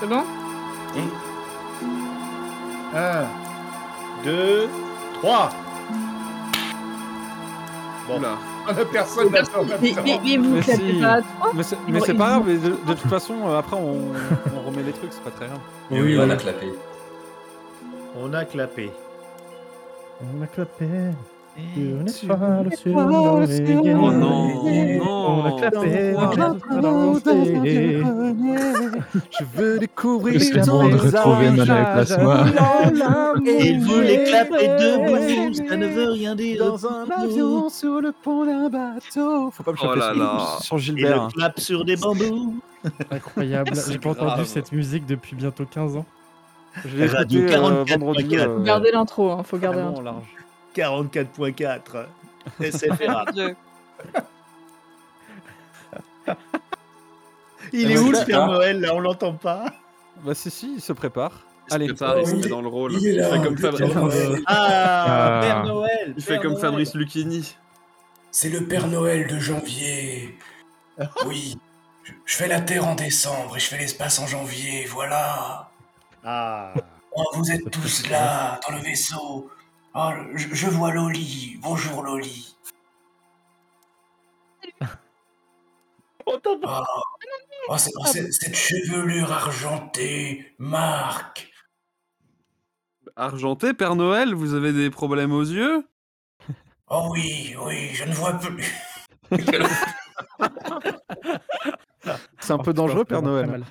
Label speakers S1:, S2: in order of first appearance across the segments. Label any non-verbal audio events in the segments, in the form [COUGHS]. S1: C'est bon
S2: 1, 2, 3. Bon,
S3: Oula.
S4: Ah,
S2: la personne n'a pas
S1: mais, mais- mais vous
S3: Mais
S1: faites
S3: si.
S1: pas à trois
S3: Mais c'est mais c'est pas grave, mais de, de toute façon, euh, après on, on remet les trucs, c'est pas très grave.
S5: Oui,
S4: Oui,
S5: on
S4: oui.
S5: a clapé.
S2: On a clapé.
S6: On a clapé. Et on
S3: Tu-
S6: est pas le sur
S3: Oh,
S6: dans
S3: le
S6: les
S3: sur-
S6: gaines.
S3: Oh non,
S6: On a
S3: non.
S6: clapé. On a clapé dans les-
S3: Je veux découvrir
S7: Justement, de retrouver mon déplacement.
S8: Il voulait clapper debout, ça ne veut rien dire.
S3: dans un [LAUGHS] avion sur le pont d'un bateau. Faut pas me
S5: Oh
S3: choper
S5: là
S3: sur-
S5: là.
S3: sur
S8: Et
S3: Gilbert.
S8: le clap sur des bambous. [LAUGHS]
S6: Incroyable.
S5: C'est
S6: J'ai pas entendu
S5: grave.
S6: cette musique depuis bientôt 15 ans.
S3: hein. Je l'ai
S8: Radio
S3: écouté, euh,
S8: 44,
S6: [LAUGHS]
S3: vendredi.
S8: quatre.
S3: euh,
S1: Faut garder l'intro, hein, faut garder
S3: vraiment
S1: l'intro.
S3: large.
S8: 44.4.
S3: [LAUGHS]
S8: SFRA. Il est où le
S3: hein
S8: Père Noël là On l'entend pas.
S3: Bah si si, il se prépare.
S4: Il se
S3: Allez.
S4: prépare, il se met
S5: Oui.
S4: dans le rôle.
S5: Il est là,
S4: fait comme Euh,
S5: putain.
S4: Fabrice,
S6: Ah.
S3: Euh,
S8: Ah, Père Noël.
S4: il fait
S8: Père
S4: comme
S8: Noël.
S4: Fabrice Lucchini.
S9: C'est le Père Noël de
S8: [LAUGHS]
S9: janvier. Oui. Je- Je fais la Terre en décembre et je fais l'espace en janvier, voilà.
S2: Ah.
S9: Oh, vous êtes tous là, dans le vaisseau. Oh, je, je vois Loli. Bonjour Loli.
S8: On t'entend
S9: Oh, oh, c'est- oh, c'est- cette chevelure argentée, Marc.
S4: Argenté, Père Noël, vous avez des problèmes aux yeux
S9: Oh oui, oui, je ne vois
S4: [LAUGHS]
S9: plus.
S3: C'est un peu dangereux, Père Noël.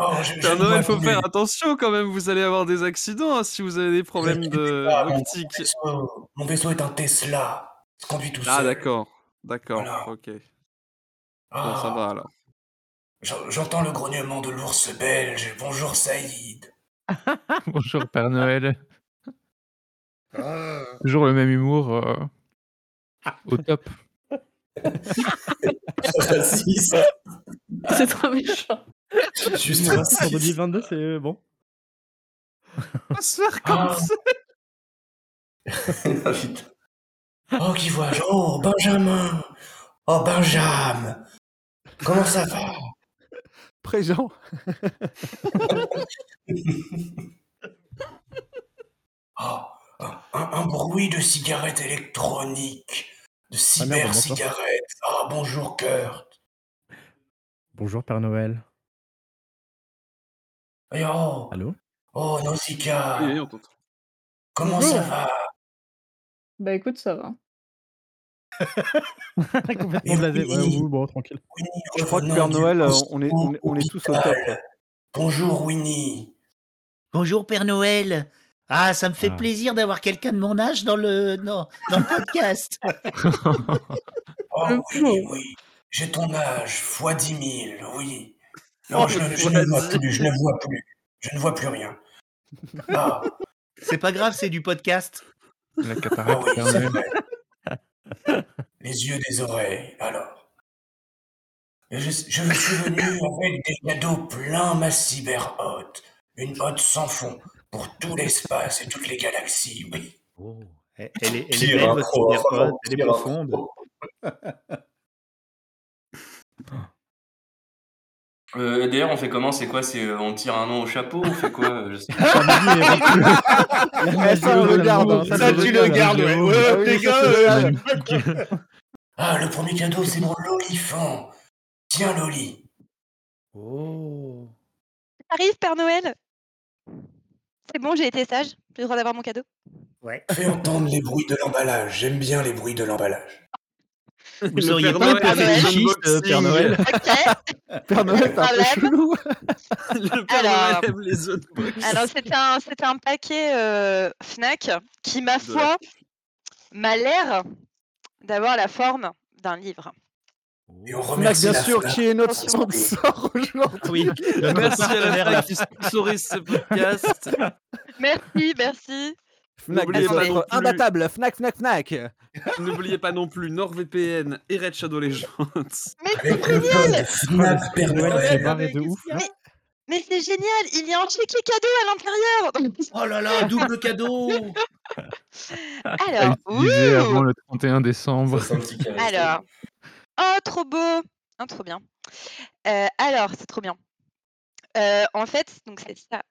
S9: Oh, je- je
S4: Père
S9: ne vois
S4: Noël, faut
S9: plus.
S4: faire attention quand même, vous allez avoir des accidents hein, si vous avez des problèmes de
S9: Ah, mon,
S4: optique.
S9: vaisseau, mon vaisseau est un Tesla. Il se conduit tout seul.
S4: Ah d'accord, d'accord,
S9: Voilà.
S4: ok.
S9: Ah,
S4: Bon, ça va alors.
S9: j'en- J'entends le grognement de l'ours belge. Bonjour Saïd.
S7: Bonjour Père Noël.
S9: [LAUGHS]
S2: Ah.
S7: Toujours le même humour. euh,
S4: Ah.
S7: Au top.
S9: Raciste.
S1: C'est trop méchant.
S9: Juste
S6: Pour
S9: raciste.
S6: 2022, c'est euh, bon.
S4: Faut se faire
S9: Ah.
S4: comme ça.
S9: [LAUGHS] Ah, putain. Oh, qui vois-je Oh, Benjamin Oh, Benjamin Comment ça va [LAUGHS]
S3: Présent.
S9: Oh, un, un- un bruit de cigarette électronique, de cyber-cigarette. Oh, bonjour, Kurt.
S6: Bonjour Père Noël.
S9: Et oh,
S6: Allô
S9: oh, Nausicaa,
S4: Oui, on t'entend.
S9: comment ça va
S1: Bah écoute, ça va.
S6: Complètement blasé. Ouais, oui, bon, tranquille.
S9: Winnie,
S3: Je crois que
S9: revenant
S3: Père
S9: du
S3: Noël, euh,
S9: costaud
S3: on est, on est, on est tous au top.
S9: hôpital. Euh, Bonjour, Winnie.
S8: Bonjour Père Noël. Ah, ça me fait
S6: Ah.
S8: plaisir d'avoir quelqu'un de mon âge dans le, dans, dans le podcast.
S9: [LAUGHS] Oh,
S1: Le
S9: oui, oui. J'ai ton âge, fois 10 000, oui. Non, je, je ne vois plus, je ne vois plus. Je ne vois plus rien. Ah,
S8: C'est pas grave, c'est du podcast.
S7: La
S9: ah
S7: cataracte
S9: oui,
S7: Père
S9: c'est
S7: Noël.
S9: vrai. Les yeux des oreilles, alors. Je, je me suis venu avec des cadeaux plein ma cyberhotte. Une hotte sans fond pour tout l'espace et toutes les galaxies, oui.
S3: Oh.
S8: Elle elle est, elle est
S9: Tire
S8: belle,
S9: un
S8: votre
S9: croc,
S8: cyberpod, elle est
S9: tire un
S8: profonde.
S9: croc.
S5: Euh, D'ailleurs, on fait comment C'est quoi C'est euh, on tire un nom au chapeau On fait quoi euh, je sais
S6: La
S9: [LAUGHS]
S6: magie est retenue. La magie
S3: ça, on
S6: de
S3: le
S6: l'amour,
S3: garde, hein.
S6: ça,
S3: Ça,
S6: je
S3: tu
S6: garde.
S3: le gardes, ouais.
S6: Jérôme.
S3: Ouais, les gars, euh,
S9: [LAUGHS] Ah, le premier cadeau, c'est mon lolifant. Tiens, Loli.
S8: Oh.
S10: Arrive Père Noël C'est bon, j'ai été sage, j'ai le droit d'avoir mon cadeau.
S8: Ouais.
S9: Fais entendre les bruits de l'emballage. J'aime bien les bruits de l'emballage.
S8: Vous
S4: Le
S8: seriez
S4: Père
S8: pas un
S4: Noël fait des
S8: perfectionniste, euh, Père Noël
S10: Ok,
S4: [LAUGHS]
S3: Père Noël, t'es un peu
S10: Problème.
S3: chelou.
S4: Le Père
S10: Alors-
S4: Noël aime les autres.
S10: alors c'était un, c'était un paquet euh, Fnac qui, ma
S4: De la
S10: foi, m'a l'air d'avoir la forme d'un livre.
S9: Et on
S3: Fnac,
S9: remercie
S3: bien
S9: la
S3: sûr,
S9: Fnac.
S3: qui est notre sponsor [LAUGHS] aujourd'hui.
S8: Oui, notre
S4: Merci à la
S8: partenaire,
S4: Fnac qui sponsorise ce podcast.
S10: Merci, merci.
S3: Fnac,
S4: N'oubliez
S3: des
S4: pas
S3: autres,
S4: non plus.
S3: imbattable. Fnac, Fnac, Fnac.
S4: N'oubliez pas non plus NordVPN et Red Shadow Legends.
S10: Mais c'est
S9: Avec le
S10: génial,
S9: code FNAC Père
S6: Ouais, c'est
S9: Noël.
S6: barré de ouf. là.
S10: mais c'est génial, il y a un chéquier cadeau à l'intérieur.
S8: Oh là là, double cadeau
S10: Alors,
S7: à utiliser
S10: ouh,
S7: avant le 31 décembre.
S5: pas. C'est un petit carré.
S10: alors, oh trop beau, oh trop bien. Euh, alors, c'est trop bien. Euh, en fait, donc c'est ça.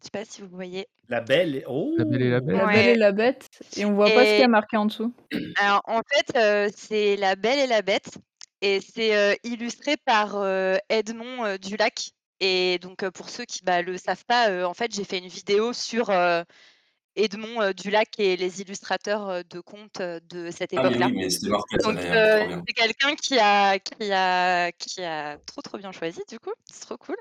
S10: Je sais pas si vous voyez.
S2: La belle et... Oh
S7: La belle et la bête.
S1: La
S10: Ouais.
S1: belle et la bête. Et on voit pas ce qu'il y
S10: Et-
S1: a marqué en dessous.
S10: Alors, en fait, euh, c'est La Belle et la Bête. Et c'est euh, illustré par euh, Edmond euh, Dulac. Et donc, euh, pour ceux qui ne le savent pas, euh, en fait, j'ai fait une vidéo sur euh, Edmond euh, Dulac et les illustrateurs euh, de contes euh, de cette
S5: Ah, mais
S10: époque-là.
S5: oui, mais c'était marqué, ça
S10: Donc,
S5: d'ailleurs,
S10: euh,
S5: trop bien.
S10: c'est quelqu'un qui a, qui, a, qui a trop, trop bien choisi, du coup. C'est trop cool.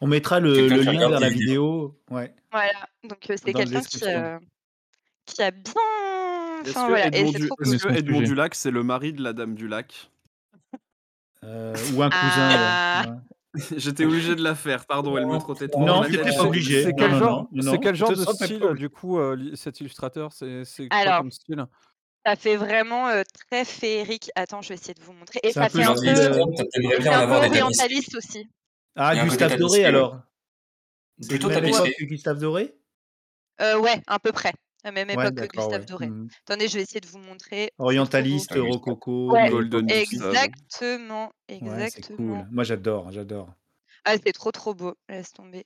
S2: On mettra le,
S5: Quelqu'un
S2: le
S5: qui
S2: lien
S5: regarde
S2: vers la
S5: des
S2: vidéo. Ouais.
S10: Voilà. Donc, euh, c'est
S3: Dans la
S10: quelqu'un qui,
S3: description.
S10: euh, qui a bien.
S4: Est-ce
S10: Enfin,
S4: que
S10: voilà. Et
S4: Edmond,
S10: c'est
S4: Du-
S10: trop cool.
S4: est-ce
S7: Ils
S4: que
S7: sont
S4: Edmond
S7: figés.
S4: Dulac, c'est le mari de la dame du lac
S2: Euh, ou un cousin.
S10: Ah.
S2: ouais. Ouais.
S4: [LAUGHS] J'étais obligé de la faire, pardon, elle me trottait trop.
S2: Non,
S4: dans la
S2: t'étais
S4: tête.
S2: pas obligé.
S3: C'est
S2: Non,
S3: quel
S2: non,
S3: genre,
S2: non,
S3: c'est
S2: non.
S3: quel genre
S2: Je
S3: de
S2: te sens pas
S3: style,
S2: obligé.
S3: du coup, euh, li- cet illustrateur C'est c'est quoi
S10: Alors.
S3: comme style
S10: Ça fait vraiment euh, très féerique. Attends, je vais essayer de vous montrer. Et
S2: C'est
S10: ça
S2: un peu
S10: fait un
S2: gentil,
S10: peu,
S2: euh,
S5: Vas-y, T'aimerais
S10: c'est
S5: bien en
S10: un peu
S5: avoir des tapisseries.
S10: orientaliste aussi.
S2: Ah,
S5: Il y a un côté
S2: Gustave Doré
S5: tapisserie,
S2: alors. C'est
S5: Plutôt
S2: la même époque
S5: tapisserie.
S2: que Gustave Doré
S10: Euh, ouais, à peu près. À la même
S2: Ouais,
S10: époque que
S2: d'accord,
S10: Gustave
S2: ouais.
S10: Doré.
S2: Mhm.
S10: Attendez, je vais essayer de vous montrer.
S2: Orientaliste,
S5: Ah, Gustave.
S2: rococo.
S10: Ouais.
S4: Golden Gustave.
S10: Exactement,
S2: Ouais, c'est
S10: exactement.
S2: cool. Moi, j'adore, j'adore.
S10: Ah, c'est trop trop beau. Laisse tomber.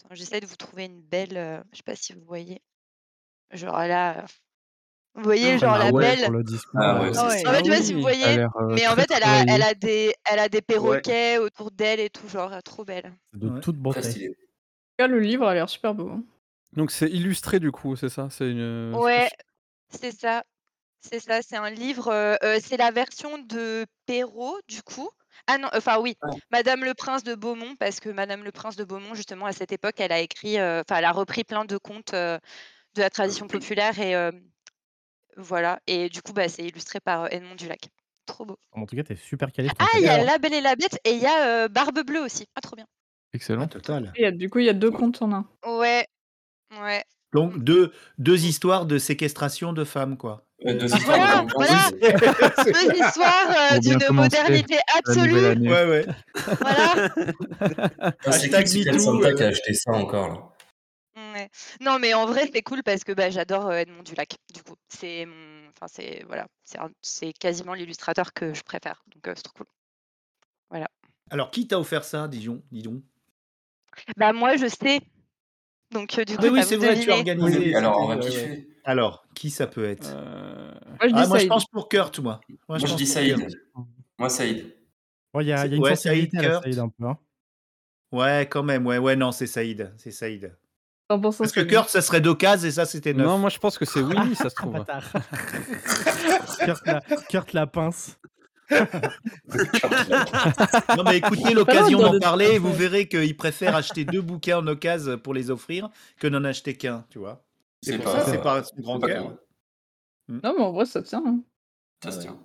S10: Attends, j'essaie de vous trouver une belle. euh, je sais pas si vous voyez. Genre là. euh, Vous
S1: Ah
S10: voyez, genre la belle.
S7: pour le dispo,
S5: Ah
S7: euh,
S5: ouais,
S7: ça
S5: c'est-
S10: En fait, je sais pas si vous
S7: oui, ça a
S10: voyez.
S7: l'air, euh,
S10: Mais en
S7: très
S10: fait, elle a, elle
S7: travaillé.
S10: a des, elle a des perroquets autour d'elle et tout, genre euh, trop belle.
S6: De
S2: Ouais.
S6: toute
S5: très
S6: beauté.
S5: stylé.
S1: En tout cas, le livre a l'air super beau. hein.
S7: Donc c'est illustré du coup, c'est ça Mmh, C'est
S2: euh,
S7: une.
S10: Ouais, c'est ça. C'est ça, c'est un livre. euh, euh, c'est la version de Perrault, du coup. Ah non, enfin oui,
S5: Ah.
S10: Madame le Prince de Beaumont, parce que Madame le Prince de Beaumont, justement, à cette époque, elle a écrit, euh, enfin, elle a repris plein de contes euh, de
S7: Mmh,
S10: la tradition populaire et euh, voilà. Et du coup, bah, c'est illustré par euh, Edmond Dulac. Trop beau.
S6: En tout cas, t'es super calé. sur ton
S10: Ah, il y
S6: sujet.
S10: a La Belle et la Bête et il y a euh, Barbe Bleue aussi. Ah, trop bien.
S7: Excellent.
S2: Total.
S1: Et il y a- du coup, il y a deux comptes en un.
S10: Ouais,
S7: [LAUGHS]
S10: ouais.
S2: Donc, deux, deux histoires de séquestration de femmes, quoi.
S5: Euh, Deux
S2: Ah,
S5: histoires de
S10: voilà,
S5: Tom
S10: voilà.
S5: Cruise.
S10: Deux histoires euh,
S7: Pour bien
S10: d'une
S7: commencer
S10: modernité
S7: La nouvelle
S10: absolue.
S7: année.
S2: Ouais, ouais.
S10: Voilà.
S5: Ah, C'est
S2: Hashtag
S5: qui
S2: MeToo,
S5: Secret Santa
S2: euh.
S5: qui a acheté ça encore là
S10: Ouais. Non, mais en vrai, c'est cool parce que bah, j'adore euh, Edmond Dulac. Du coup, c'est mon, enfin c'est voilà, c'est un- c'est quasiment l'illustrateur que je préfère. Donc euh, c'est trop cool.
S2: Alors, qui t'a offert ça, Dijon Dis donc.
S10: Bah moi, je sais. Donc euh, du coup,
S2: Ah Oui, oui,
S10: bah,
S2: c'est
S10: vous
S2: vrai, tu as
S10: devinez.
S2: organisé. euh,
S5: Oui,
S2: ça,
S5: alors on
S2: ouais,
S5: va
S2: ouais.
S5: kiffer.
S2: Alors, qui ça peut être
S3: Euh,
S1: Moi, je dis
S2: Ah, moi,
S1: ça.
S2: je
S1: il-
S2: pense pour Kurt, moi.
S5: Moi je
S2: pense
S5: dis
S2: pour
S5: Saïd.
S2: Kurt.
S5: Moi Saïd.
S6: Ouais, il y a, il y a une
S2: Ouais, Saïd,
S6: sensibilité à la
S2: Kurt.
S6: Saïd un peu. hein.
S2: Ouais, quand même. Ouais, ouais, non, c'est Saïd. C'est Saïd.
S1: T'en penses
S2: Parce que
S1: quoi, lui
S2: Kurt, ça serait deux cases et ça, c'était neuf.
S3: Non, moi je pense que c'est Winnie, ça se
S2: [LAUGHS]
S6: Ah,
S3: trouve.
S6: bâtard. Kurt, la, Kurt la pince.
S2: Non, mais écoutez, l'occasion
S1: Pas mal dans
S2: d'en
S1: le-
S2: parler, vous verrez qu'il préfère acheter deux bouquins en occasion pour les offrir que n'en acheter qu'un, tu vois. C'est pour ça, c'est pas son grand
S5: pas
S2: cœur.
S5: con.
S1: Non, mais en vrai, ça tient. hein.
S5: Ça se tient.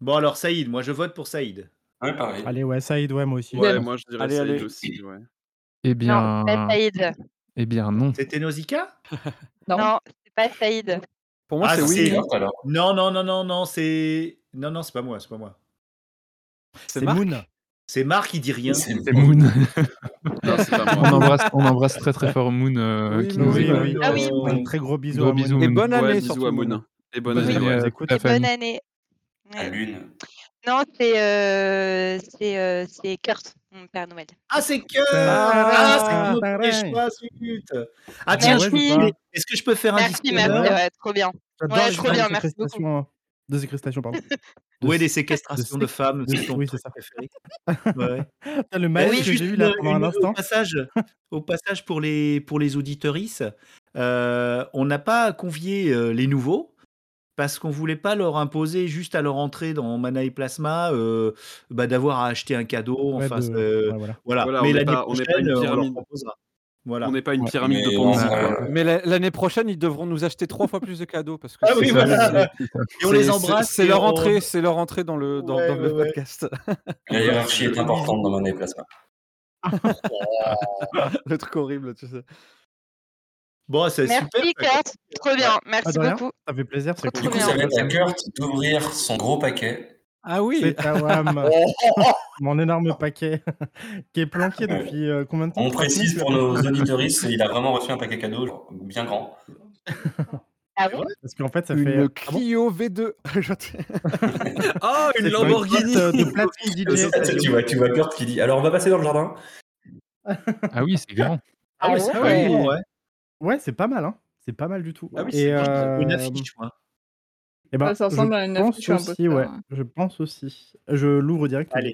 S2: Bon, alors Saïd, moi je vote pour Saïd.
S5: Ouais, pareil.
S6: Allez, ouais, Saïd, ouais, moi aussi.
S4: Ouais, moi je dirais
S3: Allez,
S4: Saïd
S3: allez.
S4: aussi, ouais.
S7: Eh
S10: Non,
S7: bien,
S10: c'est pas Saïd.
S7: eh bien non.
S2: C'était Nausicaa
S1: Non.
S10: Non, c'est pas Saïd.
S3: Pour moi,
S2: Ah,
S3: c'est
S2: c'est-
S3: Winnie.
S5: Kurt, alors.
S2: Non, non, non, non, non, c'est. Non, non, c'est pas moi, c'est pas moi.
S6: C'est
S3: Marc
S6: Moon.
S2: C'est Marc qui dit rien.
S5: C'est
S7: C'est Moon.
S4: Non, c'est pas
S7: on,
S4: moi.
S7: embrasse, on embrasse très très fort Moon euh,
S3: Oui,
S7: qui
S3: mais
S7: nous
S3: oui,
S7: écoute.
S3: oui.
S10: Ah oui.
S6: Un très gros bisou
S7: Gros
S6: à Moon.
S7: bisous,
S3: Et
S7: Moon.
S3: bonne année,
S4: Ouais,
S3: surtout.
S4: bisous à Moon. Et bonne
S7: Bonne
S4: année,
S7: année
S4: ouais.
S7: à
S6: nous
S7: toute
S6: écoute.
S7: la
S10: Et bonne
S7: famille.
S10: année.
S5: La
S10: Ouais.
S5: lune.
S10: Non, c'est euh, c'est euh, c'est Kurt, mon père Noël.
S2: Ah, c'est Kurt
S6: Ah,
S2: Ah, c'est mon
S6: pareil.
S2: premier choix, zut Ah, tiens,
S10: Merci.
S2: je- mais est-ce que je peux faire un
S10: Bah, Merci, merci.
S2: disclaimer
S10: ouais, trop bien.
S6: J'adore
S10: Ouais,
S6: les
S10: trop bien,
S6: séquestrations,
S10: merci beaucoup.
S6: hein. Deux séquestrations, pardon.
S10: [LAUGHS]
S2: Ouais,
S6: De-
S2: des séquestrations
S6: de
S2: de femmes,
S6: de-
S2: c'est ton
S6: oui,
S2: truc
S6: c'est ça.
S2: préféré. [LAUGHS] Ouais, ouais.
S6: Putain, Le
S2: Euh,
S6: malaise que
S2: juste
S6: j'ai eu là
S2: une-
S6: pendant un
S2: une-
S6: instant.
S2: Au passage, au passage pour les, pour les auditorices, euh, on n'a pas convié euh, les nouveaux parce qu'on voulait pas leur imposer juste à leur entrée dans Mana et Plasma euh, bah, d'avoir à acheter un cadeau.
S6: Ouais,
S2: Enfin,
S6: de-
S2: euh,
S6: ouais, voilà.
S2: voilà.
S4: Voilà, on
S2: Mais
S4: n'est
S2: l'année
S4: pas- on n'est pas
S2: prochaine,
S4: une
S2: euh, on leur
S4: pyramide.
S2: proposera. Voilà.
S4: On n'est pas une
S7: Ouais.
S4: pyramide de
S5: Mais
S4: Ponzi.
S5: on-
S4: quoi.
S3: Mais la- l'année prochaine, ils devront nous acheter trois fois plus de cadeaux parce que
S2: Ah oui,
S3: c'est-
S2: voilà.
S3: c'est-
S2: Et on les
S3: c'est-
S2: embrasse.
S3: C'est
S2: et
S3: leur
S2: on-
S3: entrée, c'est leur entrée dans le dans,
S2: Ouais,
S3: dans le
S2: ouais, ouais.
S3: podcast. [LAUGHS]
S5: La hiérarchie est importante dans mon déplacement.
S3: le truc horrible, tu sais.
S2: Bon, c'est super.
S10: Merci,
S2: ça,
S10: Kurt. Trop bien.
S6: Ah,
S10: Merci
S6: de rien.
S10: beaucoup.
S6: Ça fait plaisir.
S10: Trop,
S6: C'est
S10: trop
S5: Du
S6: cool.
S5: coup,
S10: bien.
S5: ça va être à Kurt d'ouvrir son gros paquet.
S3: Ah oui.
S6: C'est Tawam. Mon énorme paquet [LAUGHS] qui est planqué depuis euh, combien de temps
S5: On
S6: Trois
S5: précise
S6: semaines,
S5: pour
S6: [LAUGHS]
S5: nos auditoristes, il a vraiment reçu un paquet cadeau genre, bien grand.
S10: Ah bon
S6: Parce qu'en fait, ça fait.
S3: Une
S6: euh,
S3: Clio
S10: [LAUGHS]
S3: V2. Je t'ai-
S4: Oh, une
S6: c'est pour une
S4: [LAUGHS] Lamborghini
S6: boîte, euh, de platine DJ.
S5: tu, vois, tu vois Kurt qui dit Alors on va passer dans le jardin.
S7: Ah oui, c'est grand.
S2: Ah ouais, c'est pas mal,
S6: ouais.
S2: ouais.
S6: Ouais, c'est pas mal, hein. C'est pas mal du tout.
S4: Ah oui,
S6: et,
S4: c'est
S6: euh,
S2: Une affiche, moi.
S6: eh ben,
S1: Ouais, ça ressemble à une
S6: je pense
S1: affiche ou un
S6: aussi,
S1: poster, hein.
S6: ouais.
S1: ouais.
S6: Je pense aussi. Je l'ouvre direct.
S2: Allez.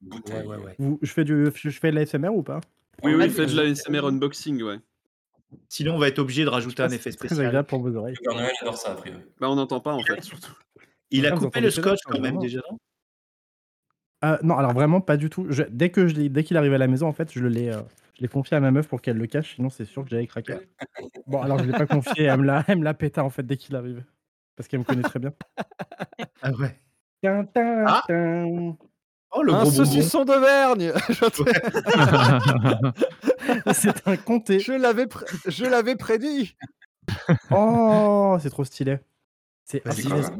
S5: Bouteille.
S6: Vous, je fais du, je fais de l'ASMR ou pas
S4: Oui,
S1: Ah,
S4: oui,
S6: Allez.
S4: faites de
S7: euh,
S4: la SMR unboxing, ouais.
S2: Sinon, on va être obligé de rajouter un
S6: C'est
S2: effet
S6: Très
S2: spécial.
S6: agréable pour vos oreilles.
S5: Le Père Noël adore ça, a priori.
S4: Bah, on n'entend pas en fait, surtout.
S2: Il a
S6: Ah, Vous
S2: coupé
S6: entendez
S2: le
S6: ça,
S2: scotch quand même
S6: vraiment.
S2: déjà, non
S6: Euh, non, alors vraiment pas du tout. Je- dès que je l'ai- dès qu'il arrive à la maison, en fait, je le l'ai, euh, je l'ai confié à ma meuf pour qu'elle le cache. Sinon, c'est sûr que j'allais
S2: [LAUGHS]
S6: craquer. Bon, alors je l'ai pas confié. Elle me l'a, elle me l'a péta en fait dès qu'il arrive, parce qu'elle me connaît très bien.
S2: Ah ouais.
S6: Tin, tin,
S2: Ah.
S6: tin.
S2: Oh, le
S8: un
S2: gros bonbon.
S3: [LAUGHS]
S8: saucisson d'Auvergne
S2: [LAUGHS]
S8: Je-
S6: [LAUGHS] C'est un comté.
S8: Je l'avais pré- je l'avais prédit
S6: [LAUGHS] Oh, c'est trop stylé. C'est
S2: Vas-y,
S6: stylé.
S5: vas-y.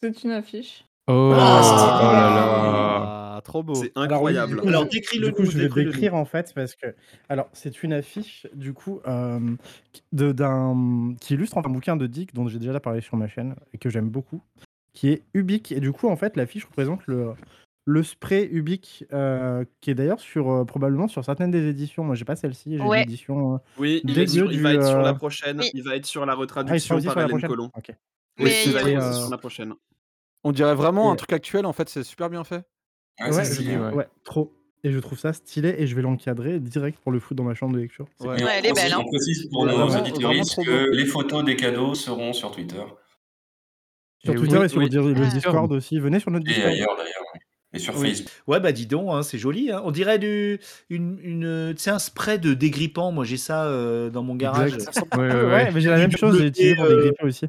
S1: C'est une affiche.
S7: Oh,
S2: Ah,
S7: oh là là.
S8: Ah, Trop beau
S4: C'est
S6: Alors oui,
S4: incroyable.
S6: du coup,
S2: Alors, décris-le
S6: Du coup,
S2: nous,
S6: je vais
S2: décris-le nous.
S6: décrire en fait parce que alors c'est une affiche du coup euh, de- d'un qui illustre un bouquin de Dick dont j'ai déjà parlé sur ma chaîne et que j'aime beaucoup, qui est Ubik et du coup en fait l'affiche représente le le spray Ubik euh, qui est d'ailleurs sur euh, probablement sur certaines des éditions. Moi, j'ai pas celle-ci, j'ai
S10: Ouais.
S6: l'édition. euh,
S4: Oui, il,
S6: Dès
S4: est sur-
S6: le
S4: il va
S6: du,
S4: être sur la
S6: euh,
S4: prochaine,
S10: oui.
S4: il va être sur la
S6: ah, il sera
S4: retraduction
S6: aussi
S4: par
S6: sur la
S4: Hélène
S6: prochaine.
S4: Colomb.
S6: Ok.
S4: Oui,
S10: Mais
S4: il va
S6: Et,
S4: être
S6: euh,
S4: sur la prochaine.
S8: On dirait vraiment
S6: Et-
S8: un truc actuel en fait, c'est super bien fait.
S3: Ah,
S5: Ouais,
S6: Ouais,
S5: c'est
S6: je
S5: stylé,
S6: trouve-
S5: ouais.
S6: ouais, trop. Et je trouve ça stylé et je vais l'encadrer direct pour le foot dans ma chambre de lecture.
S8: Ouais.
S5: Mais on,
S10: Ouais, elle est
S5: précise,
S10: belle, hein.
S5: on précise pour
S8: Ouais,
S5: nos
S8: vraiment,
S5: auditeurs
S8: vraiment trop
S5: que les photos des cadeaux seront sur Twitter
S6: Sur
S7: Eh
S6: Twitter
S7: oui,
S6: et sur
S7: oui.
S6: le, le
S10: Ah.
S6: Discord aussi. Venez sur notre
S5: et
S6: Discord.
S5: ailleurs d'ailleurs. oui. Et sur
S2: Oui.
S5: Facebook.
S2: Ouais, bah dis donc, hein, c'est joli. hein. On dirait du, une, une, euh, tu sais, un spray de dégrippant. Moi, j'ai ça euh, dans mon garage.
S6: Exact.
S7: Ouais,
S2: [LAUGHS]
S7: ouais,
S6: Ouais,
S7: ouais.
S6: mais j'ai la même chose, j'ai utilisé pour des
S2: euh,
S6: grippins aussi.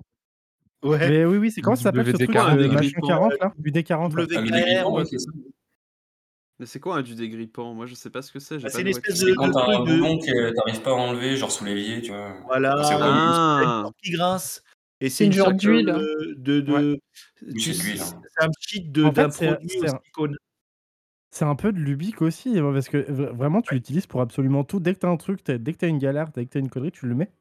S2: Ouais.
S6: Mais oui, oui, c'est comment ça s'appelle ce truc
S7: WD-40,
S6: euh,
S4: des
S6: machin
S4: grippins,
S6: 40 là UD40 là
S2: W-
S5: Ah, mais
S2: VKR,
S5: des grippants,
S2: ouais.
S5: ouais, c'est ça.
S4: Mais c'est quoi un du dégrippant Moi, je sais pas ce que c'est. j'ai
S2: Bah,
S4: pas
S2: c'est
S4: de
S2: l'espèce
S4: voix.
S2: de-
S5: C'est quand t'as un
S2: truc de-
S5: bouton que t'arrives pas à enlever, genre sous l'évier, tu vois.
S2: Voilà.
S5: C'est horrible.
S2: une
S4: Ah.
S2: sorte qui grince. Et c'est
S1: Une
S2: une
S1: genre
S2: sorte
S1: d'huile.
S2: de, de, de-
S5: Oui,
S2: tu
S5: c'est de
S2: sais,
S5: l'huile, hein.
S2: c'est un cheat de-
S6: En fait,
S2: d'un
S6: c'est-
S2: produit
S6: c'est
S2: au
S6: un-
S2: silicone.
S6: C'est un peu de lubique aussi, euh, parce que vra- vraiment, tu l'utilises pour absolument tout. Dès que t'as un truc, t'as- dès que t'as une galère, dès que t'as une connerie, tu le mets.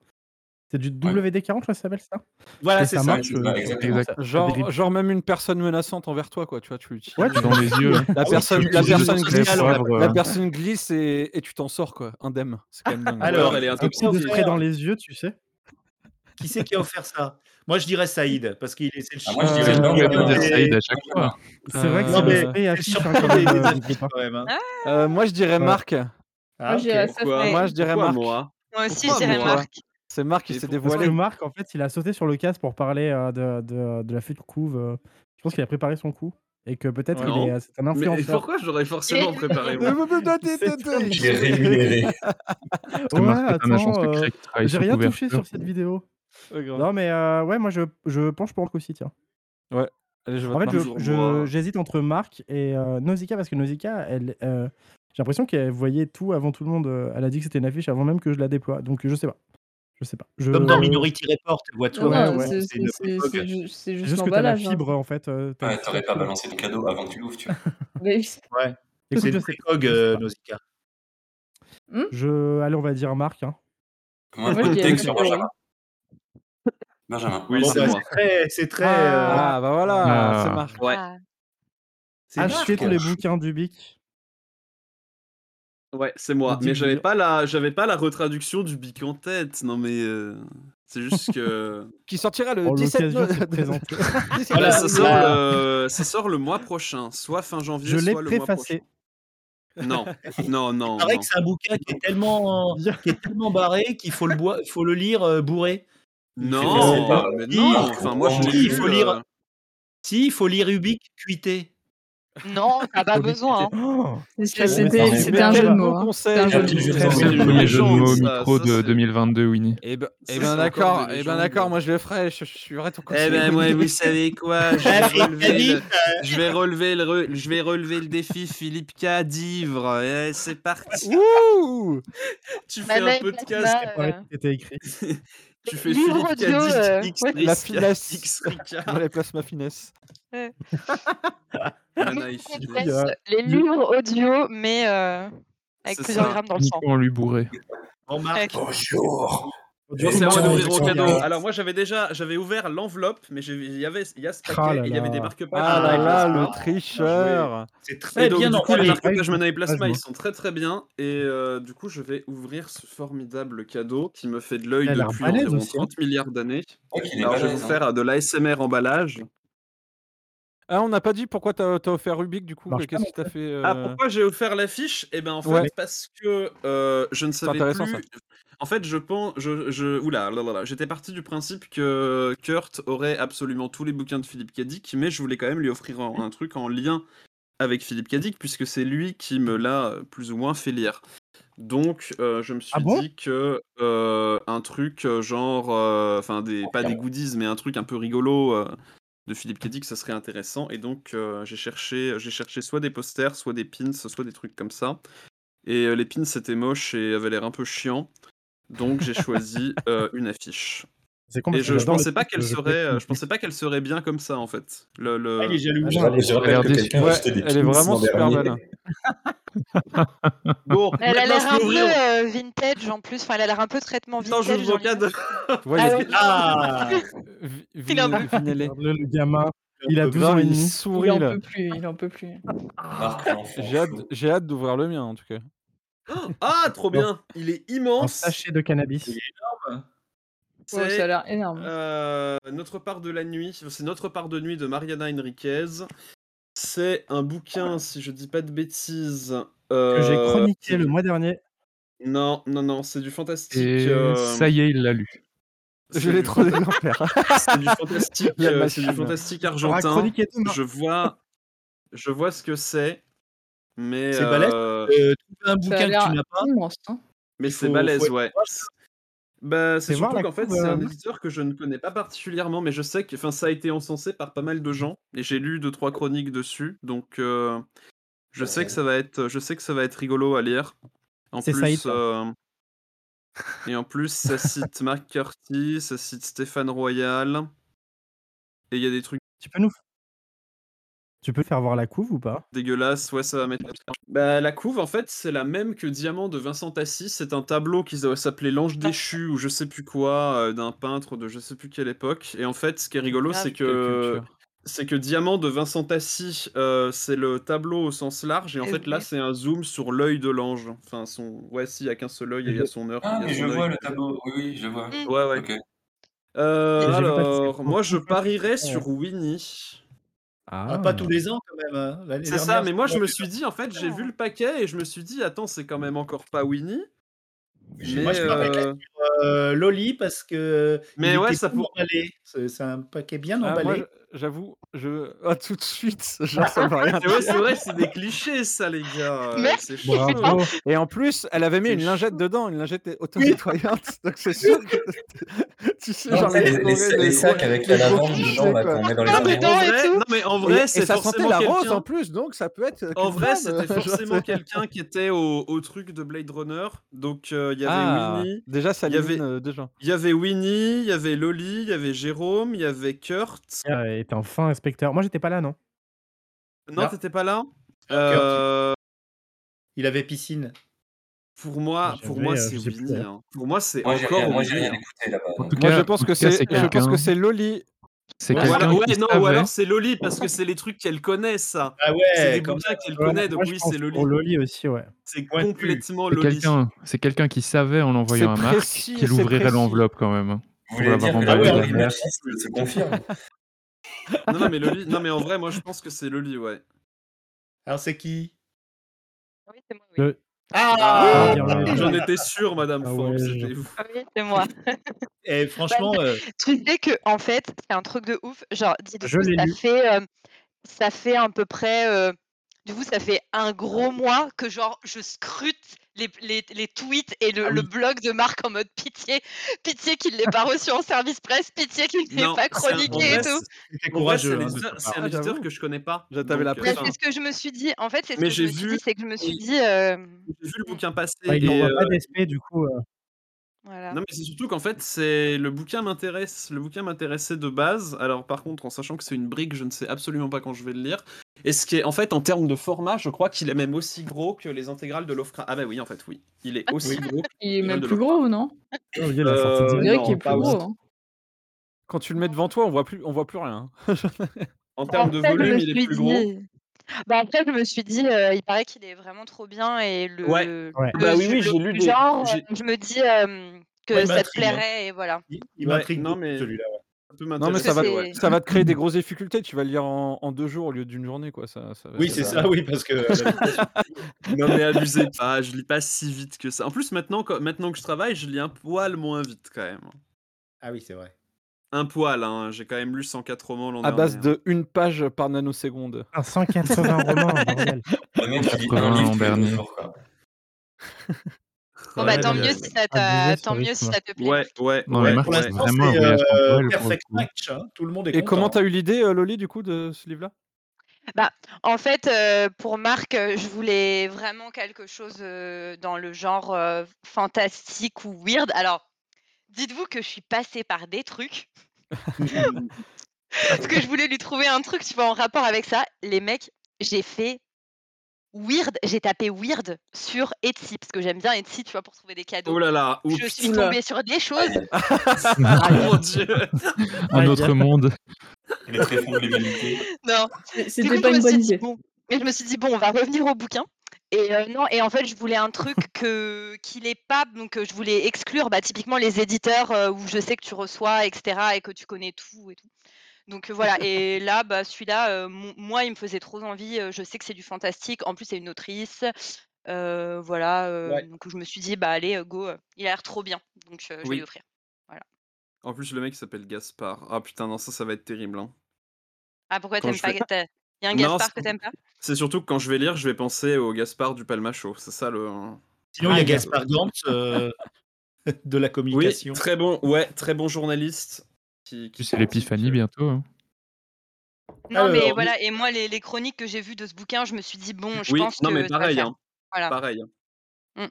S6: C'est du WD40, je crois que ça s'appelle ça.
S2: Voilà,
S6: Et
S2: c'est
S6: ça
S2: ça.
S6: marche.
S5: c'est ça,
S6: euh,
S5: exactement.
S6: ça- ça dégrippe.
S8: Genre, genre même une personne menaçante envers toi quoi, tu vois, tu lui
S6: Ouais, tu-
S7: Dans les yeux.
S8: La personne, la
S2: oui,
S8: personne
S2: oui,
S8: glisse,
S2: oui,
S8: la,
S2: oui.
S7: Lèvres, euh,
S8: personne glisse et, et tu t'en sors quoi, indemne. C'est quand même dingue.
S4: Ou alors,
S2: Alors,
S4: elle est
S6: Un coup de
S4: intoxiquée.
S6: spray dans les yeux, tu sais.
S2: Qui c'est qui a offert ça Moi, je dirais Saïd, parce qu'il est, c'est le
S5: Ah,
S2: cheat.
S5: moi, je
S6: Euh,
S5: dirais
S7: J'avoue,
S5: pas.
S7: il va pas
S5: mais-
S7: dire Saïd
S2: [LAUGHS]
S7: à chaque fois.
S6: C'est vrai que
S7: Euh,
S2: Non,
S6: c'est le
S2: mais
S6: spray
S2: c'est
S6: affiche hein,
S2: surpris
S6: quand même.
S2: des- des
S6: euh,
S2: affiches,
S6: grippin.
S2: quand même. hein.
S5: Ah,
S8: Euh, moi je dirais
S6: Ouais.
S8: Marc.
S2: Ah,
S1: Moi,
S2: ok.
S1: j'irais ça.
S4: Pourquoi
S8: Moi je dirais
S4: Pourquoi
S8: Marc.
S4: moi
S10: Moi aussi,
S8: Pourquoi
S10: je dirais
S8: moi
S10: Marc.
S8: C'est Marc qui
S4: Et
S8: s'est
S4: pourquoi-
S6: Parce que
S8: dévoilé.
S6: Marc, en fait, il a sauté sur le casque pour parler euh, de, de, de la future couve. euh, Je pense qu'il a préparé son coup. Et que peut-être il
S4: Non.
S6: est. euh, C'est un
S4: Mais
S6: influenceur.
S4: pourquoi j'aurais forcément préparé moi
S6: [LAUGHS]
S5: Je l'ai rémunéré.
S7: Parce que Marc, t'as un agent
S6: attends, euh,
S7: secret qui travaille
S6: J'ai
S7: sous
S6: rien touché
S7: couverture.
S6: sur cette vidéo.
S8: Ouais, grave.
S6: Non, mais euh, ouais, moi je, je penche pour Marc aussi, tiens.
S8: Allez, je
S6: En
S8: vote
S6: fait, je-
S8: Marc.
S4: Toujours
S6: je-
S4: moi.
S6: j'hésite entre Marc et euh, Nausicaa parce que Nausicaa, elle, euh, j'ai l'impression qu'elle voyait tout avant tout le monde. euh, Elle a dit que c'était une affiche avant même que je la déploie. Donc je sais pas. Je sais pas. Je... euh,
S2: Comme dans Minority Report, tu vois tout.
S6: Ouais,
S2: hein,
S1: Non,
S6: ouais.
S1: c'est-
S2: c'est
S1: c'est-
S2: une
S1: c'est-
S2: époque. euh,
S1: c'est ju- c'est
S6: C'est
S1: juste
S6: juste que t'as la
S1: l'emballage. hein.
S6: fibre en fait. euh, t'as
S5: Ouais,
S6: une
S5: t'aurais
S6: petite
S5: pas
S6: fibre.
S5: balancé le cadeau avant que tu l'ouvres, tu vois.
S6: [LAUGHS]
S1: Mais- [LAUGHS]
S2: Ouais. C'est
S6: Écoute, je
S2: une
S6: sais.
S2: précogue,
S6: je sais
S2: euh,
S6: pas.
S2: Nausicaa.
S6: Je... Allez, on va dire Marc. hein.
S5: Moi,
S1: Moi, je
S5: je
S1: dirais
S5: take
S1: ça
S5: sur
S1: pour
S5: Benjamin. Benjamin.
S4: Oui,
S2: Bon,
S4: c'est
S2: bah,
S4: moi.
S2: c'est très. C'est très euh,
S8: Ah bah voilà,
S7: Ah.
S6: euh,
S8: c'est Marc.
S4: Ouais.
S10: Ah.
S2: c'est
S6: Achetez
S2: marquant.
S6: tous les bouquins du BIC.
S4: Ouais, c'est moi.
S6: Dites
S4: Mais j'avais
S6: Guillaume.
S4: pas la, j'avais pas la retraduction du bic en tête. Non mais euh, c'est
S1: [LAUGHS]
S4: juste que
S8: Qui sortira le
S6: En
S8: 17
S6: l'occasion,
S8: no-
S6: c'est présenté.
S8: 17
S2: Voilà,
S4: Bah, ça,
S8: novembre.
S4: sort
S2: là.
S4: le, ça sort le mois prochain, soit fin janvier,
S6: Je l'ai
S4: soit le mois prochain.
S6: préfacé.
S4: Non, non, non.
S2: Il paraît
S4: non.
S2: que c'est un bouquin qui est tellement, euh,
S6: Bien.
S2: qui est tellement barré qu'il faut le, boi- faut le lire euh, bourré.
S4: Non, bah,
S2: pas.
S4: mais
S2: Si,
S4: non. Enfin, moi, je
S5: si,
S4: l'ai
S2: il
S4: lu,
S2: faut lire.
S4: euh,
S2: Si, il faut lire Ubik cuité.
S10: Non, t'as pas besoin. hein.
S6: Oh,
S1: C'était
S2: Mais
S1: c'était- c'était un
S8: Quel
S1: jeu de
S8: bon
S1: mots. hein.
S8: conseil.
S1: C'était un jeu
S5: Quel
S1: de
S5: jeu
S1: mots.
S5: de mots.
S7: C'est
S4: c'est
S7: le
S4: une
S7: premier jeu de
S4: légende,
S7: mots
S4: ça,
S7: micro
S4: ça,
S7: de
S4: c'est-
S7: 2022, Winnie.
S8: Eh ben, eh
S4: Ça,
S8: ben
S4: c'est encore
S8: d'accord,
S4: des
S8: eh ben
S4: légendes.
S8: d'accord, moi je le ferai, je, je suivrai ton conseil.
S4: Eh ben,
S3: [LAUGHS]
S4: moi, vous savez quoi Je vais relever le, je vais relever le, re- je vais relever le défi Philippe K. d'ivre. Eh, c'est parti.
S8: Ouh
S4: Tu fais un
S10: Madame
S4: podcast.
S10: Plasma,
S6: ouais,
S10: euh,
S6: c'était écrit.
S4: [LAUGHS] Tu fais
S10: Livre
S4: Philippe K.
S10: audio, euh,
S4: d'ivre, X
S10: ouais.
S8: La
S4: Risca,
S8: finesse.
S4: X Rica.
S3: [LAUGHS]
S8: Voilà, place ma finesse.
S4: Le
S10: nous,
S4: naïf.
S10: on
S6: Du coup,
S10: laisse
S6: il y a-
S10: Les
S6: du-
S10: livres audio, mais euh, avec
S4: C'est
S10: plusieurs
S4: ça.
S10: grammes dans le sang.
S7: Uniquement lui bourré.
S2: En marque.
S10: Avec-
S9: Bonjour,
S4: On s'est
S6: Et
S4: arrêté
S6: non,
S4: d'ouvrir au
S6: c'est
S4: cadeau.
S6: bien.
S4: Alors moi j'avais déjà j'avais ouvert l'enveloppe, mais j'ai- il y avait il y a ce paquet,
S6: Ah là
S4: et il y avait
S6: là.
S4: des marque-pages.
S3: Ah
S4: Mana
S3: là
S4: et
S3: là,
S4: Plasma.
S3: le
S4: Ah,
S3: tricheur. Eh,
S2: C'est
S4: Et donc, du coup, les marque-pages
S6: Ah,
S4: Mana et
S6: je vois.
S4: Plasma, ils sont très très bien. Et euh, du coup, je vais ouvrir ce formidable cadeau qui me fait de l'œil
S6: Elle a l'air
S4: depuis
S6: balèze
S4: environ
S6: aussi, hein.
S4: 30 milliards d'années.
S5: Ouais, qu'il est
S4: Alors, je vais
S5: balèze,
S4: vous
S5: hein.
S4: faire euh, de l'ASMR emballage.
S3: Ah, on n'a pas dit pourquoi t'as as offert Rubik du coup.
S6: Marche
S3: Qu'est-ce
S6: pas,
S3: que t'as fait euh,
S4: Ah, pourquoi j'ai offert l'affiche Eh ben en fait,
S3: Ouais.
S4: parce que euh, je ne savais
S3: intéressant,
S4: plus. En fait, je pense, je, je, oula, là, là, là, j'étais parti du principe que Kurt aurait absolument tous les bouquins de Philippe Cadic, mais je voulais quand même lui offrir
S6: Mmh.
S4: un, un truc en lien avec Philippe Cadic, puisque c'est lui qui me l'a euh, plus ou moins fait lire. Donc, euh, je me suis
S6: Ah bon
S4: dit que euh, un truc euh, genre, euh, enfin des,
S6: Oh,
S4: pas des goodies, mais un truc un peu rigolo. euh, de Philippe Kedic, ça serait intéressant. Et donc, euh, j'ai cherché, j'ai cherché soit des posters, soit des pins, soit des trucs comme ça. Et euh, les pins, c'était moche et avaient l'air un peu chiant. Donc,
S9: [LAUGHS]
S4: j'ai choisi euh, une affiche.
S6: C'est con,
S4: Et
S6: parce que
S4: je, je
S6: j'adore
S4: pensais
S6: le
S4: pas
S6: truc
S4: qu'elle
S6: que je
S4: serait,
S6: fais.
S4: euh, je pensais pas qu'elle serait bien comme ça en fait. Le, le-
S8: Ah, il est jaloux.
S6: Ah,
S9: Je,
S6: non,
S9: rappelle- je
S7: Elle a
S9: rappelle
S7: l'air
S9: que quelqu'un
S3: déçue.
S9: a acheté des
S3: Ouais, elle est
S9: pins
S3: vraiment
S9: l'an
S3: super
S9: dernier.
S3: belle.
S4: Bon,
S10: Elle a
S4: maintenant,
S10: l'air
S4: je
S10: un
S4: peux
S10: peu
S4: ouvrir.
S10: euh, vintage en plus. Enfin, elle a l'air un peu traitement vintage.
S4: Attends, j'ouvre
S10: j'ai
S4: au
S10: envie de
S4: cadre.
S3: Voyez,
S10: Ah ouais.
S2: Ah
S4: [LAUGHS]
S3: vi-
S10: Il est un peu-
S3: Vinelli.
S6: Regarde-le, le gamin, il
S4: Euh,
S6: a 12 ans
S3: Grave,
S6: et
S3: il
S6: demi.
S1: Il
S3: sourit
S1: en
S3: là.
S1: peut plus, il en peut plus.
S3: Ah,
S5: Marc, l'enfant
S3: J'ai hâte,
S5: fou.
S3: j'ai hâte d'ouvrir le mien en tout cas.
S4: Ah, trop bien. Il est
S6: Un
S4: immense.
S6: sachet de cannabis.
S1: Ouais,
S4: C'est-
S1: Oh, ça a l'air énorme.
S4: Euh, notre part de la nuit, c'est Notre part de nuit de Mariana Enriquez. C'est un bouquin, si je dis pas de bêtises.
S6: Que j'ai
S4: euh,
S6: chroniqué le mois dernier.
S4: Non, non, non, c'est du fantastique.
S7: Et
S4: euh,
S7: ça y est, il l'a lu.
S4: c'est
S3: Je
S4: du
S3: l'ai trop
S4: [LAUGHS] fan-
S3: exemplaire.
S4: C'est du fantastique,
S3: La
S4: euh, c'est du
S3: machine.
S4: fantastique
S6: J'aurai
S4: argentin.
S6: chroniqué demain.
S4: Je vois, je vois ce que c'est, mais
S2: C'est balèze,
S4: euh,
S2: Euh, trouver un
S1: Ça a
S2: bouquin que
S1: l'air
S2: tu n'as pas.
S1: immense. hein.
S4: Mais c'est
S2: Faut-
S4: balèze,
S2: faut être
S4: ouais. Bah, c'est
S6: Fais voir
S4: surtout
S6: la
S4: qu'en fait,
S6: couve,
S4: c'est
S6: euh,
S4: un
S6: Marc.
S4: éditeur que je ne connais pas particulièrement, mais je sais que enfin, ça a été encensé par pas mal de gens, et j'ai lu deux, trois chroniques dessus, donc euh, je, sais que ça va être, je sais que ça va être rigolo à lire. En
S6: C'est
S4: plus,
S6: Saïd, ça.
S4: euh, Et en plus, ça
S6: [LAUGHS]
S4: cite Mark Curtis, ça cite Stéphane Royal, et il y a des trucs
S6: Tu peux nous. Tu peux faire voir la couve ou pas
S4: dégueulasses, ouais, ça va mettre... Bah, la couve, en fait, c'est la même que Diamant de Vincent Assis, c'est un tableau qui doit s'appeler L'Ange
S5: Ah.
S4: déchu, ou je sais plus quoi, euh, d'un peintre de je sais plus quelle époque, et en fait, ce qui
S5: Ah,
S4: est rigolo,
S10: Grave.
S4: c'est
S3: Quelle
S4: que...
S3: culture.
S4: c'est que Diamant de Vincent Tassi, c'est le tableau au sens large, et en
S10: Et
S4: fait là
S10: oui.
S4: c'est un zoom sur l'œil de l'ange. Enfin, son... ouais, si, il n'y a qu'un seul œil, et il y a son heure.
S5: Ah,
S4: il y a
S5: mais je
S4: son œil.
S5: vois le tableau. Oui, oui, je vois.
S10: Mm.
S4: Ouais, ouais.
S5: Ok.
S6: Et
S4: Euh,
S6: j'ai vu passer
S4: alors,
S7: hein.
S6: beaucoup
S4: moi je
S6: de-
S4: parierais sur
S6: Ouais.
S4: Winnie.
S2: Ah, pas tous les ans quand même. hein. L'année
S4: C'est ça,
S2: dernière,
S4: mais moi je
S2: c'était-
S4: me suis dit, en fait, j'ai vu le paquet et je me suis dit, attends, c'est quand même encore pas Winnie.
S2: J'ai-
S4: Mais,
S2: moi, je parierais
S3: [LAUGHS]
S4: euh,
S2: Euh, Loli parce que.
S4: mais
S2: il
S4: ouais,
S2: était
S4: ça
S2: bien
S4: pour.
S2: emballé. C'est c'est un paquet bien
S3: Ah, moi,
S2: emballé.
S3: je- j'avoue, je. Ah, tout de suite, [LAUGHS] genre,
S2: [LAUGHS]
S3: ça veut rien
S4: Mais ouais,
S3: dire.
S4: c'est vrai, c'est des clichés, ça, les
S3: [LAUGHS]
S4: gars. euh,
S10: Merci.
S4: C'est chaud.
S6: Bravo.
S3: Et en plus, elle avait mis
S4: C'est
S3: une
S4: chaud.
S3: lingette dedans, une lingette auto-nettoyante. [LAUGHS] donc c'est sûr que. tu sais,
S9: Non,
S3: genre,
S9: tu sais, les,
S3: décorer
S9: les- les
S3: les
S9: sacs
S3: gros-
S9: avec
S3: les
S9: la
S3: gros
S9: lavande
S3: clichés,
S9: dedans là
S3: quoi.
S9: qu'on met dans les
S10: Ah, mais
S9: avions.
S4: En
S10: Non, et
S4: vrai,
S10: tout.
S4: non, mais en
S3: Et-
S4: vrai,
S3: et
S4: c'est
S3: ça sentait la
S4: forcément
S3: rose
S4: quelqu'un.
S3: en plus, donc ça peut être.
S4: En
S3: qu'une
S4: vrai,
S2: [LAUGHS]
S3: femme,
S4: c'était
S3: [LAUGHS] genre,
S4: forcément
S3: c'est-
S4: quelqu'un qui était au, au truc de Blade Runner. Donc, euh, il y avait
S3: Ah,
S4: Winnie,
S3: déjà, ça
S4: il y avait-
S3: élimine euh, des gens.
S4: il y avait Winnie, il y avait Loli, il y avait Jérôme, il y avait Kurt.
S6: Ah, et T'es un fin inspecteur. Moi, j'étais pas là, non
S4: Non,
S2: Ah.
S4: t'étais pas là
S2: Kurt,
S4: Euh,
S2: Il avait piscine.
S4: Pour moi,
S6: J'avais,
S4: pour moi,
S6: euh,
S4: c'est
S6: je sais plus,
S4: Winnie.
S6: d'ailleurs.
S4: hein. Pour moi, c'est
S5: Moi, j'ai
S4: encore
S5: rien, moi, j'ai
S4: Winnie.
S5: rien
S4: hein.
S5: écouté là-bas.
S7: En tout
S3: Moi,
S7: cas,
S3: je pense
S7: en
S3: que
S7: tout cas,
S3: c'est, je pense que
S7: quelqu'un-
S3: c'est Loli.
S7: C'est
S4: Ou
S6: Ouais,
S7: quelqu'un
S4: alors, ouais,
S7: qui
S4: non, ou
S7: savait.
S4: alors c'est Loli parce que c'est les trucs qu'elle connaît, ça.
S2: Ah
S4: c'est
S2: ouais,
S4: des
S2: comme
S4: bouquins qu'elle
S6: Ouais,
S4: connaît, donc
S6: moi, je
S4: oui,
S6: pense
S4: c'est Loli.
S6: Pour Loli aussi, ouais.
S4: C'est
S2: Ouais,
S4: complètement
S7: C'est
S4: Loli.
S7: quelqu'un, c'est quelqu'un qui savait en l'envoyant à
S3: C'est
S7: Marc
S3: précis,
S7: qu'il
S3: c'est
S7: ouvrirait
S3: précis.
S7: l'enveloppe quand même. hein,
S9: Vous
S7: Pour
S9: voulez
S7: l'avoir
S9: dire que la
S7: emballé.
S9: théorie
S7: Ouais.
S9: machiste se confirme
S4: Non, non, mais Loli, non, mais en vrai, moi, je pense que c'est Loli, ouais.
S2: Alors c'est qui
S10: Oui, c'est moi. Oui,
S6: Le-
S4: Ah,
S6: bien joué.
S4: j'en étais sûr, Madame
S6: Ah
S4: Forbes.
S6: ouais,
S4: c'était vous.
S10: Oui, c'est
S4: [LAUGHS]
S10: moi. Bah,
S2: Et franchement, euh,
S10: Tu sais que en fait, c'est un truc de ouf. Genre, dis du
S6: Je
S10: coup,
S6: l'ai
S10: ça
S6: lu.
S10: fait, euh, ça fait à peu près. euh, du coup, ça fait un gros mois que genre je scrute les, les- les tweets et
S4: Ah
S10: le, le blog de Marc en mode pitié, pitié qu'il l'ait
S4: [LAUGHS]
S10: pas reçu en service presse, pitié qu'il ne l'ait
S4: Non,
S10: pas
S4: c'est un- en
S10: chroniqué et
S4: vrai,
S10: tout.
S2: c'était
S4: En vrai, c'est
S2: courageux.
S4: un
S2: hein, de
S4: éditeur,
S2: ta
S4: c'est
S2: part.
S4: un
S3: Ah,
S4: éditeur
S3: j'avoue.
S4: que je connais pas.
S3: Je t'avais la
S4: donc, euh,
S10: Mais
S3: pression.
S4: enfin,
S10: c'est ce que je me suis dit. En fait, c'est
S4: hein.
S10: ce
S4: Mais
S10: que je
S4: j'ai
S10: me suis
S4: vu-
S10: dit, c'est que je me suis
S4: Oui.
S10: dit. euh,
S4: J'ai vu le bouquin passer
S6: Bah, il
S4: et
S6: n'envoie
S4: euh,
S6: pas d'esprit, du coup. euh,
S10: Voilà.
S4: Non, mais c'est surtout qu'en fait, c'est le bouquin m'intéresse. Le bouquin m'intéressait de base. Alors, par contre, en sachant que c'est une brique, je ne sais absolument pas quand je vais le lire. Et ce qui est, en fait, en termes de format, je crois qu'il est même aussi gros que les intégrales de Lovecraft. Ah, bah oui, en fait, oui. Il est aussi gros.
S1: Ah, Il est
S4: Gueule
S1: même
S4: de
S1: plus gros, non
S4: Euh,
S1: On dirait
S4: non,
S1: qu'il est plus
S4: pas aussi.
S1: gros. hein.
S3: Quand tu le mets devant toi, on voit plus, on voit plus rien. hein. [LAUGHS]
S4: En termes de
S10: Après, je me
S4: volume, il est
S10: suis
S4: plus gros.
S10: dit- Bah, après, je me suis dit, euh, il paraît qu'il est vraiment trop bien et le,
S4: Ouais.
S10: le-
S6: Ouais.
S4: Bah oui,
S10: le-
S4: oui, j'ai lu
S10: le
S4: des-
S10: genre,
S4: j'ai-
S10: je me dis euh, que
S2: Ouais, il
S10: ça
S2: m'intrigue,
S10: te
S2: hein.
S10: plairait et voilà.
S2: Il, il
S4: Ouais,
S2: m'intrigue
S4: non,
S2: beaucoup,
S4: mais-
S2: celui-là. ouais.
S4: Ça peut
S3: Non, mais
S4: m'intéresser,
S3: ça va,
S10: c'est-
S4: ouais.
S3: ça va te créer des grosses difficultés. Tu vas le lire en, en deux jours au lieu d'une journée, quoi. Ça, euh, ça-
S2: Oui, c'est ça, oui, parce que.
S4: [LAUGHS]
S3: [LAUGHS]
S4: Non mais abusez pas, je lis pas si vite que ça. En plus maintenant, quand- maintenant que je travaille, je lis un poil moins vite quand même.
S2: ah oui, c'est vrai.
S4: Un poil, hein. j'ai quand même lu 104 romans l'an
S3: À base
S4: dernier. hein.
S3: de une page par nanoseconde.
S6: Un 180 romans, bordel.
S5: Le mec, il lit un
S7: 80 en
S5: livre tous les deux
S7: dernier.
S5: jours, quoi.
S10: Bon, bah,
S4: Ouais,
S10: tant
S4: non,
S10: mieux
S4: mais-
S10: si ça
S6: Abuser
S10: t'a,
S6: ce
S10: tant mieux si
S6: rythme.
S10: ça te plaît.
S4: Ouais, ouais,
S7: Non, mais
S4: ouais.
S7: Marc,
S2: hein. Pour
S4: ouais.
S2: l'instant,
S7: vraiment un
S2: c'est
S7: voyage
S2: euh,
S7: temporel, pour le
S2: perfect
S7: coup.
S2: match. hein. Tout le monde est
S3: Et
S2: content.
S3: comment t'as eu l'idée, euh, Loli, du coup, de
S2: [LAUGHS]
S3: ce livre-là
S10: Bah, En fait, euh, pour Marc, euh, je voulais vraiment quelque chose euh, dans le genre euh, fantastique ou weird. Alors, dites-vous que je suis passée par
S4: [LAUGHS]
S10: des trucs. Parce que je voulais lui trouver un truc, tu vois, en rapport avec ça. Les mecs, j'ai fait weird, j'ai tapé weird sur Etsy, parce que j'aime bien Etsy, tu vois, pour trouver des cadeaux.
S4: Oh là là, oups.
S10: je suis tombée sur des choses.
S4: Ah mon dieu.
S2: [LAUGHS]
S7: un autre monde.
S5: Il est très fond de l'évité.
S10: Non,
S1: C'est-
S10: Du
S1: C'était
S10: coup,
S1: pas
S10: je me
S1: une
S10: suis
S1: bonne
S10: dit,
S1: idée.
S10: bon. Mais je me suis dit, bon, on va revenir au bouquin. Et euh, non, et en fait, je voulais un truc que qu'il est pas, donc euh, je voulais exclure bah, typiquement les éditeurs euh, où je sais que tu reçois, etc., et que tu connais tout et tout. Donc euh, voilà, et là, bah, celui-là, euh, mon- moi, il me faisait trop envie. euh, Je sais que c'est du fantastique. En plus, c'est une autrice. euh, voilà, euh,
S2: Ouais.
S10: donc je me suis dit, bah allez, euh, go, euh, il a l'air trop bien. Donc euh, je vais
S4: Oui.
S10: lui offrir.
S4: En plus le mec s'appelle Gaspard. Ah putain non ça ça va être terrible. hein.
S10: Ah, pourquoi
S4: Quand
S10: t'aimes
S4: je
S10: pas
S4: fais-
S10: Il y a un
S4: Non,
S10: Gaspard
S4: c'est-
S10: que t'aimes pas
S4: C'est surtout que quand je vais lire, je vais penser au Gaspard du Palmacho. C'est ça le. hein.
S2: Sinon, il
S3: Ah,
S2: y a Gaspard Gantz euh, [LAUGHS] de la
S4: Oui,
S2: communication.
S4: très bon, ouais, très bon journaliste.
S7: Tu
S4: Qui, qui
S7: sais,
S4: critique,
S7: l'épiphanie
S4: euh,
S7: bientôt. hein.
S10: Non, mais
S2: Alors,
S10: voilà, et moi, les, les chroniques que j'ai vues de ce bouquin, je me suis dit, bon, je
S4: Oui,
S10: pense
S4: non
S10: que
S4: mais
S10: ça va le
S4: pareil,
S10: faire.
S4: hein,
S10: Voilà.
S4: pareil,
S10: Mm,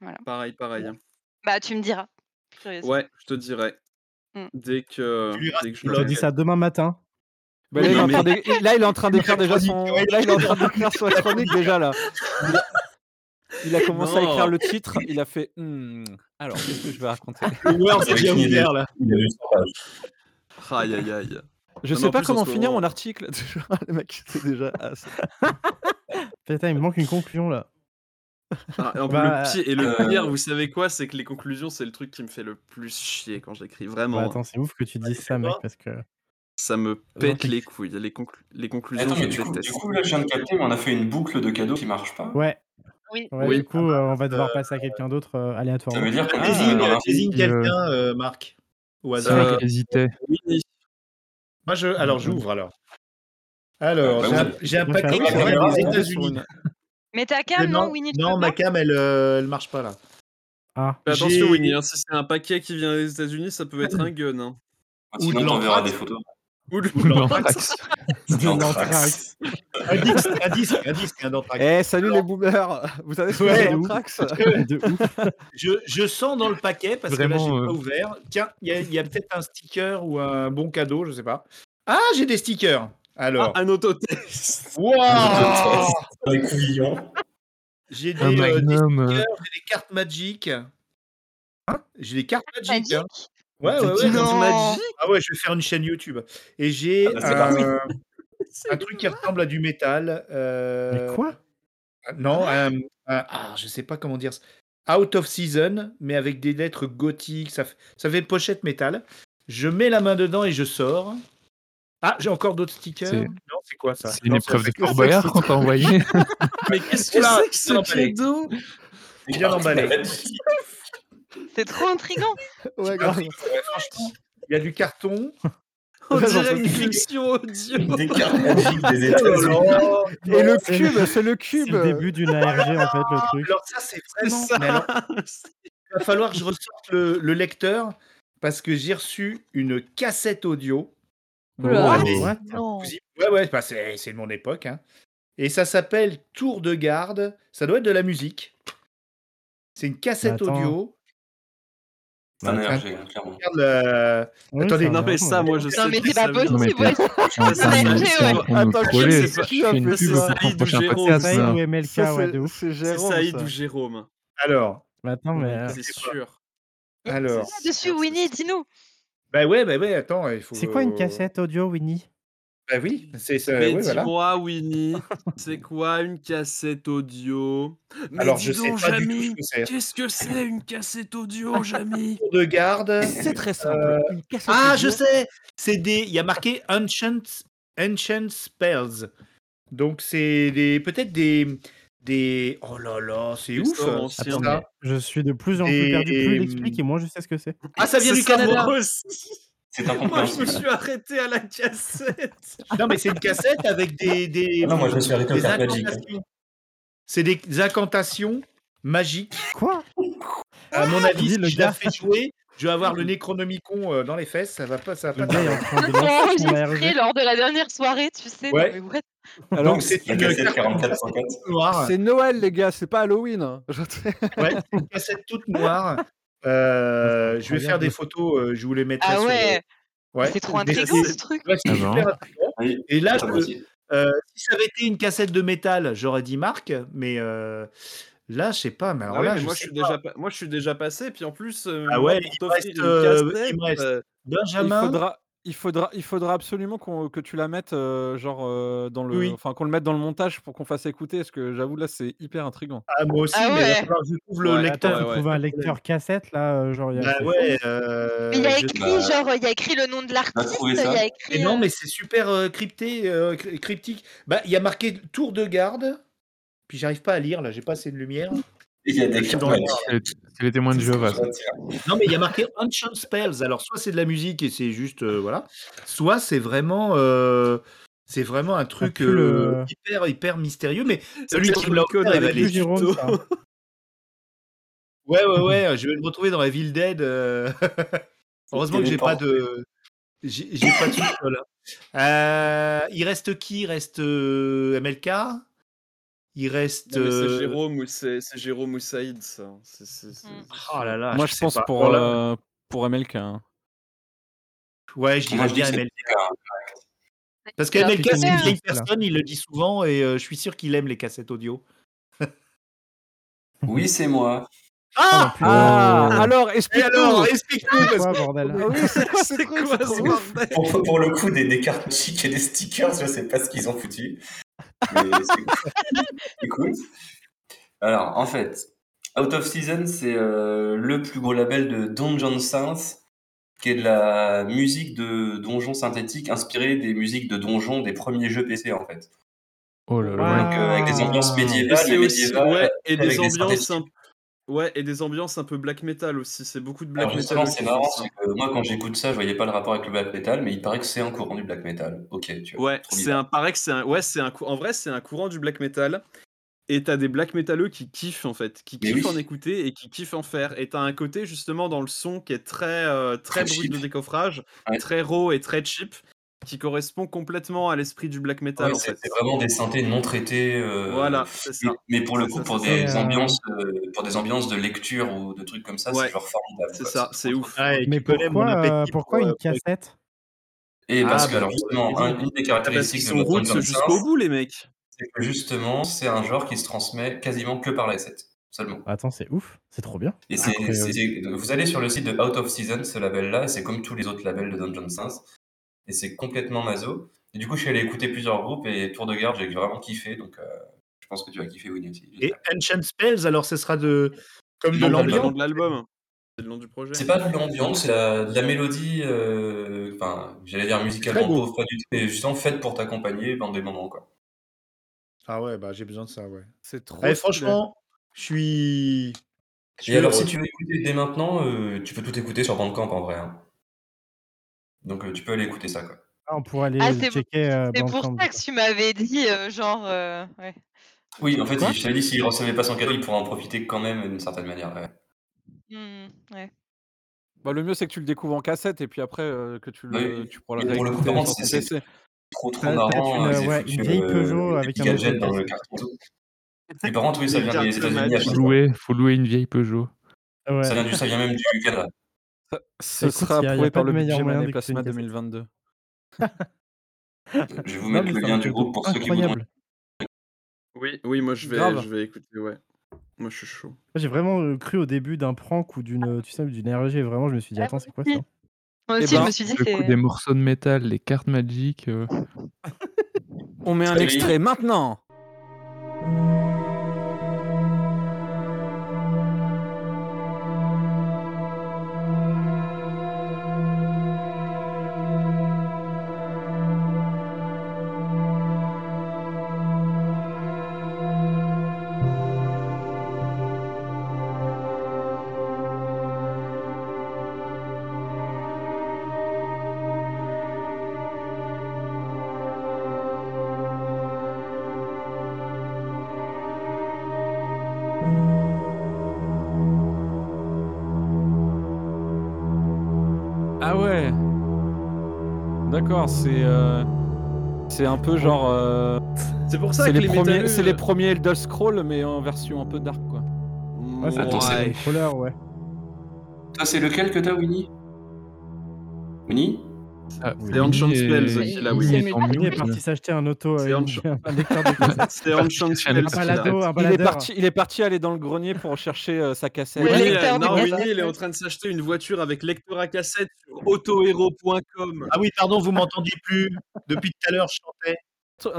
S10: voilà.
S4: pareil, pareil. hein.
S10: Bah, tu me diras. Je suis curieuse.
S4: Ouais, je te dirai.
S10: Mm.
S4: Dès que,
S2: Tu liras
S4: dès Ah, que
S2: ce
S4: je
S2: qu'il
S4: le
S2: a
S6: On
S4: lirai.
S6: dit ça demain matin.
S3: Bah, là,
S4: Oui,
S3: il est en train
S4: mais- [LAUGHS]
S3: d'é- là, il est en train d'écrire déjà
S2: chronique,
S3: son.
S2: ouais.
S3: Là, il est en train d'écrire sa chronique déjà là. Il a, il a commencé à
S4: Non.
S3: écrire le titre. Il a fait. Hmm, alors, qu'est-ce que je vais raconter
S2: [LAUGHS] Le Word, c'est
S5: Avec
S2: bien
S5: une idée.
S2: ouvert, là.
S5: Il a juste un page.
S4: Aïe aïe aïe.
S3: Je
S4: Non, mais
S3: sais
S4: en
S3: pas
S4: plus, en
S3: comment
S4: ce
S3: finir
S4: moment-
S3: mon article. [LAUGHS] déjà. le mec, c'est déjà. ah, c'est-
S6: [LAUGHS] Putain, il me manque une conclusion là.
S4: Ah, et en-
S6: Bah,
S4: le pire, et le
S5: euh,
S4: pire, vous savez quoi, c'est que les conclusions, c'est le truc qui me fait le plus chier quand j'écris.
S6: Bah,
S4: Vraiment,
S6: attends, c'est ouf que tu dises ça, mec, parce que.
S4: ça me pète les couilles. Les, conclu- les conclusions,
S5: Attends,
S4: je
S5: mais du coup, du
S4: déteste.
S5: coup, là, je viens de capter, mais on a fait une boucle de cadeaux qui marche pas.
S6: Ouais,
S10: Oui.
S6: ouais,
S4: Oui.
S6: du coup,
S10: Ah,
S6: euh, on va devoir passer à quelqu'un d'autre euh,
S5: Ça
S6: aléatoirement. bah,
S5: veut dire qu'on est
S2: Désigne,
S5: dans un-
S2: désigne
S7: Euh,
S2: quelqu'un, euh, Marc. Au
S7: C'est
S2: hasard.
S7: vrai
S4: Euh,
S7: qu'il hésitait.
S4: Oui,
S2: Moi, je... Alors,
S7: Mm.
S2: j'ouvre, alors. Alors,
S5: Ah, bah
S2: j'ai un-
S5: oui.
S2: j'ai un,
S6: Bien fait.
S2: paquet
S5: Ah,
S2: qui vient
S5: oui,
S2: des
S5: on
S3: est sur
S2: États-Unis.
S3: une-
S10: Mais ta
S2: Euh,
S10: cam, non,
S2: Non,
S10: Winnie, tu
S2: non
S10: peux pas
S2: ma cam, elle, euh, elle marche pas, là.
S6: Ah,
S4: Fais attention,
S2: J'ai-
S4: Winnie, hein, si c'est un paquet qui vient des États-Unis, ça peut être un gun. hein.
S2: Ou de
S5: Ah, Sinon, t'enverras des
S2: l'anthrax.
S5: photos.
S4: Ou le-
S7: Ou de l'anthrax.
S5: [LAUGHS]
S6: de
S5: L'anthrax.
S6: l'anthrax.
S2: Un disque, un disque, un disque, hein, un anthrax.
S3: Eh, salut les boomers Vous savez ce que
S2: Ouais,
S3: c'est
S2: de ouf.
S3: [LAUGHS] l'anthrax
S6: De ouf.
S2: Je, je sens dans le paquet parce que là,
S7: Vraiment,
S2: j'ai
S7: euh.
S2: pas ouvert. Tiens, il y a, il y a peut-être un sticker ou un bon cadeau, je sais pas. Ah, j'ai des stickers.
S4: Ah,
S2: Alors,
S4: un autotest.
S2: Wouah
S5: Des couillons.
S2: j'ai des,
S7: Un
S2: euh, des
S7: magnum. euh,
S2: stickers, j'ai des cartes magiques. j'ai des cartes magiques. hein.
S10: dit.
S2: Ouais, ouais, ouais.
S10: Non.
S2: Ah ouais, je vais faire une chaîne YouTube. Et j'ai
S5: Ah bah, c'est parti.
S2: un, un truc qui ressemble à du métal. euh,
S6: Mais quoi
S2: Ah, Non, un, un- ah, je sais pas comment dire. ça. Out of season, mais avec des lettres gothiques. Ça, f- ça fait pochette métal. Je mets la main dedans et je sors. Ah, j'ai encore d'autres stickers.
S7: C'est-
S2: Non, c'est quoi ça
S7: C'est une
S2: Non, ça,
S7: épreuve de
S2: c'est-
S7: Fort Boyard qu'on t'a envoyé. [LAUGHS]
S4: Mais qu'est-ce que
S2: Oula,
S4: c'est que
S2: bien
S4: ce
S2: emballé.
S4: cadeau
S2: Bien emballé.
S10: C'est trop intriguant.
S3: Ouais, grave.
S2: Ouais, franchement, il y a du carton. [LAUGHS]
S4: On
S3: Vraiment,
S4: dirait
S3: ça,
S4: une
S3: c'est-
S4: fiction audio.
S5: Des cartes magiques des
S2: Oh
S5: États-Unis.
S2: Alors,
S3: Et le
S6: C'est-
S3: cube, c'est le
S6: C'est
S3: cube
S6: le début d'une ARG en fait, le truc.
S2: alors ça, c'est
S4: C'est
S2: vraiment.
S4: ça.
S2: mais alors, il va falloir que je ressorte le, le lecteur parce que j'ai reçu une cassette audio.
S6: Oh,
S8: Ah,
S1: Oula.
S2: Allez.
S6: What
S1: Non.
S2: Vous y- Ouais, ouais, bah, c'est c'est de mon époque. hein. Et ça s'appelle Tour de garde. Ça doit être de la musique. C'est une cassette Ah,
S6: Attends.
S2: audio.
S5: Ça en a l'air
S2: Ouais.
S5: génial, clairement.
S2: Regarde la-
S6: Oui,
S2: Attendez,
S6: ça
S4: Non,
S6: va,
S4: mais
S6: vraiment,
S4: ça,
S6: ouais.
S4: moi, je sais.
S10: Non, mais
S4: qui
S10: c'est pas
S4: ça vient.
S10: possible.
S7: mais
S10: ouais.
S4: Ah, ça,
S10: Ouais,
S4: ça,
S10: ouais.
S4: ça,
S10: Ouais.
S7: On nous
S4: Attends,
S7: trollait.
S4: je sais pas.
S7: Tu fais une
S4: C'est
S7: pub pour
S4: Saïd
S7: ton
S4: ou
S7: prochain
S4: Jérôme,
S7: podcast.
S6: Saïd
S7: ça.
S6: ou MLK,
S1: Ça,
S6: ouais,
S1: c'est-
S6: de ouf.
S1: C'est
S4: C'est
S1: Jérôme.
S4: Saïd
S1: ça.
S4: ou Jérôme.
S2: Alors,
S6: Maintenant, mais.
S4: C'est sûr.
S10: Et
S2: Alors.
S10: dis-nous Là-dessus, Winnie, dis-nous.
S2: bah ouais, bah ouais, attends, il faut.
S6: C'est quoi une cassette audio, Winnie
S2: Bah oui, c'est ça.
S4: Mais
S2: ouais, voilà.
S4: dis-moi, Winnie, c'est quoi une cassette audio Mais
S2: Alors,
S4: dis
S2: je sais
S4: donc,
S2: pas du tout
S4: Jamy,
S2: ce que c'est.
S4: Qu'est-ce que c'est une
S2: [LAUGHS]
S4: cassette audio, Jamy
S2: Tour de garde.
S8: C'est très simple.
S2: Euh,
S8: Une cassette
S2: Ah,
S8: audio.
S2: je sais C'est des. Il y a marqué Ancient, ancient Spells. Donc, c'est des... peut-être des. Des. Oh là là, c'est
S4: Des
S2: ouf hein,
S4: sorts
S2: c'est
S4: anciens.
S2: ça.
S6: Je suis de plus en plus
S2: Et-
S6: perdu. Plus il explique et moins je sais ce que c'est.
S2: Ah, ça vient
S4: C'est
S2: du
S6: [LAUGHS]
S2: Canada
S4: moi aussi.
S5: C'est
S4: Moi, je me
S5: incompréhensible.
S4: suis arrêté à la cassette.
S2: Non, mais c'est une cassette avec des. des
S9: Ah non, moi, je me suis arrêté au
S2: des
S9: cartes magiques.
S2: incantations. C'est des incantations magiques.
S6: Quoi Ah,
S2: À mon avis,
S6: Dis
S2: si
S6: le
S2: je la
S6: gars.
S2: fais jouer, je vais avoir le Necronomicon euh, dans les fesses, ça va pas, ça va
S6: Le
S2: pas.
S6: gars est en train de
S10: Pour
S6: lancer son
S10: [LAUGHS] enregistrer
S6: ARG.
S10: lors de la dernière soirée, tu sais.
S2: Ouais.
S10: non, mais what
S3: Alors,
S2: Donc c'est
S5: La
S2: une
S5: cassette
S2: carte
S5: 4404.
S2: noire,
S3: c'est Noël, les gars, c'est pas Halloween. hein. Je-
S2: ouais, une cassette toute noire. Euh, je vais faire des photos, euh, je vous les mettrai.
S10: Ah
S2: sur- euh,
S10: ouais,
S2: ouais.
S10: c'est trop
S2: Des-
S10: intriguant ce truc.
S2: Ouais, c'est
S7: Ah
S2: super
S7: bon
S2: intriguant.
S5: Oui,
S2: Et là,
S5: ça
S2: je-
S5: me motive.
S2: euh, si ça avait été une cassette de métal, j'aurais dit Marc, mais euh, là, je sais pas. Mais alors
S4: Ah oui,
S2: là,
S4: mais
S2: je
S4: moi, je
S2: sais
S4: suis
S2: pas.
S4: déjà, pa- moi, je suis déjà passé. Puis en plus, euh,
S2: Ah
S4: moi,
S2: ouais,
S4: pour
S2: il
S4: t'offrir
S2: reste,
S4: une
S2: euh,
S4: cassette,
S2: il me reste.
S4: euh,
S3: Il
S2: Benjamin,
S3: faudra, il faudra, il faudra absolument qu'on- que tu la mettes, euh, genre euh, dans le,
S2: Oui.
S3: enfin qu'on le mette dans le montage pour qu'on fasse écouter. Parce que j'avoue là, c'est hyper intriguant.
S2: ah, moi aussi,
S10: Ah
S2: mais il va
S10: ouais.
S2: falloir que je trouve le
S4: Ouais,
S2: lecteur.
S6: Attends, faut
S4: ouais.
S6: trouver un lecteur cassette là. euh, Genre, il y a-
S2: Bah ouais, euh,
S10: Mais il y a
S2: je-
S10: écrit,
S5: Bah,
S10: genre, il y a écrit le nom de l'artiste,
S5: trouver
S10: il y
S5: ça.
S10: a
S2: Mais
S10: écrit.
S2: non,
S10: euh,
S2: mais c'est super euh, crypté, euh, cry- cryptique. Bah, il y a marqué tour de garde. Puis j'arrive pas à lire, là, j'ai pas assez de lumière.
S5: Il y a des
S2: Je suis
S5: cartes
S2: dans le
S5: magiques.
S7: C'est c'est les témoins de
S5: C'est ce que
S7: Jéhovah.
S5: je
S7: ça.
S5: retiens.
S2: Non, mais il y a marqué Ancient Spells. Alors, soit c'est de la musique et c'est juste. euh, voilà. Soit c'est vraiment. euh, c'est vraiment un truc
S6: pue le-
S2: euh, hyper, hyper mystérieux. Mais celui
S4: C'était
S2: qui me l'a
S4: Lincoln
S2: offert, il va
S4: avec
S6: Plus
S2: aller.
S6: Jérôme, ça.
S2: [LAUGHS] Ouais, ouais, ouais, je vais me retrouver dans la ville dead. euh. Heureusement que j'ai pas de. J'ai j'ai pas de sous-sol. Euh, il reste qui Il reste euh, MLK Il reste.
S4: Non, mais c'est
S2: euh,
S4: Jérôme ou c'est c'est Jérôme ou Saïd, ça. C'est- c'est- c'est-
S10: Mm.
S2: Oh
S4: Ah
S2: là là,
S3: moi, je
S2: sais
S3: pense
S2: pas.
S3: pour
S2: Dans la-
S3: euh, pour MLK. hein.
S2: Ouais, je
S5: Moi,
S2: dirais
S5: je dis
S2: bien
S5: que c'est
S2: MLK. Parce
S10: Alors,
S2: qu'MLK,
S10: tu
S2: c'est une
S10: sais,
S2: vieille
S6: hein.
S2: personne, il le dit souvent et euh, je suis sûr qu'il aime les cassettes audio.
S5: Oui, c'est moi.
S2: Ah
S6: putain.
S3: Ah,
S7: Oh.
S3: alors
S2: Et
S3: explique-nous.
S2: alors, explique-nous parce
S6: Quoi, bordel
S3: Ah oui,
S2: [LAUGHS]
S3: c'est quoi ce
S4: C'est
S3: truc
S4: quoi
S3: C'est trop
S4: ce
S3: ouf.
S4: bordel
S5: [LAUGHS] Pour, pour le coup, des, des cartes magiques et des stickers, je sais pas ce qu'ils ont
S4: [LAUGHS]
S5: foutu. Mais c'est cool. Écoute. Alors, en fait, Out of Season, c'est euh, le plus gros label de Dungeon Synth, qui est de la musique de donjons synthétiques inspirée des musiques de donjons des premiers jeux PC, en fait.
S7: Oh là
S5: Donc,
S7: là.
S5: euh, avec des ambiances
S6: Waouh.
S4: Et
S5: médiévales,
S4: c'est
S5: et
S4: aussi,
S5: médiévales,
S4: ouais, et
S5: avec
S4: des
S5: des
S4: ambiances hein, un
S5: synthétiques.
S4: Ouais, et des ambiances un peu black metal aussi. C'est beaucoup de black
S5: Alors
S4: metal
S5: justement, c'est
S4: aussi.
S5: marrant, c'est que moi quand j'écoute ça, je voyais pas le rapport avec le black metal, mais il paraît que c'est un courant du black metal. Ok, tu vois.
S4: Ouais,
S5: trop
S4: c'est
S5: bizarre.
S4: un pareil que c'est un ouais, c'est un cou- en vrai, c'est un courant du black metal et t'as des black métalleux qui kiffent en fait, qui
S5: Mais
S4: kiffent
S5: oui.
S4: en écouter et qui kiffent en faire et t'as un côté justement dans le son qui est très euh, très
S5: Très
S4: brut
S5: cheap.
S4: de décoffrage,
S5: Ouais.
S4: très raw et très cheap qui correspond complètement à l'esprit du black metal
S5: Ouais,
S4: en
S5: Ah c'est
S4: fait.
S5: c'est vraiment des synthés non traités. euh,
S4: Voilà, c'est ça.
S5: Mais, mais pour le
S4: C'est
S5: coup,
S4: ça,
S5: pour
S4: c'est ça.
S5: des
S6: Et, euh,
S5: ambiances, euh, pour des ambiances de lecture ou de trucs comme ça,
S4: Ouais,
S5: c'est genre formidable.
S4: C'est
S5: quoi,
S4: ça, c'est
S5: trop, trop-
S4: ouf.
S2: Ouais,
S6: Mais
S2: tu connais mon
S6: pourquoi,
S2: appétit
S6: euh, pourquoi
S2: pour,
S6: une
S2: euh, pour-
S6: cassette
S5: Et
S2: Ah,
S5: Eh, parce que
S2: bah,
S5: alors justement, un- une des
S4: Ah, parce qu'ils
S5: caractéristiques de
S4: sont
S5: votre
S4: roots
S5: Dungeon
S4: jusqu'au
S5: Synth,
S4: bout les mecs.
S5: c'est que justement, c'est un genre qui se transmet quasiment que par la 7 seulement.
S6: Attends, c'est ouf, c'est trop bien. euh,
S5: Et c'est,
S6: Incroyable.
S5: c'est- c'est- vous allez sur le site de Out of Season, ce label-là, et c'est comme tous les autres labels de Dungeon Synth, et c'est complètement maso. Et du coup, je suis allé écouter plusieurs groupes, et Tour de Garde, j'ai vraiment kiffé, donc euh, je pense que tu vas kiffer Winnie aussi.
S2: Et
S5: j'espère.
S2: Ancient Spells, alors ce sera de. Comme
S4: C'est
S2: de
S4: le nom le nom
S2: l'ambiance.
S4: de l'album. C'est le nom du projet.
S5: C'est pas de l'ambiance, c'est la- de la mélodie, euh, enfin, j'allais dire
S2: Très
S5: musicalement
S2: beau.
S5: pauvre, pas du tout, mais justement faite pour t'accompagner dans des moments, quoi.
S2: Ah ouais, bah j'ai besoin de ça, ouais.
S3: C'est trop.
S2: Allez,
S3: stylé.
S2: franchement, je suis. je suis
S5: Et alors,
S2: heureux.
S5: si tu veux écouter dès maintenant, euh, tu peux tout écouter sur Bandcamp en vrai. hein. Donc, euh, tu peux aller écouter ça, quoi.
S6: Ah, on pourrait aller
S10: Ah, c'est-
S6: checker euh,
S10: C'est pour
S6: Bandcamp.
S10: ça que tu m'avais dit, euh, genre, euh, ouais.
S5: Oui, en fait,
S3: Quoi
S5: il- je t'avais dit, s'il recevait pas son cadeau, il pourrait en profiter quand même d'une certaine manière. ouais.
S10: Hmm, ouais.
S3: Bah, le mieux, c'est que tu le découvres en cassette et puis après euh, que tu
S5: Bah
S3: le,
S5: oui.
S3: tu pourras le
S5: Mais pour le coup, par
S3: réécouter
S5: contre,
S3: sur
S5: c'est
S3: ton
S5: c'est
S3: PC.
S5: trop trop
S6: T'as- t'as
S5: marrant
S6: une,
S5: avec
S6: euh,
S5: ces
S6: ouais,
S5: foutus
S6: une vieille Peugeot
S5: euh,
S6: avec un
S5: gadgets
S6: logo
S5: dans le
S6: cassette.
S5: carton et tout.
S6: [LAUGHS]
S5: Mais par contre, oui, ça
S4: Des
S5: vient des
S4: cartes
S5: États-Unis à
S4: magiques.
S5: chaque
S7: Faut
S5: fois.
S3: Ah
S7: louer, faut louer une vieille Peugeot.
S5: Ça
S6: Ouais.
S5: vient, du, ça vient même du Canada.
S3: Ce
S6: Écoute,
S3: sera
S6: y a- y a
S3: approuvé
S6: pas
S3: par
S6: de
S3: le
S6: meilleur
S3: budget
S6: moyen
S3: Manet
S6: d'écouter une
S3: Plasma
S6: cassette.
S3: 2022.
S5: Je vais vous
S6: Non,
S5: mettre
S6: mais
S5: le
S6: ça
S5: lien
S6: me
S5: du
S6: fait
S5: groupe pour ceux qui voudront.
S6: incroyable.
S4: Oui, oui, moi je vais,
S3: Grave.
S4: je vais écouter, ouais. Moi je suis chaud.
S6: Moi, J'ai vraiment euh, cru au début d'un prank ou d'une, euh, tu sais, d'une RG. Vraiment, je me suis dit,
S10: Ah,
S6: attends, c'est quoi
S10: oui.
S6: ça
S10: Moi
S3: Eh
S10: aussi,
S3: ben,
S10: je me suis dit,
S7: Le coup
S10: c'est.
S7: des morceaux de métal, les cartes magiques. euh,
S3: On met un
S5: Salut.
S3: extrait maintenant Ah ouais D'accord, c'est. euh, C'est un peu genre. euh,
S4: C'est pour ça
S3: C'est
S4: que
S3: les,
S4: les,
S3: premiers,
S4: métalleux,
S3: c'est les
S4: euh,
S3: premiers Elder Scrolls, mais en version un peu dark, quoi.
S6: Ouais, c'est
S5: Attends,
S6: un
S5: c'est-
S6: contrôleur, ouais.
S5: Toi, c'est lequel que t'as, Winnie Winnie
S7: ah,
S6: Oui.
S4: C'est Ancient
S7: Winnie
S4: Spells
S7: est-
S4: qui l'a,
S7: Winnie
S4: oui.
S7: est en
S6: Il est
S7: mute.
S6: parti s'acheter un auto,
S4: C'est
S6: euh,
S4: Ange.
S6: une- un lecteur
S4: [LAUGHS]
S6: de cassette.
S4: C'est Ancient Spells
S6: un
S4: qui l'a.
S6: balado, un
S3: Il est,
S6: baladeur.
S3: parti, il est parti aller dans le grenier pour chercher euh, sa cassette.
S10: Le
S4: Winnie,
S10: lecteur
S4: euh,
S6: [LAUGHS]
S10: de
S4: non,
S10: cassette.
S4: Winnie, il est en train de s'acheter une voiture avec lecteur à cassette sur autohero.com.
S2: Ah oui, pardon, vous m'entendiez plus. Depuis tout à l'heure, je chantais.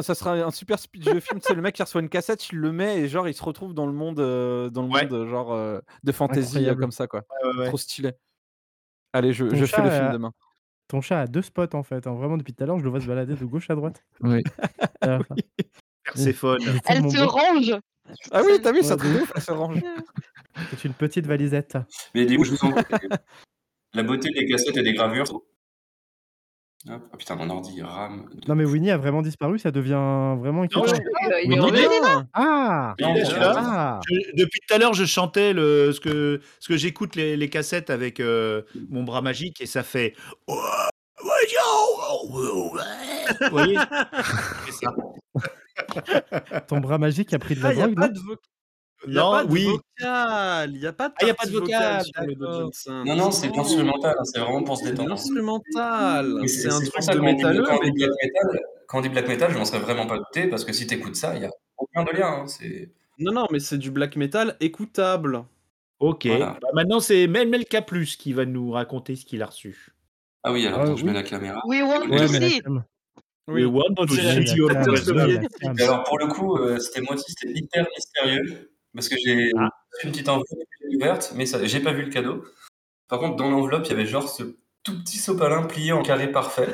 S3: Ça sera un super speed de film. C'est le mec qui reçoit une cassette, il le met et genre il se retrouve dans le monde, euh, dans le
S2: Ouais.
S3: monde euh, genre euh, de fantasy euh,
S6: Incroyable.
S3: comme ça quoi.
S2: Ouais, ouais, ouais.
S3: Trop stylé. Allez, je,
S6: Ton
S3: je fais le
S6: chat,
S3: film
S6: euh,
S3: demain.
S6: Ton chat a deux spots en fait. hein. Vraiment, depuis tout à l'heure, je le vois se balader de gauche à droite.
S7: Oui.
S6: [LAUGHS] Ah, ça.
S2: Perséphone.
S6: Il est
S10: Elle
S6: tellement
S10: se
S6: beau.
S10: range
S3: Ah oui, t'as vu,
S6: Ouais,
S3: ça
S6: de
S3: truc de
S6: ouf.
S3: ouf, elle se range.
S6: C'est une petite valisette.
S5: Mais du coup, je
S2: [LAUGHS]
S5: vous envoie la beauté des cassettes et des gravures. Hop. Ah putain, mon ordi RAM.
S6: [LAUGHS] Non, mais Winnie a vraiment disparu. Ça devient
S4: Ah
S6: vraiment
S2: Non,
S6: inquiétant.
S2: je-
S10: Il
S2: Winnie,
S10: est
S2: il est-
S10: revenu.
S6: Ah
S5: Non,
S2: il est
S5: je suis
S2: là.
S5: là.
S6: Ah
S2: Je- depuis tout à l'heure, je chantais le, ce que, ce que j'écoute les, les cassettes avec euh, mon bras magique et ça fait. Vous
S9: [LAUGHS]
S2: [LAUGHS] voyez C'est ça.
S6: Ton bras magique a pris de la
S4: Ah, il n'y a
S6: drogue, non
S4: pas de, voc- y a
S2: Non,
S4: pas de
S2: oui.
S4: vocal. Il n'y a pas de
S2: Ah, y a
S4: partie
S2: pas de vocal,
S4: vocale sur le
S2: d'accord.
S4: Dungeon Synth.
S5: Non, non,
S2: Oh.
S5: c'est de l'instrumental, hein, c'est vraiment pour se
S4: C'est de
S5: détendre.
S4: l'instrumental.
S5: Mais
S4: Ah C'est
S5: C'est
S4: un
S5: c'est pour
S4: truc
S5: ça
S4: de
S5: que quand on dit,
S4: métalleux,
S5: quand on
S4: mais
S5: dit black metal, quand on dit black metal, je m'en serais vraiment pas douté parce que si t'écoutes ça, il n'y a aucun de lien. hein, c'est-
S4: Non, non, mais c'est du black metal écoutable.
S2: Ok.
S5: Voilà.
S2: Bah, maintenant, c'est Melmelka Plus qui va nous raconter ce qu'il a reçu.
S5: Ah oui, alors
S6: Ah
S5: attends, je
S6: oui.
S5: mets la caméra.
S10: We want
S6: Ouais,
S10: to
S6: mais la
S10: see.
S6: cam.
S2: We want to
S4: On dirait
S2: see
S6: la
S2: your
S6: cam,
S2: presence.
S6: ouais, la
S4: soviétique.
S6: cam.
S5: Et alors pour le coup, euh, c'était moi aussi, c'était hyper mystérieux parce que j'ai
S6: Ah.
S5: reçu une petite enveloppe ouverte, mais ça- j'ai pas vu le cadeau. Par contre, dans l'enveloppe, il y avait genre ce tout petit sopalin plié en carré parfait.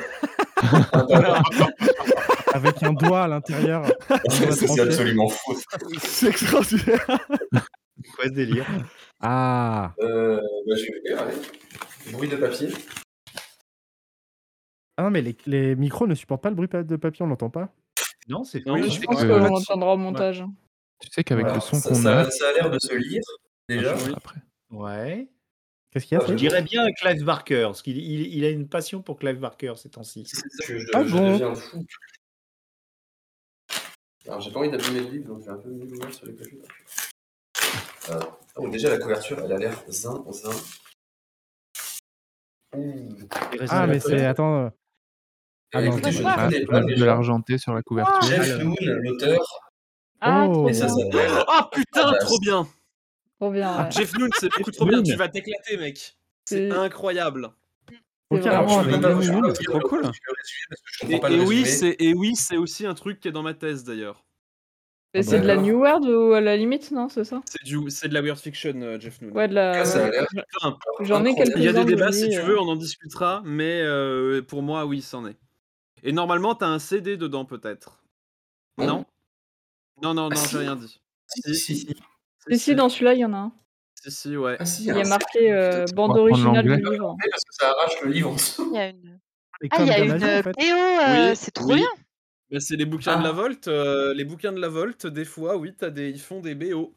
S3: Alors,
S6: [LAUGHS] Avec un doigt à l'intérieur. Un doigt
S5: Ça, [LAUGHS] c'est
S6: tranché.
S5: absolument faux.
S3: c'est extraordinaire.
S2: C'est quoi ce délire
S6: [LAUGHS] Ah
S5: Euh, bah, je vais ouvrir, allez. Bruit de papier.
S6: Ah non, mais les, les micros ne supportent pas le bruit pa- de papier, on l'entend pas.
S2: Non, c'est
S4: Non,
S2: fou.
S1: Oui, je
S4: c'est-
S1: pense
S4: ouais,
S1: qu'on
S4: ouais.
S1: l'entendra au montage. hein.
S7: Tu sais qu'avec
S6: Voilà.
S7: le
S5: Alors,
S7: son
S5: ça,
S7: qu'on a,
S5: ça- ça a l'air de se lire déjà.
S7: ça après.
S2: Ouais.
S6: Qu'est-ce qu'il y a
S5: Ah,
S2: Je
S6: Seb
S2: dirais bien Clive Barker, parce qu'il il, il a une passion pour Clive Barker ces temps-ci.
S5: C'est ça que je,
S6: Ah
S5: je
S6: bon
S5: deviens fou. Alors, j'ai pas envie d'abîmer le livre, donc j'ai un peu mis le doigt sur les papiers. Euh, oh, déjà, la couverture, elle a l'air zin, zin. Ouh.
S2: Les raisins
S6: Ah,
S2: de la
S6: mais c'est.
S2: colère.
S6: Attends. euh, Ah
S5: Euh,
S6: non,
S5: écoutez,
S6: c'est
S5: je
S6: pas-
S5: ne
S7: Ah,
S5: connais pas
S7: Golf de
S5: déjà.
S7: l'argenté sur la couverture.
S5: Jeff Loon, l'auteur,
S1: Ah,
S6: Oh.
S1: trop
S5: et ça
S1: bien.
S5: s'appelle.
S4: Ah putain,
S5: bah,
S4: trop bien.
S1: Trop bien,
S2: Ah,
S1: ouais.
S4: Jeff Loon, c'est beaucoup
S2: Jeff
S4: trop bien.
S2: Loon.
S4: Tu vas t'éclater, mec.
S1: C'est-
S4: C'est incroyable.
S1: C'est
S6: Ok,
S5: Alors,
S1: vraiment
S5: je
S6: vraiment,
S5: peux même
S6: avec
S5: pas
S6: Jeff
S5: vous je peux pas
S6: Loon.
S5: vous
S3: c'est
S5: dire
S3: trop
S5: le
S3: cool.
S5: résumé parce que je comprends
S4: Et,
S5: pas le
S4: et oui,
S5: résumé.
S4: c'est et oui, c'est aussi un truc qui est dans ma thèse d'ailleurs.
S1: Mais c'est de la New World ou à la limite, non, c'est ça
S4: C'est du c'est de la weird fiction, euh, Jeff Loon.
S1: Ouais, de la.
S5: Ah, ça a l'air
S4: Enfin,
S1: J'en ai
S5: incroyable.
S4: il y a des
S1: quelques-uns de
S4: débats
S1: lui.
S4: si tu
S1: euh.
S4: veux, on en discutera, mais euh, pour moi, oui, c'en est. Et normalement, t'as un CD dedans peut-être. Non, non, non,
S5: Ah,
S4: non,
S5: si.
S4: j'ai rien dit.
S5: Si, si, si.
S1: Si, si, dans celui-là, il y en a un.
S4: si, si, ouais.
S5: Ah, si,
S1: Il y a
S5: alors, c'est
S1: marqué euh,
S5: peut-être
S1: bande
S7: On va prendre
S1: originale du
S7: l'anglais.
S1: livre.
S5: parce que ça arrache le livre en dessous.
S10: Il y a une.
S6: Et
S10: Ah, il
S6: comme
S10: y a
S6: de la
S10: une
S6: magie, en
S10: euh,
S6: fait.
S10: PO. euh,
S4: Oui,
S10: c'est trop
S4: oui.
S10: bien.
S4: Ben, c'est les bouquins de la
S5: Ah.
S4: Volte. euh, les bouquins de la Volte, des fois, oui, t'as des, ils font des BO.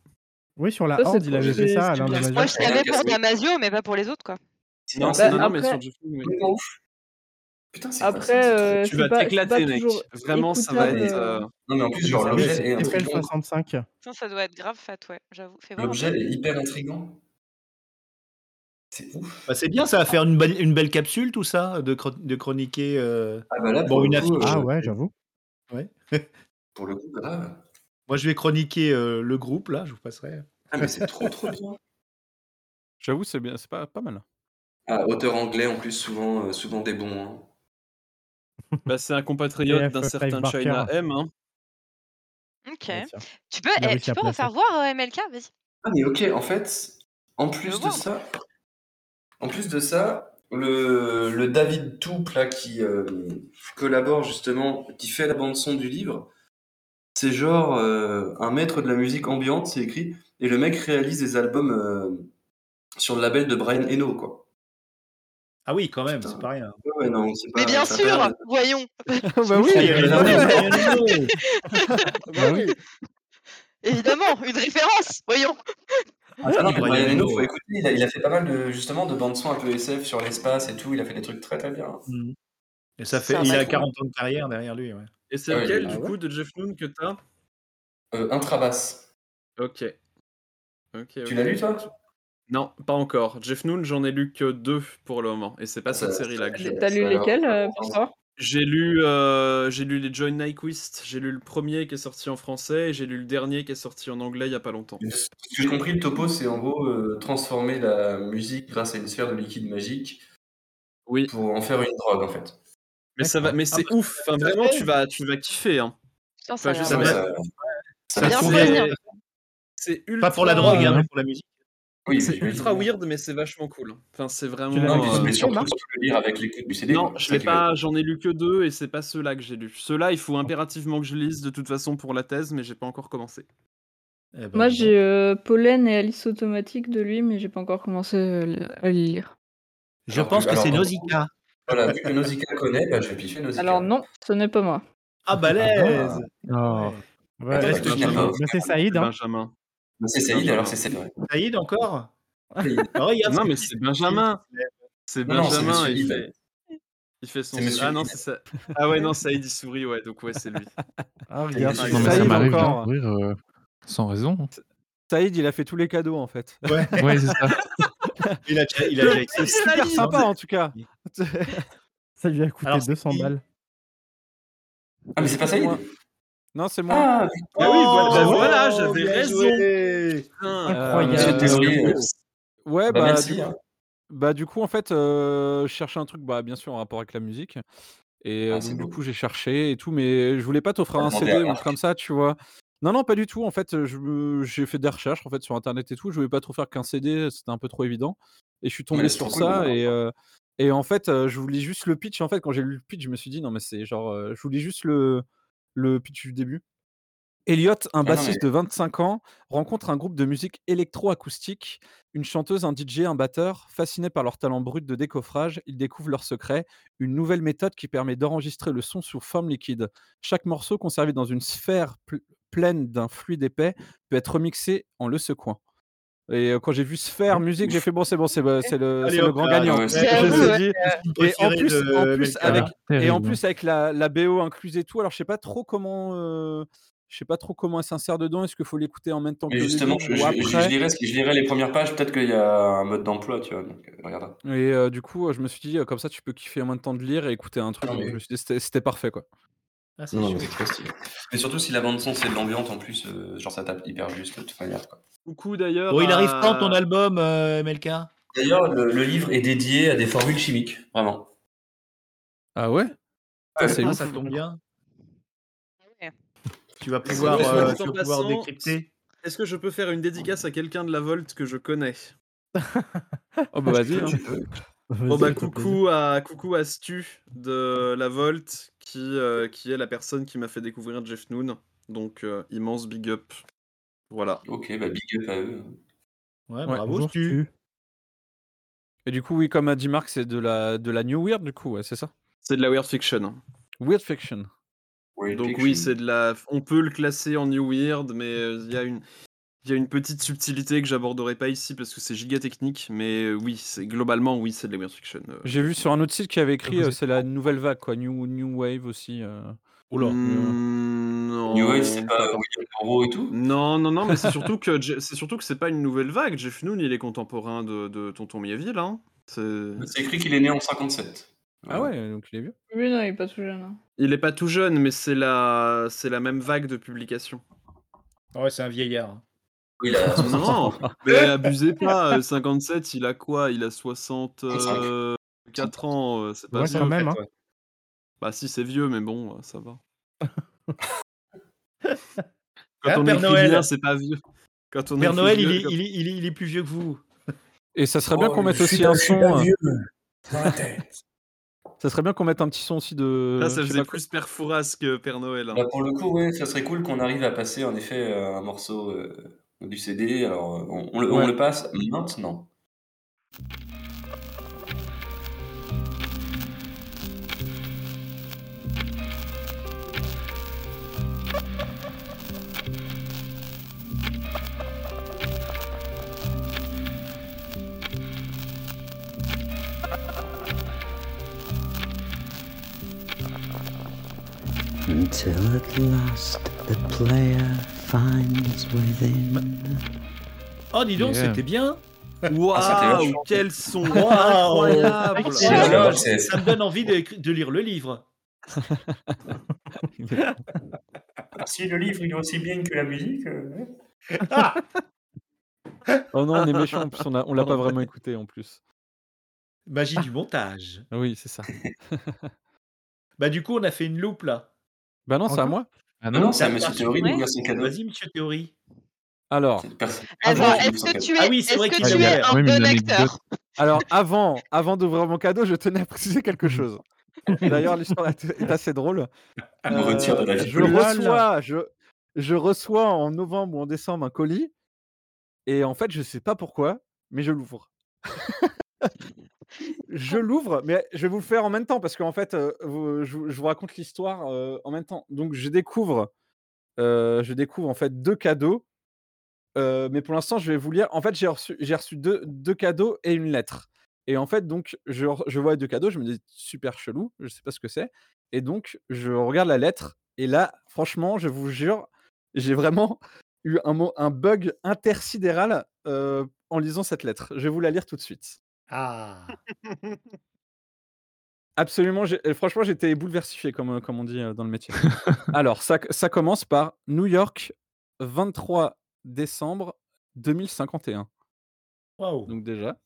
S6: Oui, sur la
S1: Ça, c'est
S6: Horde, il
S1: trop-
S6: avait fait
S1: c'est
S6: ça,
S1: c'est
S6: Alain
S1: bien.
S6: Damasio.
S10: Moi, je
S5: Rien
S10: savais
S5: qu'à
S10: pour
S5: souhait.
S10: Damasio, mais pas pour les autres, quoi.
S5: C'est
S4: Non,
S5: un-
S4: c'est-
S1: Bah,
S4: non, non, mais sur
S1: après,
S4: Jeff Loon, oui.
S5: complètement ouf. Putain, c'est quoi ça
S1: après
S5: C'est trop
S1: euh,
S4: Tu
S1: c'est
S4: vas
S1: pas, c'est pas
S4: t'éclater, mec.
S1: toujours
S4: Vraiment, ça va
S1: écoutable.
S4: être.
S5: Mais-
S1: euh.
S4: euh,
S5: Non, mais en plus,
S6: Ah, mais
S5: genre
S6: ça doit être
S5: l'objet est intrigant. quoi.
S6: FL65.
S10: hein. Putain, ça doit être grave fat, ouais. J'avoue. Fais voir un peu.
S5: L'objet est hyper intrigant. C'est ouf.
S2: Bah, c'est bien, ça va faire une, belle- une belle capsule, tout ça, de, chron- de chroniquer. euh,
S5: Ah bah là,
S2: bon,
S5: pour le
S2: une
S5: coup,
S2: affiche.
S6: Ah
S5: euh,
S6: ouais, j'avoue.
S2: Ouais.
S5: Pour le coup, bah, grave.
S2: Moi, je vais chroniquer euh, le groupe, là, je vous passerai.
S5: Ah, mais c'est trop, trop bien.
S3: J'avoue, c'est bien, c'est pas, pas mal.
S5: Ah, auteur anglais, en plus, souvent, euh, souvent des bons. hein.
S4: Bah, c'est un compatriote
S6: TF,
S4: d'un
S6: Clive
S4: certain
S6: Barker.
S4: China M. hein.
S10: Ok.
S6: Ouais, tiens.
S10: Tu peux,
S6: Il a
S10: eh,
S6: réussi
S10: tu
S6: à
S10: peux
S6: placer.
S10: refaire voir euh, MLK, vas-y. [LAUGHS]
S5: Ah, mais ok, en fait, en plus de
S10: voir.
S5: ça, en plus de ça, le, le David Toupe, là, qui euh, collabore justement, qui fait la bande-son du livre, c'est genre euh, un maître de la musique ambiante, c'est écrit, et le mec réalise des albums euh, sur le label de Brian Eno, quoi.
S2: Ah oui, quand même,
S5: Putain.
S2: c'est pas rien.
S5: Ouais, ouais, non, c'est pas-
S10: Mais bien
S5: ça a pas l'air
S10: sûr,
S5: de-
S10: voyons.
S1: [LAUGHS]
S10: Ah
S1: bah oui,
S5: Ça a pas l'air de- Ah
S6: Bah oui.
S10: Évidemment, une référence, voyons.
S5: Ah non,
S2: Brian
S5: mais Brian Eno,
S2: Eno,
S5: faut
S2: ouais.
S5: écouter, il a, il a fait pas mal de, justement de bandes son un peu SF sur l'espace et tout, il a fait des trucs très très bien.
S2: Mhm. Et ça
S10: C'est
S2: fait,
S10: un
S2: il a
S10: maître.
S2: 40 ans de carrière derrière lui. Ouais.
S4: Et c'est
S5: Ah oui,
S4: lequel,
S5: oui.
S4: du
S6: Ah ouais
S4: coup, de Jeff Loon que t'as
S5: Euh, Intrabass,
S4: Ok. Ok.
S5: tu
S4: ok.
S5: l'as lu toi
S4: Non, pas encore. Jeff Noon, j'en ai lu que deux pour le moment. Et c'est pas
S5: Ah, ça-
S4: cette série-là que j'ai
S5: ça-
S4: lu.
S1: T'as
S5: ça
S1: lu
S5: a l'air
S1: lesquels,
S5: vraiment
S1: euh, pour savoir
S4: J'ai lu, euh, j'ai lu les Joy Nyquist. J'ai lu le premier qui est sorti en français et j'ai lu le dernier qui est sorti en anglais il y a pas longtemps.
S5: De Ce que j'ai compris, le topo, c'est en gros euh, transformer la musique grâce à une sphère de liquide magique
S4: Oui.
S5: pour en faire une drogue en fait.
S4: Mais ça va, mais
S2: Ah,
S4: c'est
S2: bah,
S4: ouf. Enfin,
S2: ça
S4: vraiment,
S2: fait.
S4: tu vas, tu vas kiffer. Hein.
S10: Putain,
S4: Enfin,
S10: ça a
S4: je
S10: l'air
S4: sais
S5: Non, mais
S4: pas.
S5: ça, ça
S10: bien
S5: te
S4: c'est-
S5: convainc.
S10: soigné.
S4: C'est ultra.
S2: Pas pour la drogue, hein,
S6: Ah.
S2: mais pour la musique.
S5: Oui, mais
S4: C'est
S5: j'imagine.
S4: ultra weird, mais c'est vachement cool. Enfin, c'est
S6: l'as
S5: Non,
S4: vraiment.
S6: lu,
S5: mais,
S4: euh,
S5: mais
S1: Ok,
S5: surtout,
S1: Marc.
S5: tu peux le lire avec l'écoute du CD.
S4: Non,
S5: quoi.
S4: je
S5: C'est
S4: l'ai
S5: ça qui va être-
S4: pas, j'en ai lu que deux et c'est pas ceux-là que j'ai lu. Ceux-là, il faut impérativement que je lise de toute façon pour la thèse, mais j'ai pas encore commencé.
S2: Eh ben,
S1: Moi,
S2: dis donc.
S1: j'ai euh, Pollen et Alice Automatique de lui, mais j'ai pas encore commencé euh, le- à le lire.
S2: Je
S5: Alors,
S2: pense
S5: vu-
S2: que
S5: alors,
S2: c'est
S5: donc,
S2: Nausicaa.
S5: Voilà, vu que Nausicaa connaît, bah, je vais piffer Nausicaa.
S1: Alors non, ce n'est pas moi.
S2: Ah, balèze
S6: Oh.
S2: Ouais.
S6: Ouais,
S5: Attends,
S2: Est-ce
S6: c'est
S2: que tu
S6: Benjamin.
S5: l'as pas
S6: Bah, c'est Saïd. Hein.
S4: Benjamin.
S5: Mais Bah, c'est Saïd,
S4: Benjamin.
S5: alors c'est Saïd. ouais.
S2: Saïd encore
S5: Saïd.
S2: Ah, Regarde
S4: Non,
S2: ce
S4: mais
S2: petit-
S4: c'est Benjamin. C'est
S5: Non, non, c'est
S4: Benjamin,
S5: Monsieur
S4: il
S5: Id.
S4: fait, il fait son.
S5: C'est Monsieur
S4: Ah non,
S5: Id.
S4: c'est ça. Ah ouais, non, Saïd, il sourit, ouais, donc ouais, c'est lui.
S6: Ah,
S4: hein.
S6: regarde,
S5: Non,
S6: c'est
S7: Non, mais ça
S3: Saïd
S6: Saïd.
S7: m'arrive d'en
S3: encore.
S7: courir euh, sans [LAUGHS] raison.
S3: Saïd, il a fait tous les cadeaux en fait.
S2: Ouais,
S7: Ouais, c'est ça.
S2: [LAUGHS] il a déjà. Il a déjà-
S3: C'est super sympa en tout cas. [LAUGHS]
S6: Ça lui a coûté
S2: Alors, c'est
S6: 200
S2: qui
S6: balles.
S5: Ah, mais c'est pas
S3: C'est
S5: Saïd
S3: moi. Non, c'est moi.
S5: Ah,
S4: Bah oui, voilà, bah
S2: Oh,
S4: voilà, j'avais
S2: bien
S4: raison.
S2: joué.
S4: Putain,
S3: Incroyable.
S5: Monsieur
S4: euh,
S5: Désolé. euh,
S3: Ouais,
S5: Bah,
S3: bah,
S5: merci.
S3: du,
S5: hein.
S3: bah du coup, en fait, euh, je cherchais un truc, bah, bien sûr, en rapport avec la musique. Et euh,
S5: Ah, c'est
S3: donc, du
S5: beau.
S3: coup, j'ai cherché et tout, mais je voulais pas t'offrir
S5: T'as
S3: un
S5: demandé à
S3: CD ou
S5: Marc.
S3: comme ça, tu vois. Non, non, pas du tout. En fait, je me- j'ai fait des recherches en fait, sur Internet et tout. Je voulais pas trop faire qu'un CD, c'était un peu trop évident. Et je suis
S5: Mais
S3: tombé
S5: là, c'est trop
S3: sur
S5: cool. hein,
S3: ça. Et, euh, et en fait, euh, je voulais juste le pitch. En fait, quand j'ai lu le pitch, je me suis dit, non, mais c'est genre, euh, je voulais juste le, le pitch du début. Elliot, un
S5: Ah, non, mais-
S3: bassiste de 25 ans, rencontre un groupe de musique électro-acoustique, une chanteuse, un DJ, un batteur. Fasciné par leur talent brut de décoffrage, ils découvrent leur secret, une nouvelle méthode qui permet d'enregistrer le son sous forme liquide. Chaque morceau conservé dans une sphère pl- pleine d'un fluide épais peut être remixé en le secouant. Et euh, quand j'ai vu sphère musique, j'ai fait bon, c'est bon, c'est bah, c'est le,
S2: Allez,
S3: c'est le
S2: hop
S3: grand
S2: là,
S3: gagnant.
S5: Ah ouais,
S3: Je
S5: c'est-
S10: J'avoue,
S3: me suis
S10: ouais.
S3: dit,
S2: C'est une
S3: et en
S2: préférée
S3: plus,
S2: de
S3: en plus
S2: Melka.
S3: avec et en
S7: Terrible.
S3: plus avec la, la BO incluse et tout, alors je sais pas trop comment euh, je sais pas trop comment elle s'insère dedans. Est-ce qu'il faut l'écouter en même
S2: Ah,
S3: temps
S5: Mais
S3: que les
S5: justement,
S3: autres
S5: je,
S3: ou
S5: je, je, je
S3: après
S5: lirai, ce- je lirai les premières pages, peut-être qu'il y a un mode d'emploi, tu vois. Donc, euh, regarde.
S3: Et euh, du coup, euh, je me suis dit euh, comme ça, tu peux kiffer en même temps de lire et écouter un truc.
S5: Non,
S3: Donc je
S5: mais,
S3: me suis dit c'était c'était parfait quoi.
S2: Ah, c'est
S5: Ah non, mais c'est
S2: chouette.
S5: trop stylé. Mais surtout, si la bande-son, c'est de l'ambiance en plus, euh, genre ça tape hyper juste de toute manière. quoi.
S4: Coucou d'ailleurs.
S2: Bon, il arrive
S4: à-
S2: quand ton album, euh, MLK
S5: D'ailleurs, le, le livre est dédié à des formules chimiques, vraiment.
S3: Ah ouais Putain,
S5: Ouais.
S3: C'est
S2: Ah,
S3: ouf.
S2: ça tombe bien.
S10: Ouais.
S2: Tu vas
S4: Est-ce que,
S2: pouvoir,
S4: soit
S2: euh,
S4: dit en
S2: tu vas pouvoir
S4: passant,
S2: décrypter.
S4: est-ce que je peux faire une dédicace à quelqu'un de la Volte que je connais
S3: Oh bah vas-y. hein.
S5: [LAUGHS] Tu peux.
S4: Bon
S6: Vas-y,
S4: bah
S6: ça fait plaisir.
S4: coucou à coucou à Stu de la Volte qui euh, qui est la personne qui m'a fait découvrir Jeff Noon. Donc euh, immense big up. Voilà.
S5: Ok, bah big up à eux.
S2: Ouais,
S3: Ouais.
S2: bravo,
S6: Bonjour,
S2: Stu.
S6: tu.
S3: Et du coup, oui, comme a dit Marc, c'est de la de la new weird du coup, ouais, c'est ça.
S4: C'est de la weird fiction.
S3: Weird fiction.
S5: World
S4: Donc
S5: Fiction.
S4: oui, c'est de la on peut le classer en new weird mais euh, il y a une Il y a une petite subtilité que j'aborderai pas ici parce que c'est giga technique, mais euh, oui, c'est globalement oui, c'est de la weird fiction. euh.
S3: J'ai vu sur un autre site qui avait écrit,
S4: Vous
S3: euh,
S4: êtes-
S3: c'est la nouvelle vague, quoi. New, new Wave aussi. euh.
S4: Oula. Hmm, non.
S5: New Wave, c'est pas William Burroughs et tout
S4: Non, non, non,
S5: [LAUGHS]
S4: mais c'est surtout que Je- c'est surtout que c'est pas une nouvelle vague. Jeff Noon, il est contemporain de, de Tonton Miaville. Hein. C'est
S5: C'est écrit qu'il est né en 57.
S3: Ah ouais, donc il est vieux.
S1: Oui, non, il est pas tout jeune. hein.
S4: Il est pas tout jeune, mais c'est la c'est la même vague de publication.
S2: Ah Ouais, c'est un vieillard.
S5: Oui,
S4: [LAUGHS]
S5: il a
S4: Non, mais abusez pas. euh, 57, il a quoi Il a 64 ans. euh, C'est pas
S6: Ouais,
S4: vieux.
S6: quand même, hein.
S4: Bah si, c'est vieux, mais bon, euh, ça
S2: [LAUGHS]
S4: va. Quand
S2: Ah,
S4: on
S2: Père
S4: écrit
S2: Noël.
S4: bien, c'est pas vieux. Quand on
S2: Père
S4: écrit
S2: Noël, il
S4: vieux,
S2: est,
S4: quand-
S2: il, est, il est- il est plus vieux que vous.
S3: Et ça serait bien
S9: Oh,
S3: qu'on mette
S9: je suis
S3: aussi
S9: pas-
S3: un
S9: je suis
S3: son.
S9: pas
S3: euh,
S9: vieux, dans la tête.
S3: [LAUGHS] Ça serait bien qu'on mette un petit son aussi de.
S2: Ah,
S4: Là, Ah, ça
S3: je sais
S4: faisait
S3: pas quoi.
S4: plus Père Fouras que Père Noël. hein.
S5: Bah, pour le coup, ouais, ça serait cool qu'on arrive à passer en effet euh, un morceau euh, du CD. Alors, euh, on, on le, on
S3: Ouais.
S5: le passe maintenant.
S11: Until at last the player finds within.
S2: Oh, dis donc,
S7: Yeah.
S2: c'était bien.
S5: Ah, c'était
S4: Waouh,
S5: vachement
S4: quel son
S2: [LAUGHS] Waouh.
S4: incroyable
S5: Oh là là, c'est-
S2: Ça me donne envie d'écri- de lire le livre.
S5: Ah, Si le livre il est aussi bien que la musique. euh,
S3: Ah, Oh non, on
S4: [LAUGHS]
S3: est méchant, en plus on, a- on l'a pas vraiment écouté en plus.
S2: Magie du montage.
S3: Ah Oui,
S4: [LAUGHS]
S3: c'est ça.
S2: Bah du coup, on a fait une loupe là.
S3: Bah non, c'est à
S6: Encore
S3: moi.
S7: Ah
S5: Non,
S7: non,
S5: non, c'est à Monsieur Théorie
S10: Ouais.
S5: d'ouvrir son cadeau.
S2: Vas-y, monsieur Théorie.
S3: Alors,
S5: Personne-
S10: Alors,
S5: Personne n'ouvre
S10: est-ce
S5: son
S10: que
S5: cadeau.
S10: tu es,
S2: Ah oui, c'est
S10: est-ce
S2: vrai
S10: que
S2: qu'il y a
S10: tu
S2: une
S10: es
S2: anecdote.
S10: un
S7: Oui, mais une
S10: bon acteur
S3: alors avant, avant d'ouvrir mon cadeau, je tenais à préciser quelque chose. D'ailleurs, l'histoire est est assez drôle. Euh,
S5: Je me retire de la vie.
S3: je
S6: Lol.
S3: reçois, je, je reçois en novembre ou en décembre un colis et en fait, je sais pas pourquoi, mais je l'ouvre. je l'ouvre, mais je vais vous le faire en même temps parce qu'en fait, euh, vous- je, vous- je vous raconte l'histoire euh, en même temps. Donc, je découvre, euh, je découvre en fait deux cadeaux. Euh, mais pour l'instant, je vais vous lire. En fait, j'ai reçu, j'ai reçu deux, deux cadeaux et une lettre. Et en fait, donc, je, re- je vois les deux cadeaux, je me dis super chelou, je sais pas ce que c'est. Et donc, je regarde la lettre. Et là, franchement, je vous jure, j'ai vraiment eu un, mo- un bug intersidéral euh, en lisant cette lettre. Je vais vous la lire tout de suite.
S2: Ah.
S3: Absolument, j'ai- euh, franchement, j'étais bouleversifié, comme, euh, comme on dit euh, dans le métier. Alors, ça, ça commence par New York, 23 décembre 2051.
S2: Waouh.
S3: Donc déjà.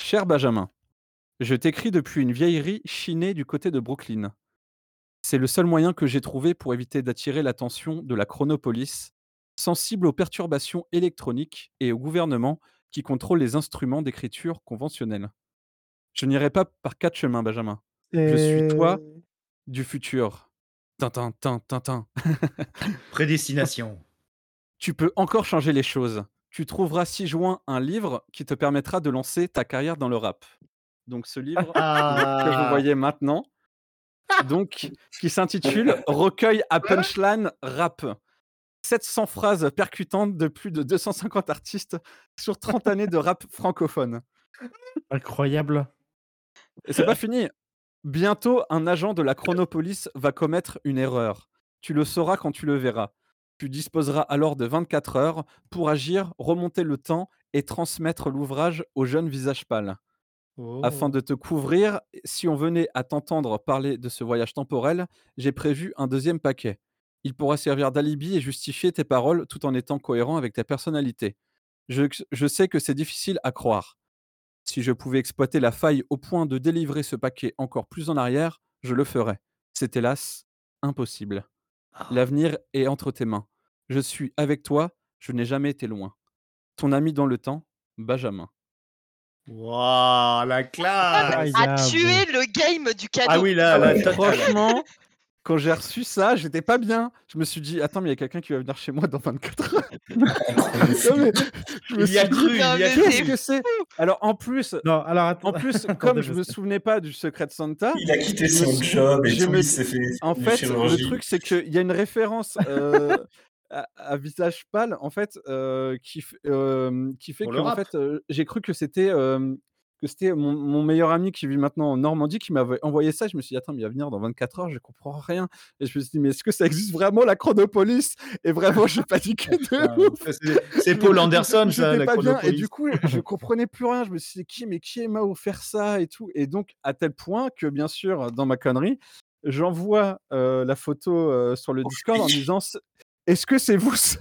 S3: Cher Benjamin, je t'écris depuis une vieillerie chinée du côté de Brooklyn. C'est le seul moyen que j'ai trouvé pour éviter d'attirer l'attention de la chronopolis, sensible aux perturbations électroniques et au gouvernement qui contrôle les instruments d'écriture conventionnels. Je n'irai pas par quatre chemins, Benjamin. Je suis toi du futur. Tintin, tintin, tintin. [LAUGHS]
S2: Prédestination.
S3: Tu peux encore changer les choses. Tu trouveras 6 juin un livre qui te permettra de lancer ta carrière dans le rap. Donc ce livre que vous
S2: Ah.
S3: voyez maintenant, donc qui s'intitule Recueil à punchline rap. 700 phrases percutantes de plus de 250 artistes sur 30 années de rap francophone.
S6: Incroyable.
S3: Et c'est pas fini. Bientôt, un agent de la Chronopolis va commettre une erreur. Tu le sauras quand tu le verras. Tu disposeras alors de 24 heures pour agir, remonter le temps et transmettre l'ouvrage au jeune visage pâle. Afin de te couvrir, si on venait à t'entendre parler de ce voyage temporel, j'ai prévu un deuxième paquet. Il pourra servir d'alibi et justifier tes paroles tout en étant cohérent avec ta personnalité. Je, je sais que c'est difficile à croire. Si je pouvais exploiter la faille au point de délivrer ce paquet encore plus en arrière, je le ferais. C'est hélas impossible. L'avenir est entre tes mains. Je suis avec toi, je n'ai jamais été loin. Ton ami dans le temps, Benjamin.
S2: Waouh, Ah, la
S1: Ah,
S2: classe.
S10: à
S6: Incroyable.
S10: tuer le game du cadeau
S2: Ah oui, là, là,
S5: Ouais.
S2: total.
S3: Franchement, [LAUGHS] quand j'ai reçu ça, j'étais pas bien. Je me suis dit, attends, mais il y a quelqu'un qui va venir chez moi dans
S5: [LAUGHS]
S3: 24 heures. Non, mais je me
S2: Il y a
S3: suis dit,
S2: cru, il y
S10: Non,
S2: a
S10: mais
S2: cru.
S3: qu'est-ce que c'est Alors en plus,
S6: Non, alors attends.
S3: en
S5: [LAUGHS]
S3: plus,
S6: Attendez,
S3: comme
S6: je
S3: je me
S6: sais.
S3: souvenais pas du secret de Santa,
S5: Il a quitté
S3: Je me
S5: son
S3: suis-
S5: job et
S3: je
S5: tout,
S3: me-
S5: il s'est fait
S3: En
S5: une
S3: fait, le
S5: chirurgie.
S3: truc, c'est qu'il y a une référence euh, à, à visage pâle, en fait, euh, qui, f- euh, qui fait
S2: On
S3: que
S2: le
S3: en
S2: rappe.
S3: fait, euh, j'ai cru que c'était euh, que c'était mon, mon meilleur ami qui vit maintenant en Normandie qui m'avait envoyé ça. Je me suis dit, attends, mais il va venir dans 24 heures, je comprends rien. Et je me suis dit, mais est-ce que ça existe vraiment la Chronopolis Et vraiment, j'ai
S2: [LAUGHS]
S3: paniqué de ouf.
S2: Ah C'est- c'est
S3: Je me
S2: Paul
S3: [LAUGHS] suis dit,
S2: Anderson, ça,
S3: j'étais
S2: la
S3: pas bien. Et
S2: Chronopolis.
S3: du coup, je comprenais plus rien. Je me suis dit, qui, mais qui m'a offert ça et tout. Et donc, à tel point que, bien sûr, dans ma connerie, j'envoie euh, la photo euh, sur le Discord en disant, est-ce que c'est vous ça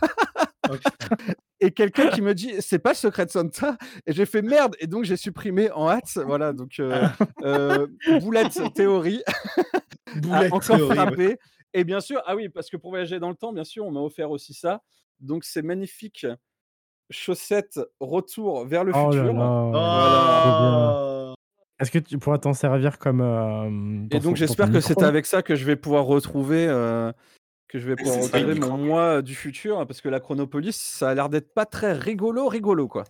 S3: et quelqu'un qui me dit c'est pas Secret Santa et j'ai fait merde et donc j'ai supprimé en hâte voilà donc [LAUGHS] euh, euh, boulette [LAUGHS] théorie a
S2: Boulette
S3: encore
S2: théorie, ouais.
S3: frappé et bien sûr ah oui parce que pour voyager dans le temps bien sûr on m'a offert aussi ça donc c'est magnifique chaussettes retour vers le
S6: Oh là
S3: futur
S6: là,
S3: Voilà.
S6: Est-ce que tu pourras t'en servir comme. euh,
S3: Oh. et
S6: pour- pour
S3: donc j'espère
S6: ton
S3: que c'est
S6: micro
S3: avec ça que je vais pouvoir retrouver euh, que je vais pouvoir
S6: c'est ça,
S3: retrouver
S6: le
S3: mon moi euh, du futur parce que la Chronopolis ça a l'air d'être pas très rigolo rigolo quoi.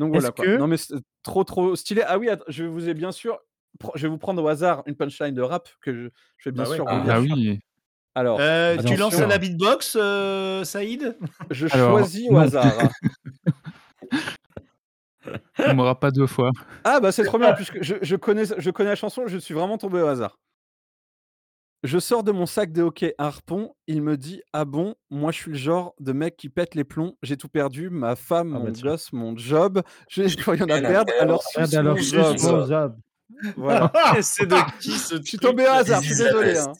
S3: Donc voilà
S6: Est-ce
S3: quoi.
S6: que-
S3: Non mais c'est trop trop stylé. Ah oui, att- je vous ai bien sûr pr- je vais vous prendre au hasard une punchline de rap que je, je vais bien
S2: Bah ouais.
S3: sûr
S2: Ah.
S3: vous dire.
S2: Ah
S7: oui.
S3: Alors,
S2: Euh, tu
S3: attention.
S2: lances à la beatbox, euh, Saïd
S3: Je
S7: Alors,
S3: choisis au
S7: non.
S3: hasard. hein.
S7: On m'aura pas deux fois.
S3: Ah bah c'est trop bien puisque je, je connais je connais la chanson, je suis vraiment tombé au hasard. Je sors de mon sac de hockey un harpon, il me dit "Ah bon, moi je suis le genre de mec qui pète les plombs, j'ai tout perdu, ma femme, mon gosse, mon job, [LAUGHS] j'ai plus rien à
S6: rien à
S3: perdre,
S6: perdre,
S3: alors
S6: merde,
S3: suce
S6: alors
S3: mon
S6: suce
S3: job."
S6: mon job.
S3: Voilà.
S2: [LAUGHS] C'est de qui ce
S3: Je suis tombé au hasard, je suis désolé hein.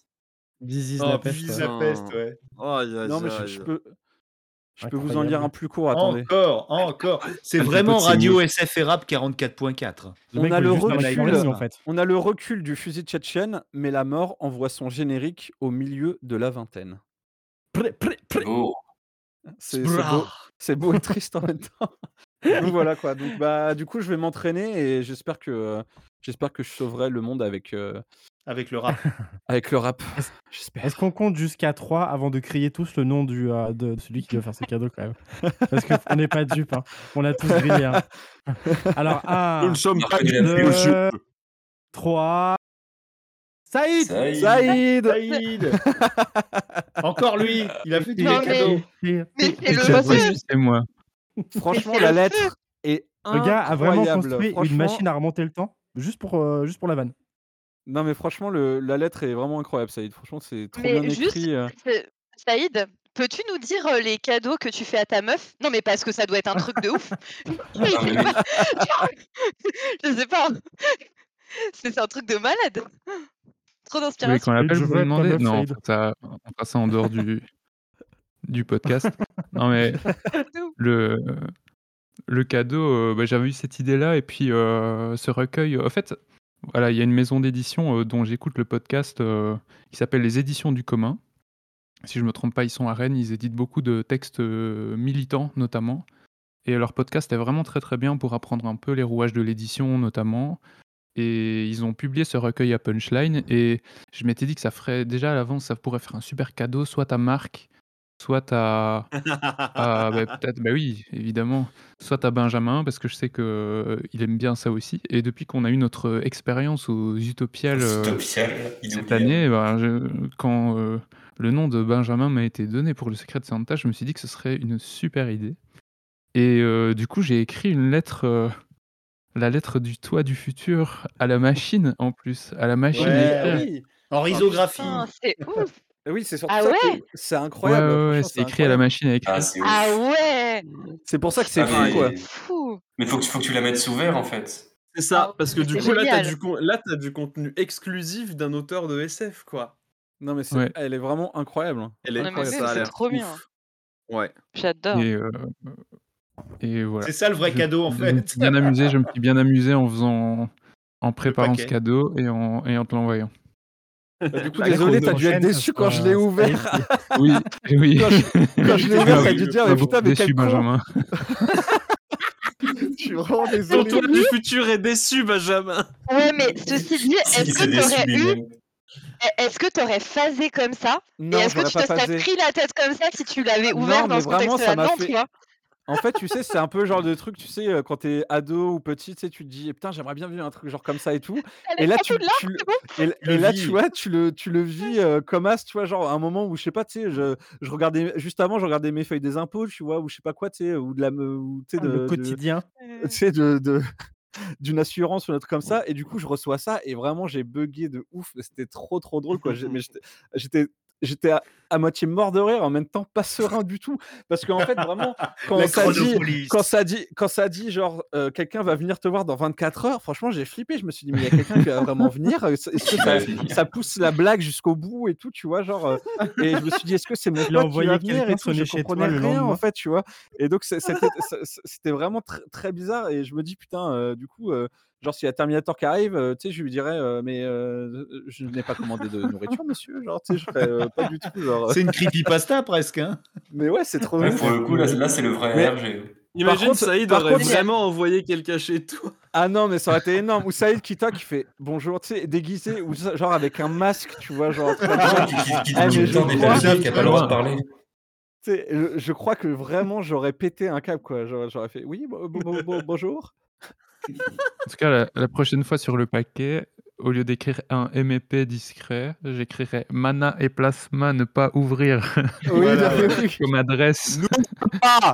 S6: This is
S2: Oh,
S6: la peste.
S2: This is la peste, ouais.
S3: Non, mais je, je peux, je peux vous en lire un plus court, attendez.
S2: Encore, encore. C'est
S3: Ah,
S2: vraiment
S3: c'est mieux.
S2: Radio SF et Rap 44.4.
S3: On a, le recul, on a le recul du fusil tchétchène, mais la mort envoie son générique au milieu de la vingtaine. C'est c'est beau, c'est beau et triste en même
S2: [LAUGHS]
S3: temps. Donc voilà quoi. Donc bah du coup je vais m'entraîner et j'espère que euh, j'espère que je sauverai le monde avec euh,
S2: avec le rap.
S3: [LAUGHS] avec le rap.
S6: Est-ce qu'on compte jusqu'à 3 avant de crier tous le nom du, euh, de de celui qui doit faire ce cadeau quand même Parce qu'on n'est pas dupes, hein. on a tous grillé. hein.
S2: [LAUGHS]
S6: Alors, ah, 1,
S3: Nous ne sommes pas dupes. Nous ne sommes
S6: 2, 3. Saïd
S3: Saïd.
S6: Saïd
S2: Saïd [LAUGHS] Encore lui, il a fait tous
S6: Non,
S2: les
S6: mais-
S2: cadeaux.
S7: C'est moi.
S3: Franchement la lettre est
S6: Le gars a vraiment
S3: incroyable.
S6: construit une
S3: Franchement-
S6: machine à remonter le temps juste pour, euh, juste pour la vanne.
S3: Non mais franchement le- la lettre est vraiment incroyable Saïd. Franchement c'est trop
S10: Mais
S3: bien
S10: juste,
S3: écrit. euh.
S10: euh, Saïd, peux-tu nous dire euh, les cadeaux que tu fais à ta meuf Non, mais parce que ça doit être un truc
S2: [LAUGHS]
S10: de ouf. [LAUGHS]
S2: Ah,
S10: Je sais pas. [LAUGHS] Je sais pas. [LAUGHS] C'est c'est un truc de malade.
S7: Vous
S10: Trop
S7: voulez qu'on
S10: d'inspiration.
S7: l'appelle
S6: Je
S7: Vous
S6: veux être ta
S7: lui demandez
S6: meuf,
S7: Non, on
S6: Saïd.
S7: fera, ça, on fera ça en dehors du, du podcast. Non, mais le, le cadeau, euh, bah, j'avais eu cette idée-là. Et puis, euh, ce recueil, euh, en fait, voilà, il y a une maison d'édition euh, dont j'écoute le podcast euh, qui s'appelle Les Éditions du Commun. Si je me trompe pas, ils sont à Rennes. Ils éditent beaucoup de textes euh, militants, notamment. Et leur podcast est vraiment très très bien pour apprendre un peu les rouages de l'édition, notamment. Et ils ont publié ce recueil à Punchline. Et je m'étais dit que ça ferait déjà à l'avance, ça pourrait faire un super cadeau, soit à Marc, soit à. à- bah, Peut-être, bah oui, évidemment. Soit à Benjamin, parce que je sais que euh, il aime bien ça aussi. Et depuis qu'on a eu notre expérience aux Utopiales euh,
S5: Utopiales,
S7: cette
S5: inoubliables.
S7: année, ben, je- quand euh, le nom de Benjamin m'a été donné pour le secret de Santa, je me suis dit que ce serait une super idée. Et euh, du coup, j'ai écrit une lettre, euh, la lettre du toit du futur, à la machine en plus, à la machine. à écrire.
S2: En risographie.
S10: Oh, Putain,
S3: [LAUGHS]
S10: C'est ouf.
S3: Oui, c'est surtout
S10: Ah
S3: ça que
S10: ouais
S3: c'est
S7: Ouais,
S3: incroyable.
S7: ouais, ouais,
S3: franchement,
S7: c'est écrit à la machine à écrire.
S10: Ah ouais
S3: C'est pour ça que c'est
S5: Ah, mais-
S3: fou quoi.
S10: Fou
S5: Mais faut que, faut que tu la mettes sous verre en fait.
S4: C'est ça, parce que
S10: mais
S4: du
S10: c'est
S4: coup, là, t'as
S10: génial.
S4: du, con- là, t'as du contenu exclusif d'un auteur de SF, quoi.
S3: Non mais c'est-
S7: Ouais.
S3: elle est vraiment incroyable. hein.
S4: Elle est
S10: Non, mais
S4: incroyable.
S10: c'est-
S4: ça a
S10: c'est
S4: l'air
S10: trop
S4: ouf.
S10: bien.
S4: Ouais.
S10: J'adore.
S7: Et, euh, et voilà.
S2: C'est ça, le vrai
S7: Je-
S2: cadeau, en
S7: je
S2: fait.
S7: me suis bien amusé, je me suis bien amusé en faisant, en préparant ce
S2: paquet.
S7: cadeau et en, et en te l'envoyant.
S3: Bah, du coup,
S4: La
S3: désolé,
S4: chrono
S3: t'as dû être
S4: prochaine, ça
S3: déçu quand je
S6: sera-
S3: l'ai
S6: ça
S3: ouvert.
S7: Oui, et oui.
S3: Quand je-
S7: [LAUGHS]
S3: quand je l'ai ouvert, t'as dû dire, mais putain, mais
S7: déçu,
S3: quel con.
S7: Benjamin.
S3: Je suis vraiment
S4: Ton
S3: désolé.
S4: toit du futur est déçu, Benjamin.
S10: Ouais, mais ceci dit, est-ce que t'aurais eu. Est-ce que t'aurais phasé comme ça
S3: Non,
S10: Et est-ce que
S3: j'aurais
S10: tu
S3: pas
S10: te serais
S3: phasé.
S10: pris la tête comme ça si tu l'avais
S3: Non,
S10: ouvert
S3: mais
S10: dans ce
S3: vraiment, ça
S10: contexte-là
S3: m'a
S10: Non,
S3: fait-
S10: tu vois
S3: En fait, tu sais, c'est un peu le
S10: [LAUGHS]
S3: genre de truc, tu sais, euh, quand t'es ado ou petit, tu sais, tu te dis, eh, putain, j'aimerais bien vivre un truc genre comme ça et tout.
S10: [LAUGHS] Elle
S3: Et
S10: est
S3: là, tu,
S10: sortie de là,
S3: tu le-
S10: c'est bon
S3: et, l- et là,
S10: vis.
S3: tu vois, tu le, tu le vis euh, comme as, tu vois, genre à un moment où, je sais pas, tu sais, je, je regardais, juste avant, je regardais mes feuilles des impôts, tu vois, ou je sais pas quoi, tu sais, ou de la, me- ou, tu sais,
S6: Ah,
S3: de,
S6: le
S3: de-
S6: quotidien.
S3: tu sais, de, de- d'une assurance ou un truc comme ça. Et du coup, je reçois ça et vraiment, j'ai bugué de ouf. C'était trop, trop drôle, quoi. J'ai- mais j'étais- j'étais. J'étais à, à moitié mort de rire, en même temps pas serein du tout, parce qu'en fait vraiment quand
S2: La
S3: ça dit
S2: chronopolice.
S3: quand ça dit quand ça dit genre euh, quelqu'un va venir te voir dans 24 heures, franchement j'ai flippé, je me suis dit mais il y a quelqu'un qui va vraiment venir, Euh, est-ce que ça, ça pousse la blague jusqu'au bout et tout, tu vois genre euh, et je me suis dit est-ce que c'est mon [LAUGHS]
S6: Il a
S3: pote qui
S6: envoyé
S3: va venir
S6: quelqu'un
S3: et tout, je
S6: sonner chez toi
S3: comprenais
S6: le
S3: rien en
S6: lendemain.
S3: fait, tu vois. Et donc,
S6: [LAUGHS]
S3: c'est- c'était ça- ça- c'était vraiment tr- très bizarre. Et je me dis, putain, euh, du coup, euh, genre, s'il y a Terminator qui arrive, euh, tu sais, je lui dirais, euh, mais euh, je n'ai pas commandé de nourriture, monsieur. Genre, tu sais, je ferais euh, pas du tout. Genre...
S2: C'est une creepypasta presque. Hein
S3: [LAUGHS] Mais ouais, c'est trop.
S5: Ouais,
S3: ouf.
S5: pour le coup, là, là, c'est le vrai
S3: Mais-
S5: RG.
S3: Par
S4: Imagine
S3: contre-
S4: Saïd
S3: par
S4: aurait
S3: contre-
S4: vraiment envoyé quelqu'un chez toi.
S3: Ah non, mais ça aurait été énorme. Ou Saïd Kita qui fait bonjour, tu sais, déguisé, ou ça- genre avec un masque, tu vois, genre. en train de-
S5: Ah, qui- qui- qui
S3: Eh,
S5: dit
S3: mais
S5: le
S3: je
S5: temps des
S3: crois-
S5: personnes, qui a pas le droit de parler.
S3: Tu sais, je, je crois que vraiment j'aurais pété un câble quoi. J'aurais j'aurais fait oui bo- bo- bo- bo- bonjour.
S7: En tout cas, la, la prochaine fois sur le paquet, au lieu d'écrire un MEP discret, j'écrirai mana et plasma ne pas ouvrir [LAUGHS]
S3: Oui, Voilà, oui, ouais.
S7: comme adresse. [LAUGHS]
S3: Ah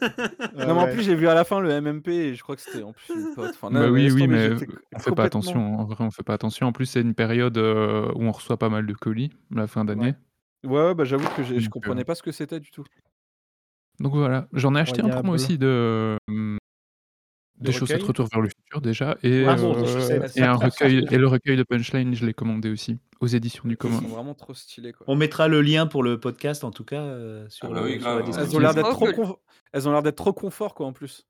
S2: Ah
S3: non, mais en
S2: ouais.
S3: plus, j'ai vu à la fin le MMP et je crois que c'était en plus une pote. Enfin, non,
S7: Bah oui,
S3: laisse
S7: oui,
S3: tomber,
S7: mais
S3: j'étais
S7: on fait pas
S3: complètement-
S7: attention. En vrai, on fait pas attention. En plus, c'est une période euh, où on reçoit pas mal de colis la fin d'année.
S3: Ouais, ouais, bah j'avoue que j'ai-
S7: Donc,
S3: je
S7: euh,
S3: comprenais pas ce que c'était du tout.
S7: Donc voilà, j'en ai acheté un pour moi
S3: Incroyable.
S7: aussi de, hum,
S3: De
S7: des chaussettes
S3: recueil
S7: Retour vers le futur déjà et,
S3: Ah bon, des
S7: euh,
S3: chaussettes.
S7: et un recueil et le recueil de punchline, je l'ai commandé aussi aux éditions du
S3: Ils [LAUGHS]
S7: commun.
S3: sont vraiment trop stylés quoi.
S2: On mettra le lien pour le podcast en tout cas euh, sur,
S5: Ah bah
S2: le-
S5: oui,
S2: sur la description.
S5: grave.
S3: Elles ont l'air d'être trop, conf- elles ont l'air d'être trop confort quoi en plus.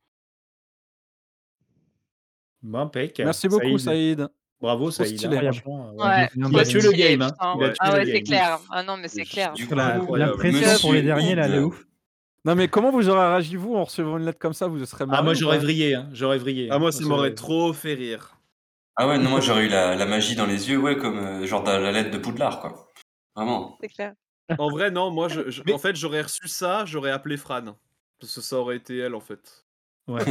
S2: Bon, impec.
S3: Merci beaucoup, Saïd.
S2: Bravo
S3: Trop
S2: Saïd, hein,
S3: stylé.
S2: franchement, euh,
S10: Ouais,
S2: il
S10: trop
S2: a tué le
S10: stylé,
S2: game. hein.
S10: putain.
S2: Il a
S10: Ouais.
S2: tué
S10: Ah
S2: le
S10: ouais, c'est
S2: game.
S10: clair. Ah non, mais c'est clair.
S5: Du
S6: La,
S5: coup,
S6: la
S5: euh,
S6: pression pour les
S5: monsieur
S6: derniers, là, elle est
S5: Hyde,
S6: ouf.
S3: Non mais comment vous aurez réagi vous en recevant une lettre comme ça Vous serez
S2: Ah, moi
S3: marié ou
S2: j'aurais
S3: pas
S2: vrillé. hein, J'aurais vrillé.
S4: Ah, moi,
S2: hein.
S4: ça m'aurait trop fait rire.
S5: Ah ouais, non, moi j'aurais eu la, la magie dans les yeux, ouais, comme euh, genre dans la lettre de Poudlard, quoi. Vraiment.
S10: C'est clair.
S4: En vrai, non, moi, je- je- en fait, j'aurais reçu ça, j'aurais appelé Fran. Parce que ça aurait été elle, en fait.
S2: Ouais.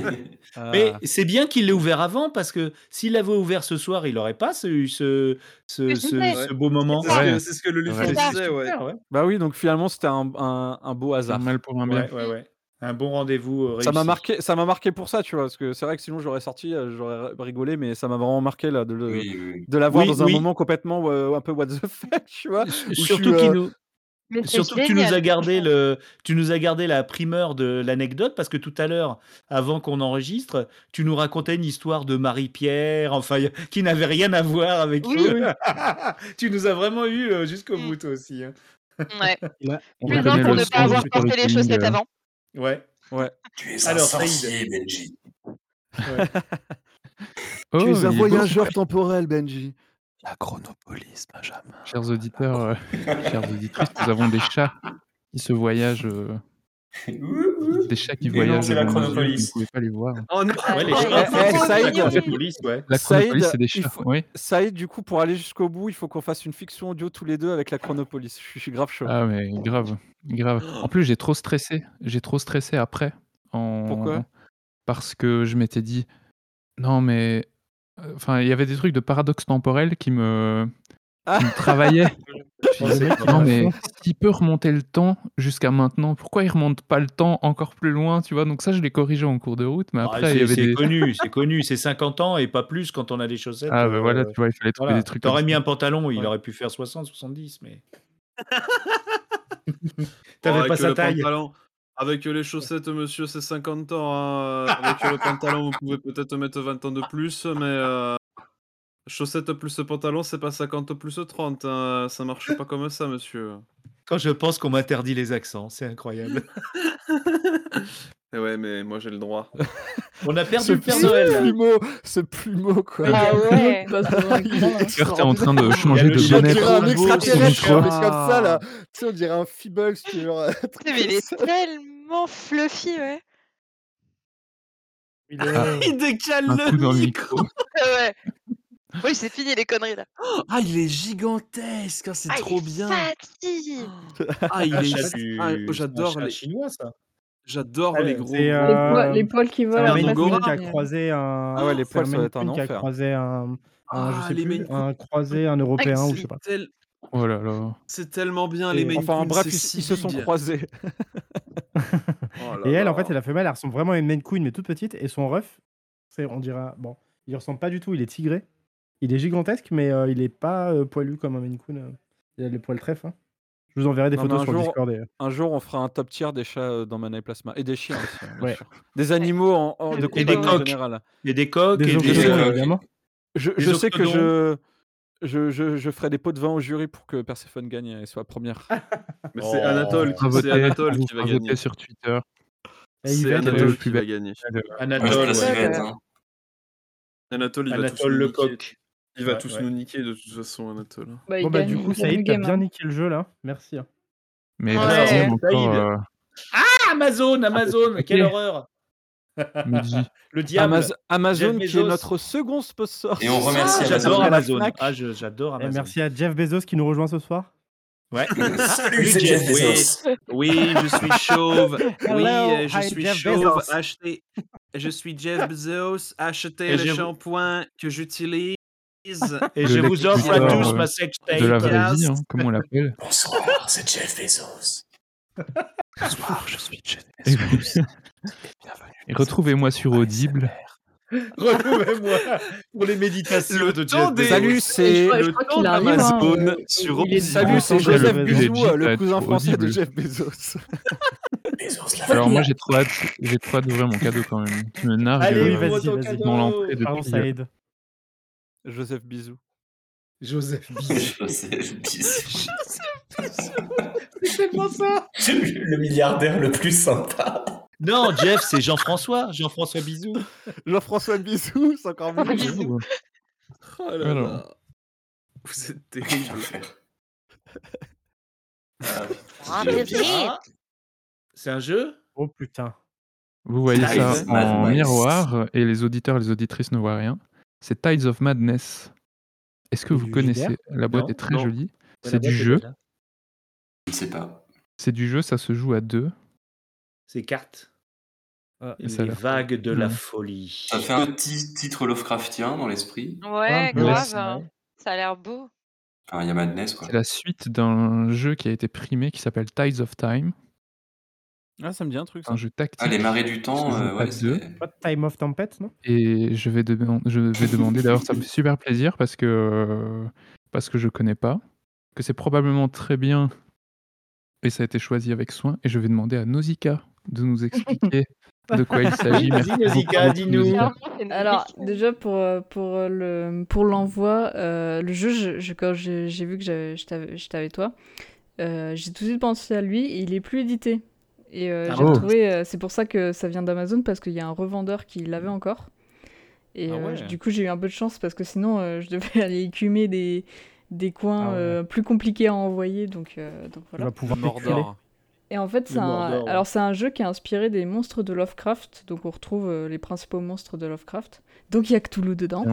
S2: [LAUGHS]
S3: Ah.
S2: Mais c'est bien qu'il l'ait ouvert avant parce que s'il l'avait ouvert ce soir, il n'aurait pas ce, ce, ce,
S10: Mais
S2: ce-
S10: c'est vrai.
S2: ce beau moment.
S4: C'est ce que-
S7: Ouais.
S4: c'est ce que le Lufon
S7: Ouais.
S4: disait, ouais.
S2: Super, ouais.
S3: Bah oui, donc finalement c'était un, un- un beau hasard.
S7: Un mal pour un bien.
S2: Ouais, ouais, ouais. Un bon rendez-vous euh,
S3: Ça m'a
S2: réussi.
S3: marqué, ça m'a marqué pour ça, tu vois, parce que c'est vrai que sinon j'aurais sorti, euh, j'aurais rigolé, mais ça m'a vraiment marqué là de, le-
S5: Oui, oui, oui.
S3: de la voir
S2: Oui,
S3: dans un
S2: oui.
S3: moment complètement euh, un peu what the fuck, tu vois. où je
S2: Surtout
S3: suis,
S2: qu'il
S3: euh,
S2: nous-
S10: Mais c'est
S2: Surtout que tu
S10: génial,
S2: nous as gardé
S10: franchement.
S2: le, tu nous as gardé la primeur de l'anecdote parce que tout à l'heure, avant qu'on enregistre, tu nous racontais une histoire de Marie-Pierre, enfin y- qui n'avait rien à voir avec
S10: Oui.
S2: eux. [LAUGHS] tu nous as vraiment eu euh, jusqu'au
S10: Mm.
S2: bout toi aussi. hein.
S10: Ouais.
S6: Là, on
S10: Plus
S6: reconnaît
S10: un pour
S6: le
S10: ne
S6: son
S10: pas avoir
S6: du-
S10: porté les
S7: storytelling,
S10: chaussettes
S7: euh.
S10: avant.
S2: Ouais.
S3: Ouais.
S5: Tu es un
S2: Alors, Saïd.
S5: sorcier, Benji.
S2: ouais.
S7: Oh,
S3: tu es un
S7: il est beau,
S3: voyageur temporel, Benji.
S11: La chronopolis, Benjamin.
S7: Chers auditeurs, euh, chères auditrices, nous avons des chats qui se voyagent, euh, des chats qui
S5: Mais non,
S7: voyagent.
S5: c'est la
S7: devant nos yeux,
S5: Chronopolis.
S7: Vous ne pouvez pas les voir.
S3: Ah,
S4: Oh non
S2: Ouais, les
S10: Oh,
S2: chiens,
S10: il est
S2: c'est-
S3: trop
S2: c'est la
S3: mignon.
S2: chronopolis, ouais.
S7: La
S3: euh, Saïd,
S7: chronopolis, c'est des
S3: il
S7: chats.
S3: faut-
S7: Oui.
S3: Saïd, du coup, pour aller jusqu'au bout, il faut qu'on fasse une fiction audio tous les deux avec la Chronopolis. Je suis- je suis grave chaud.
S7: Ah mais grave, grave. En plus, j'ai trop stressé. J'ai trop stressé après. En...
S3: Pourquoi
S7: Parce que je m'étais dit, non mais, euh, enfin, il y avait des trucs de paradoxe temporel qui me,
S3: Ah.
S7: qui me
S3: [LAUGHS]
S7: travaillaient. Je me
S2: Oh,
S7: disais,
S2: c'est
S7: non
S2: pas
S7: mais, s'il peut remonter le temps jusqu'à maintenant, pourquoi il remonte pas le temps encore plus loin, tu vois Donc ça, je l'ai corrigé en cours de route, mais
S2: Ah,
S7: après, il y
S2: c'est
S7: avait
S2: c'est
S7: des... [LAUGHS]
S2: connu, c'est connu, c'est 50 ans et pas plus quand on a des chaussettes.
S7: Ah bah voilà,
S2: euh,
S7: tu vois, il fallait trouver
S2: voilà.
S7: des trucs.
S2: T'aurais
S7: comme
S2: mis
S7: ça.
S2: un pantalon, il
S7: Ouais.
S2: aurait pu faire 60, 70, mais.
S4: Oh,
S2: T'avais
S4: avec
S2: pas
S4: le
S2: sa taille.
S4: pantalon- Avec les chaussettes, monsieur, c'est 50 ans. hein. Avec le pantalon, vous pouvez peut-être mettre 20 ans de plus, mais euh, chaussettes plus pantalon, c'est pas 50 plus 30. hein. Ça marche pas comme ça, monsieur.
S2: Quand je pense qu'on m'interdit les accents, c'est incroyable.
S4: Et Eh ouais, mais moi j'ai le droit.
S2: [LAUGHS] On a
S3: ce,
S2: perdu le Père
S3: ce
S2: Noël. là.
S3: plumeau, ce plumeau, quoi.
S10: Ah
S3: [LAUGHS]
S10: ouais.
S7: Kurt est en train de
S2: Il
S7: changer
S2: y a le
S7: de
S2: chien
S3: On
S2: qui
S7: bonnet.
S2: est
S3: dirait
S2: trop
S3: un
S2: beau,
S3: extraterrestre
S7: son
S3: qui fait
S7: choix.
S3: comme ça, là. Tu sais, on dirait un Feebles, tu vois.
S10: Putain, [LAUGHS] mais il est tellement fluffy, ouais.
S6: Il est-
S10: [LAUGHS]
S2: Ah. [LAUGHS]
S4: Il décale
S7: Ah. Un coup dans le
S4: le
S7: micro.
S10: Ah [LAUGHS] ouais. Oui, c'est fini les conneries là.
S4: Ah, il est gigantesque, hein, c'est
S10: Ah, il
S4: trop
S10: est
S4: bien.
S10: fatigué.
S4: Ah, il
S2: Un
S4: est.
S2: chat
S4: gi-
S2: du-
S4: ah,
S2: c'est un
S4: J'adore
S2: chat
S4: les.
S2: chinois, ça.
S4: J'adore les gros.
S6: C'est, euh,
S1: Les poils- les poils qui volent,
S6: C'est un
S1: en fait,
S6: Mengorine
S1: c'est
S6: qui a
S1: génial.
S6: croisé un.
S4: Ah ouais, les
S6: c'est
S4: poils, ça va être
S6: Mannequin
S4: un
S6: qui a
S4: enfer.
S6: croisé un. un, je
S4: Ah,
S6: sais
S4: les
S6: plus,
S4: Maine
S6: un croisé, un européen ou je sais
S4: [LAUGHS]
S6: pas.
S4: Tel-
S7: Oh là là.
S4: C'est tellement bien,
S6: Et-
S4: les Maine
S6: enfin,
S4: Coons,
S6: bref,
S4: c'est
S6: ils-
S4: si
S6: ils se sont
S4: big.
S6: croisés.
S4: Oh là
S6: Et elle, en
S4: là.
S6: fait, c'est la femelle. Elle ressemble vraiment à une Maine Coon, mais toute petite. Et son ref, c'est, on dira, bon, il ressemble pas du tout. Il est tigré. Il est gigantesque, mais euh, il est pas euh, poilu comme un Maine Coon. euh. Il a les poils très fins. Je vous enverrai des
S3: Non, mais
S6: photos
S3: un
S6: sur le
S3: jour-
S6: Discord. euh. d'ailleurs.
S3: Un jour, on fera un top tier des chats euh, dans Mana et Plasma. Et des chiens aussi, hein, bien
S6: Ouais.
S3: sûr. Des animaux en, en- de
S2: Et des
S3: compagnie en
S2: coques.
S3: général.
S2: Et des coques.
S6: Des
S2: et des,
S6: occasions,
S2: euh,
S6: évidemment.
S3: Je,
S2: Des
S3: je sais que je,
S2: octodons.
S3: je, je, je ferai des pots de vin au jury pour que Perséphone gagne et soit
S2: [LAUGHS]
S3: première.
S4: Mais c'est
S5: Oh.
S4: Anatole,
S7: À
S4: qui- c'est
S7: voter,
S4: Anatole
S7: vous
S4: qui va
S7: ferez
S4: gagner.
S7: voter sur Twitter.
S6: Et il va
S4: C'est
S6: être
S7: Quel est
S4: Anatole
S7: le
S4: qui
S7: plus
S4: va
S7: bel-
S4: gagner.
S5: Moi, je
S2: Anatole,
S5: place
S2: ouais.
S5: Yvette, hein.
S4: Anatole, il va tous
S2: Anatole
S4: nous niquer.
S2: Lecoq.
S4: Il va
S6: Ouais,
S4: tous
S6: ouais.
S4: nous niquer de toute façon, Anatole.
S1: Bah, il
S6: Bon, bah,
S1: gagne-
S6: du coup,
S1: il gagne le
S6: Saïd, t'as
S1: game,
S6: bien
S1: hein.
S6: niqué le jeu là. Merci. hein.
S7: Mais
S1: Ouais.
S7: merci
S1: Saïd.
S7: encore. euh,
S2: Ah, Amazon, Amazon,
S7: bah, ok.
S2: quelle horreur.
S7: [LAUGHS] Midi.
S2: Le diable.
S3: Amaz- Amazon,
S2: Jeff
S3: qui est
S2: Bezos.
S3: notre second sponsor.
S6: [LAUGHS]
S5: Et on remercie
S2: Ah,
S5: Amazon.
S2: j'adore
S3: Après la
S2: Amazon.
S3: Fnac.
S2: Ah, je- j'adore
S6: Et
S2: Amazon.
S6: merci à Jeff Bezos qui nous rejoint ce soir.
S7: [LAUGHS]
S2: Ouais.
S9: Salut, c'est
S2: Jeff,
S9: Jeff
S2: oui.
S9: Bezos.
S2: Oui, je suis chauve. Oui,
S6: Hello,
S2: euh, je
S6: I'm
S2: suis
S6: Jeff
S2: chauve.
S6: Bezos.
S2: Achetez. Je suis Jeff Bezos. Achetez
S4: Et
S2: le
S4: je vous-
S2: shampoing que j'utilise. Et
S7: Le
S2: je vous offre à
S7: Lexicor,
S2: tous
S7: euh,
S2: ma sextape.
S7: de la vraie vie, hein, comme on l'appelle.
S9: Bonsoir, c'est Jeff Bezos.
S11: Bonsoir, je suis Jenny.
S7: Et-
S11: Et bienvenue.
S7: [LAUGHS] Et retrouvez-moi sur Audible.
S2: Retrouvez-moi pour les méditations
S4: Le
S2: de Jeff
S4: temps des-
S2: Bezos.
S3: Salut, c'est.
S1: crois- je
S4: le
S1: crois
S4: temps
S1: qu'il
S4: de
S1: arrive, hein,
S4: l'Amazon
S1: euh,
S4: sur
S1: il est
S4: Obsidian.
S1: dedans.
S3: Salut, c'est
S6: Jeff
S3: Joseph
S6: Bezos.
S3: Bisou, euh,
S7: Legit,
S3: le
S7: là,
S3: cousin
S7: sur
S3: français de
S7: Audible.
S3: Jeff Bezos.
S9: Bezos, la
S7: [LAUGHS] Alors
S9: famille.
S7: moi j'ai trop hâte, j'ai trop hâte d'ouvrir mon cadeau quand même. Tu me nargues
S2: Allez,
S6: Ah Oui,
S7: euh,
S2: ouvre
S6: vas-y,
S2: ton
S6: vas-y.
S2: cadeau.
S7: dans l'entrée
S6: Pardon,
S7: depuis. euh,
S6: Saïd.
S3: Joseph Bisou.
S2: Joseph Bezos.
S5: [LAUGHS] Je sais, je dis-
S2: C'est tellement ça.
S9: Le milliardaire le plus sympa.
S2: Non, Jeff, c'est Jean-François. Jean-François Bisou.
S3: Jean-François Bisou, c'est encore mieux.
S10: Bisous.
S4: Oh là
S7: Alors.
S4: là. Vous êtes
S5: Je peux
S4: terrible.
S5: le faire. Ah,
S10: Ah,
S5: j'ai
S10: mais
S5: oublié.
S10: vite.
S2: C'est un jeu
S6: Oh putain.
S7: Vous voyez
S5: Tiles
S7: ça
S5: of
S7: en
S5: Madness.
S7: miroir et les auditeurs et les auditrices ne voient rien. C'est Tides of Madness. Est-ce que
S6: C'est
S7: vous
S6: du
S7: connaissez
S6: JDR?
S7: La boîte
S2: Non,
S7: est très
S2: non.
S7: jolie.
S2: Ouais,
S7: C'est
S2: la
S7: du
S2: boîte est
S7: jeu.
S2: belle, hein.
S5: Je ne sais pas.
S7: C'est du jeu, ça se joue à deux.
S2: C'est cartes.
S6: Ah,
S7: Et ça a
S2: Les
S7: l'air-
S2: vagues de la
S7: Ouais.
S2: folie.
S5: Ça fait un petit titre Lovecraftien dans l'esprit.
S10: Ouais,
S6: peu,
S10: grave.
S6: ouais.
S10: hein. Ça a l'air beau.
S5: Enfin, il y a Madness, quoi.
S7: C'est la suite d'un jeu qui a été primé qui s'appelle Tides of Time.
S3: Ah, ça me dit un truc,
S7: C'est un
S3: ça.
S7: jeu
S5: Ah, les
S7: tactique.
S5: marées du
S7: qui
S5: temps,
S7: se joue
S5: euh,
S7: à
S5: ouais,
S7: deux.
S5: c'est.
S6: Pas de Time of Tempête, non
S7: Et je vais, deman- je vais demander, d'ailleurs, ça me fait super plaisir parce que, euh, parce que je connais pas, que c'est probablement très bien et ça a été choisi avec soin. Et je vais demander à Nausicaa de nous expliquer de quoi il s'agit.
S2: Oui,
S7: Merci
S2: vas-y,
S7: beaucoup,
S2: Nausicaa, dis-nous.
S7: Nausicaa.
S10: Clairement, c'est une
S1: Alors
S10: riche-
S1: déjà pour euh, pour euh, le pour l'envoi, euh, le jeu, je, je- quand j'ai j'ai vu que j'avais- j'étais avec j'étais avec toi, euh, j'ai tout de suite pensé à lui. et il est plus édité et euh,
S2: Ah
S1: j'ai
S7: bon
S1: trouvé. euh, c'est pour ça que ça vient d'Amazon parce qu'il y a un revendeur qui l'avait encore. Et
S3: Ah
S1: euh,
S3: ouais.
S1: j- du coup j'ai eu un peu de chance parce que sinon euh, je devais [LAUGHS] aller écumer des des coins
S6: Ah ouais.
S1: euh, plus compliqués à envoyer. Donc euh, donc
S6: Tu
S1: voilà.
S6: vas pouvoir t'éculer.
S3: Mordor.
S1: Et en fait,
S2: Le
S1: c'est un...
S2: Mordor, ouais.
S1: Alors, c'est un jeu qui est inspiré des monstres de Lovecraft. Donc, on retrouve euh, les principaux monstres de Lovecraft. Donc, il y a Cthulhu dedans.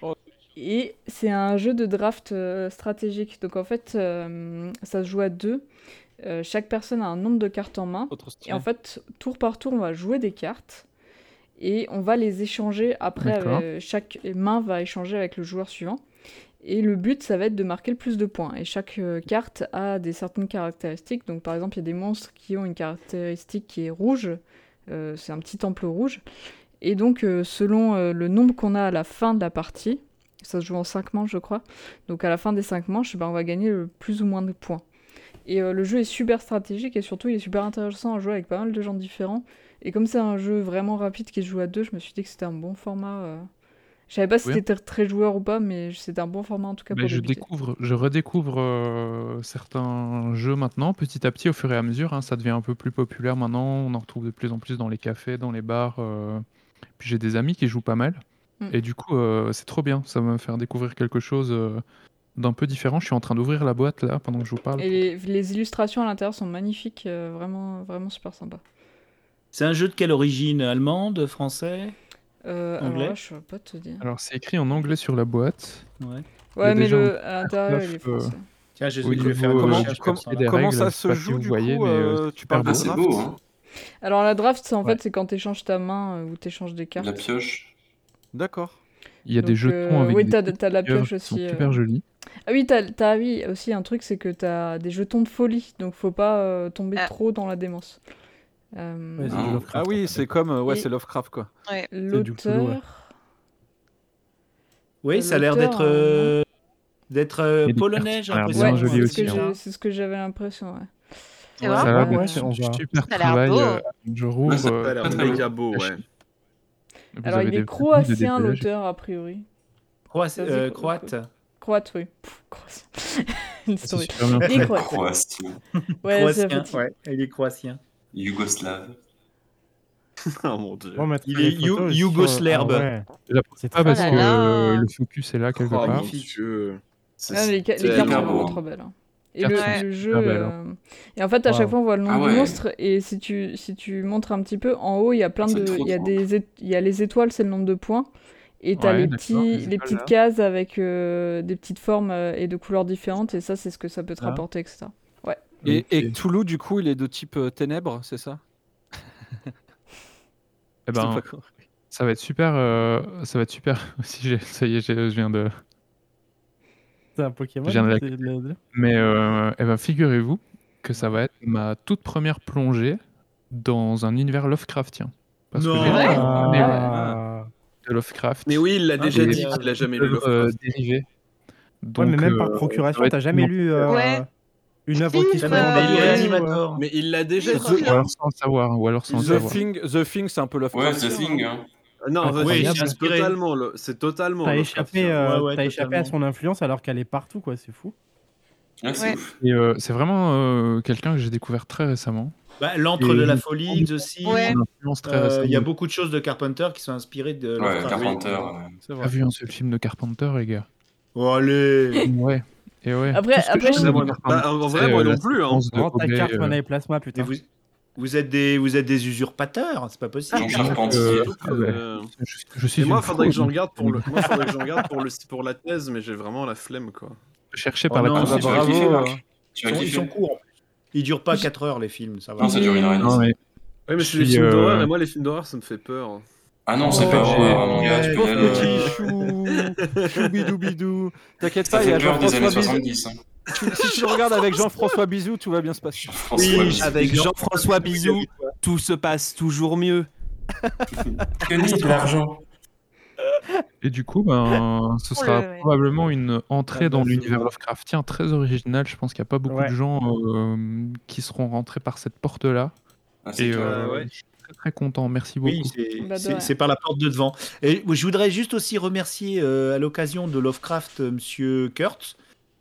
S7: Non.
S1: Et c'est un jeu de draft euh, stratégique. Donc, en fait, euh, ça se joue à deux. Euh, chaque personne a un nombre de cartes en main.
S3: Autre style.
S1: Et en fait, tour par tour, on va jouer des cartes. Et on va les échanger après.
S7: D'accord.
S1: avec- chaque main va échanger avec le joueur suivant. Et le but, ça va être de marquer le plus de points. Et chaque euh, carte a des certaines caractéristiques. Donc, par exemple, il y a des monstres qui ont une caractéristique qui est rouge. Euh, c'est un petit temple rouge. Et donc, euh, selon euh, le nombre qu'on a à la fin de la partie, ça se joue en 5 manches, je crois. Donc, à la fin des 5 manches, ben, on va gagner le plus ou moins de points. Et euh, le jeu est super stratégique et surtout, il est super intéressant à jouer avec pas mal de gens différents. Et comme c'est un jeu vraiment rapide qui se joue à deux, je me suis dit que c'était un bon format. euh. Je savais pas si
S7: Oui.
S1: c'était très joueur ou pas, mais c'était un bon format en tout cas
S7: Mais
S1: pour
S7: je
S1: débuter.
S7: découvre, je redécouvre euh, certains jeux maintenant, petit à petit, au fur et à mesure. hein, ça devient un peu plus populaire maintenant. On en retrouve de plus en plus dans les cafés, dans les bars. euh. Puis j'ai des amis qui jouent pas mal.
S1: Mm.
S7: Et du coup, euh, c'est trop bien. Ça va me faire découvrir quelque chose euh, d'un peu différent. Je suis en train d'ouvrir la boîte là pendant que je vous parle.
S1: Et les, les illustrations à l'intérieur sont magnifiques, euh, vraiment, vraiment super sympa.
S2: C'est un jeu de quelle origine Allemande, français
S1: Euh, alors
S2: Anglais
S1: là, je ne pas te dire.
S7: Alors c'est écrit en anglais sur la boîte.
S2: ouais.
S7: y a
S1: Ouais, mais
S7: déjà
S1: le, à l'intérieur, il est
S7: neuf, euh,
S1: français.
S2: Tiens, je,
S7: Oui,
S2: je vais faire
S7: vous,
S2: une
S7: euh,
S2: recherche
S3: comment-
S2: comme ça.
S7: Et
S2: là.
S7: des
S3: Comment
S7: règles,
S3: ça
S7: je sais
S3: se
S7: pas si
S3: joue
S7: vous
S3: du
S7: voyez,
S3: coup
S7: mais euh,
S3: euh,
S7: c'est
S3: Tu
S7: super
S3: parles de
S5: Ah,
S7: beau.
S5: c'est
S3: draft
S5: beau, hein.
S1: Alors la draft, c'est en
S7: Ouais.
S1: fait, c'est quand tu échanges ta main euh, ou tu échanges des cartes. euh,
S5: pioche.
S3: D'accord.
S7: Il y a des jetons avec
S1: Oui,
S7: des
S1: t'as,
S7: petites
S1: t'as la
S7: pieuvres
S1: pioche
S7: qui sont
S1: aussi. euh.
S7: super jolies.
S1: Ah oui, t'as, t'as- oui, aussi un truc, c'est que t'as des jetons de folie, donc faut pas euh, tomber trop dans la démence. Euh,
S3: Ouais, c'est du Lovecraft, Ah oui, c'est comme euh, ouais,
S1: Et-
S3: c'est Lovecraft quoi.
S1: L'auteur. Ah,
S2: Oui, ça a l'air
S1: l'auteur,
S2: d'être
S1: euh,
S2: euh, d'être euh,
S7: Il y a des
S2: polonais,
S7: cartes
S2: j'ai
S7: qui ont l'air Ah,
S2: l'impression.
S7: bien
S1: Ouais,
S7: jolies
S1: c'est ce
S7: aussi,
S1: que
S7: hein.
S1: j'ai- c'est ce que j'avais l'impression. Ouais.
S10: C'est
S7: Ça va,
S1: Ouais,
S7: bah,
S1: Ah, ouais.
S7: tu- super
S1: Ça a l'air
S7: travail,
S1: beau. hein.
S7: euh, je rouvre,
S4: Ouais, ça a
S7: euh,
S4: l'air
S7: vous
S4: méga
S7: avez-
S4: beau, ouais.
S7: Vous
S1: Alors, il
S7: avez des
S1: est
S7: vidéos de
S1: croatien,
S7: déballage.
S1: l'auteur, a priori.
S2: Croatie-
S1: Ça, c'est
S2: euh,
S1: cro-
S2: croate.
S1: Croate, oui. Pff, croatien. [LAUGHS]
S7: Ah,
S1: Une story.
S2: super bien
S1: Il est
S2: fait.
S1: croate.
S5: Croatien.
S1: Ouais,
S7: hein.
S1: c'est
S2: Croatien,
S1: petit.
S2: ouais, il est croatien.
S5: Yougoslave.
S4: [LAUGHS] oh mon dieu.
S6: On mettra
S2: Il
S6: les
S2: est
S6: photos
S2: you-
S6: aussi sur-
S2: yougoslerbe.
S6: Ah ouais.
S7: J'apprends pas
S10: Oh
S7: parce
S10: là
S7: que
S10: là.
S7: euh, le focus est là quelque
S4: Oh
S7: part.
S4: mon dieu. Ça,
S1: Ah,
S4: c'est
S1: les, ca- les cartes
S4: tellement
S1: sont
S4: beau.
S1: vraiment trop belles. hein. Et
S7: Cartes
S1: le,
S7: sont
S1: le
S7: super
S1: jeu.
S7: belles, hein.
S1: euh, Et en fait, à chaque
S6: Waouh.
S1: fois, on voit le nom
S5: Ah
S1: du
S5: ouais.
S1: monstre. Et si tu, si tu montres un petit peu, en haut, il y a plein
S5: C'est
S1: de.
S5: trop
S1: Il y, a
S5: trop.
S1: des ét- il y a les étoiles, c'est le nombre de points. Et t'as
S7: Ouais,
S1: les,
S7: d'accord,
S1: petits,
S7: les
S1: les
S7: étoiles,
S1: petites
S7: là.
S1: cases avec euh, des petites formes euh, et de couleurs différentes. Et ça, c'est ce que ça peut te
S2: Ah.
S1: rapporter, etc. Ouais.
S3: Et, et Cthulhu, du coup, il est de type euh, ténèbres, c'est ça
S7: Eh
S3: C'est
S7: ben,
S3: pas con.
S7: ça va être super. euh, ça va être super. [LAUGHS] Si j'ai- ça y est, j'ai- je viens de.
S6: C'est un Pokémon.
S7: je viens de la-
S6: c'est de la-
S7: Mais euh, eh ben, figurez-vous que ça va être ma toute première plongée dans un univers Lovecraftien. Parce
S2: Non.
S7: que j'ai
S2: Ah ouais
S7: toujours parlé, ouais,
S6: Ah.
S7: de Lovecraft.
S4: Mais oui, il l'a
S2: Ah,
S4: déjà
S7: mais-
S4: dit qu'il a jamais lu
S7: œuvres, euh,
S4: Lovecraft.
S7: dérivées.
S6: Ouais, mais
S7: Donc,
S6: même par
S7: euh,
S6: procuration,
S7: ça va
S6: t'as
S7: être
S6: jamais
S7: tellement-
S6: lu euh,
S10: Ouais.
S6: une œuvre qui se
S10: Film,
S2: Jamais
S10: euh,
S2: lu
S10: ouais.
S2: Animator.
S4: Mais il l'a déjà
S10: Livre,
S4: dit.
S7: Ou alors sans le savoir, ou alors sans le
S3: The
S7: savoir.
S3: Thing, The Thing, c'est un peu
S5: Ouais,
S3: Lovecraft.
S5: The Thing. Hein.
S4: Non, The
S6: Incroyable.
S4: Thing,
S6: Oui,
S4: c'est
S2: inspiré.
S4: totalement, le- c'est totalement.
S6: T'as
S4: Lovecraftien.
S6: échappé, euh,
S2: Ouais, ouais,
S6: t'as échappé à
S2: totalement.
S6: son influence alors qu'elle est partout, quoi. C'est fou.
S5: Ouais, c'est
S10: Ouais.
S5: ouf.
S7: Et euh, c'est vraiment euh, quelqu'un que j'ai découvert très récemment.
S2: Bah, L'antre
S7: Et
S2: de la
S7: je-
S2: folie, The Thing.
S10: Ouais.
S7: Son influence très
S2: euh,
S7: récente.
S2: Il y a beaucoup de choses de Carpenter qui sont inspirées de
S5: Ouais,
S2: Lovecraft.
S5: Carpenter. ouais.
S3: C'est
S7: T'as
S3: vrai.
S7: vu un seul film de Carpenter, les gars
S2: Oh, allez
S7: Ouais. Et ouais.
S1: Après-
S7: Tout ce que
S1: après-
S7: je sais de
S4: Bah, moi non-
S7: Carpenter,
S4: bah, en vrai,
S7: c'est,
S4: moi
S7: euh,
S4: non
S7: la
S4: plus, hein.
S7: séquence de
S6: Rends ta
S7: Obey,
S6: carte
S7: euh,
S6: Mana et Plasma,
S2: Mais
S6: putain.
S2: vous, vous, êtes des, vous êtes des usurpateurs, c'est pas possible.
S5: Jean
S7: donc,
S5: Charpentier.
S7: euh,
S4: Donc,
S7: ah ouais,
S4: euh,
S7: je, je suis
S4: Et moi,
S7: une
S4: faudrait
S7: fou-
S4: que j'en regarde pour le, moi, faudrait que j'en regarde pour le, pour la thèse, mais j'ai vraiment la flemme, quoi.
S7: cherché
S2: Oh
S7: par la
S2: non, Ah,
S3: Ah bah
S2: c'est
S5: vrai qu'il
S3: bravo.
S5: fait,
S3: euh.
S5: Marc. Tu
S2: Ils
S5: vas
S2: sont, ils sont
S5: kiffer.
S2: courts. en plus. Ils durent pas 4 heures, les films, ça va.
S5: Non, ça dure une heure et demie.
S7: Non,
S5: ça.
S7: mais
S4: Oui, mais
S7: je
S4: c'est des
S7: suis.
S4: films d'horreur,
S7: euh,
S4: et moi, les films d'horreur, ça me fait peur.
S5: Ah non,
S7: En
S5: c'est
S7: fait,
S5: pas vrai,
S7: j'ai-
S5: mon gars, tu peux y
S3: Pauvre petit
S5: aller.
S3: chou, choubidoubidou. T'inquiète
S5: euh, Ça
S3: pas, il y
S5: fait
S3: a
S5: peur des années
S3: Jean-François Bizou.
S5: 70. Hein.
S3: Tu- Si tu le regardes avec Jean-François Bizou, tout va bien se passer.
S5: François Bizou.
S2: avec
S8: Jean-François Bizou, tout se passe toujours [LAUGHS] mieux.
S5: Que nique l'argent.
S7: Et du coup,
S1: [LAUGHS]
S7: ben, ce
S10: Oh
S7: sera
S10: le- ouais.
S7: probablement une entrée
S6: Ah bah,
S7: dans
S6: c'est
S7: l'univers
S6: bon.
S7: Lovecraftien très originale. Je pense qu'il n'y a pas beaucoup
S6: Ouais.
S7: de gens euh, qui seront rentrés par cette porte-là.
S5: Ah, c'est
S7: Et
S5: clair.
S7: euh,
S4: ouais.
S7: je suis très, très content. Merci beaucoup.
S2: Oui, c'est-
S1: Bah, de
S2: c'est
S1: rien.
S2: c'est par la porte de devant. Et je voudrais juste aussi remercier euh, à l'occasion de Lovecraft euh, Monsieur Kurtz,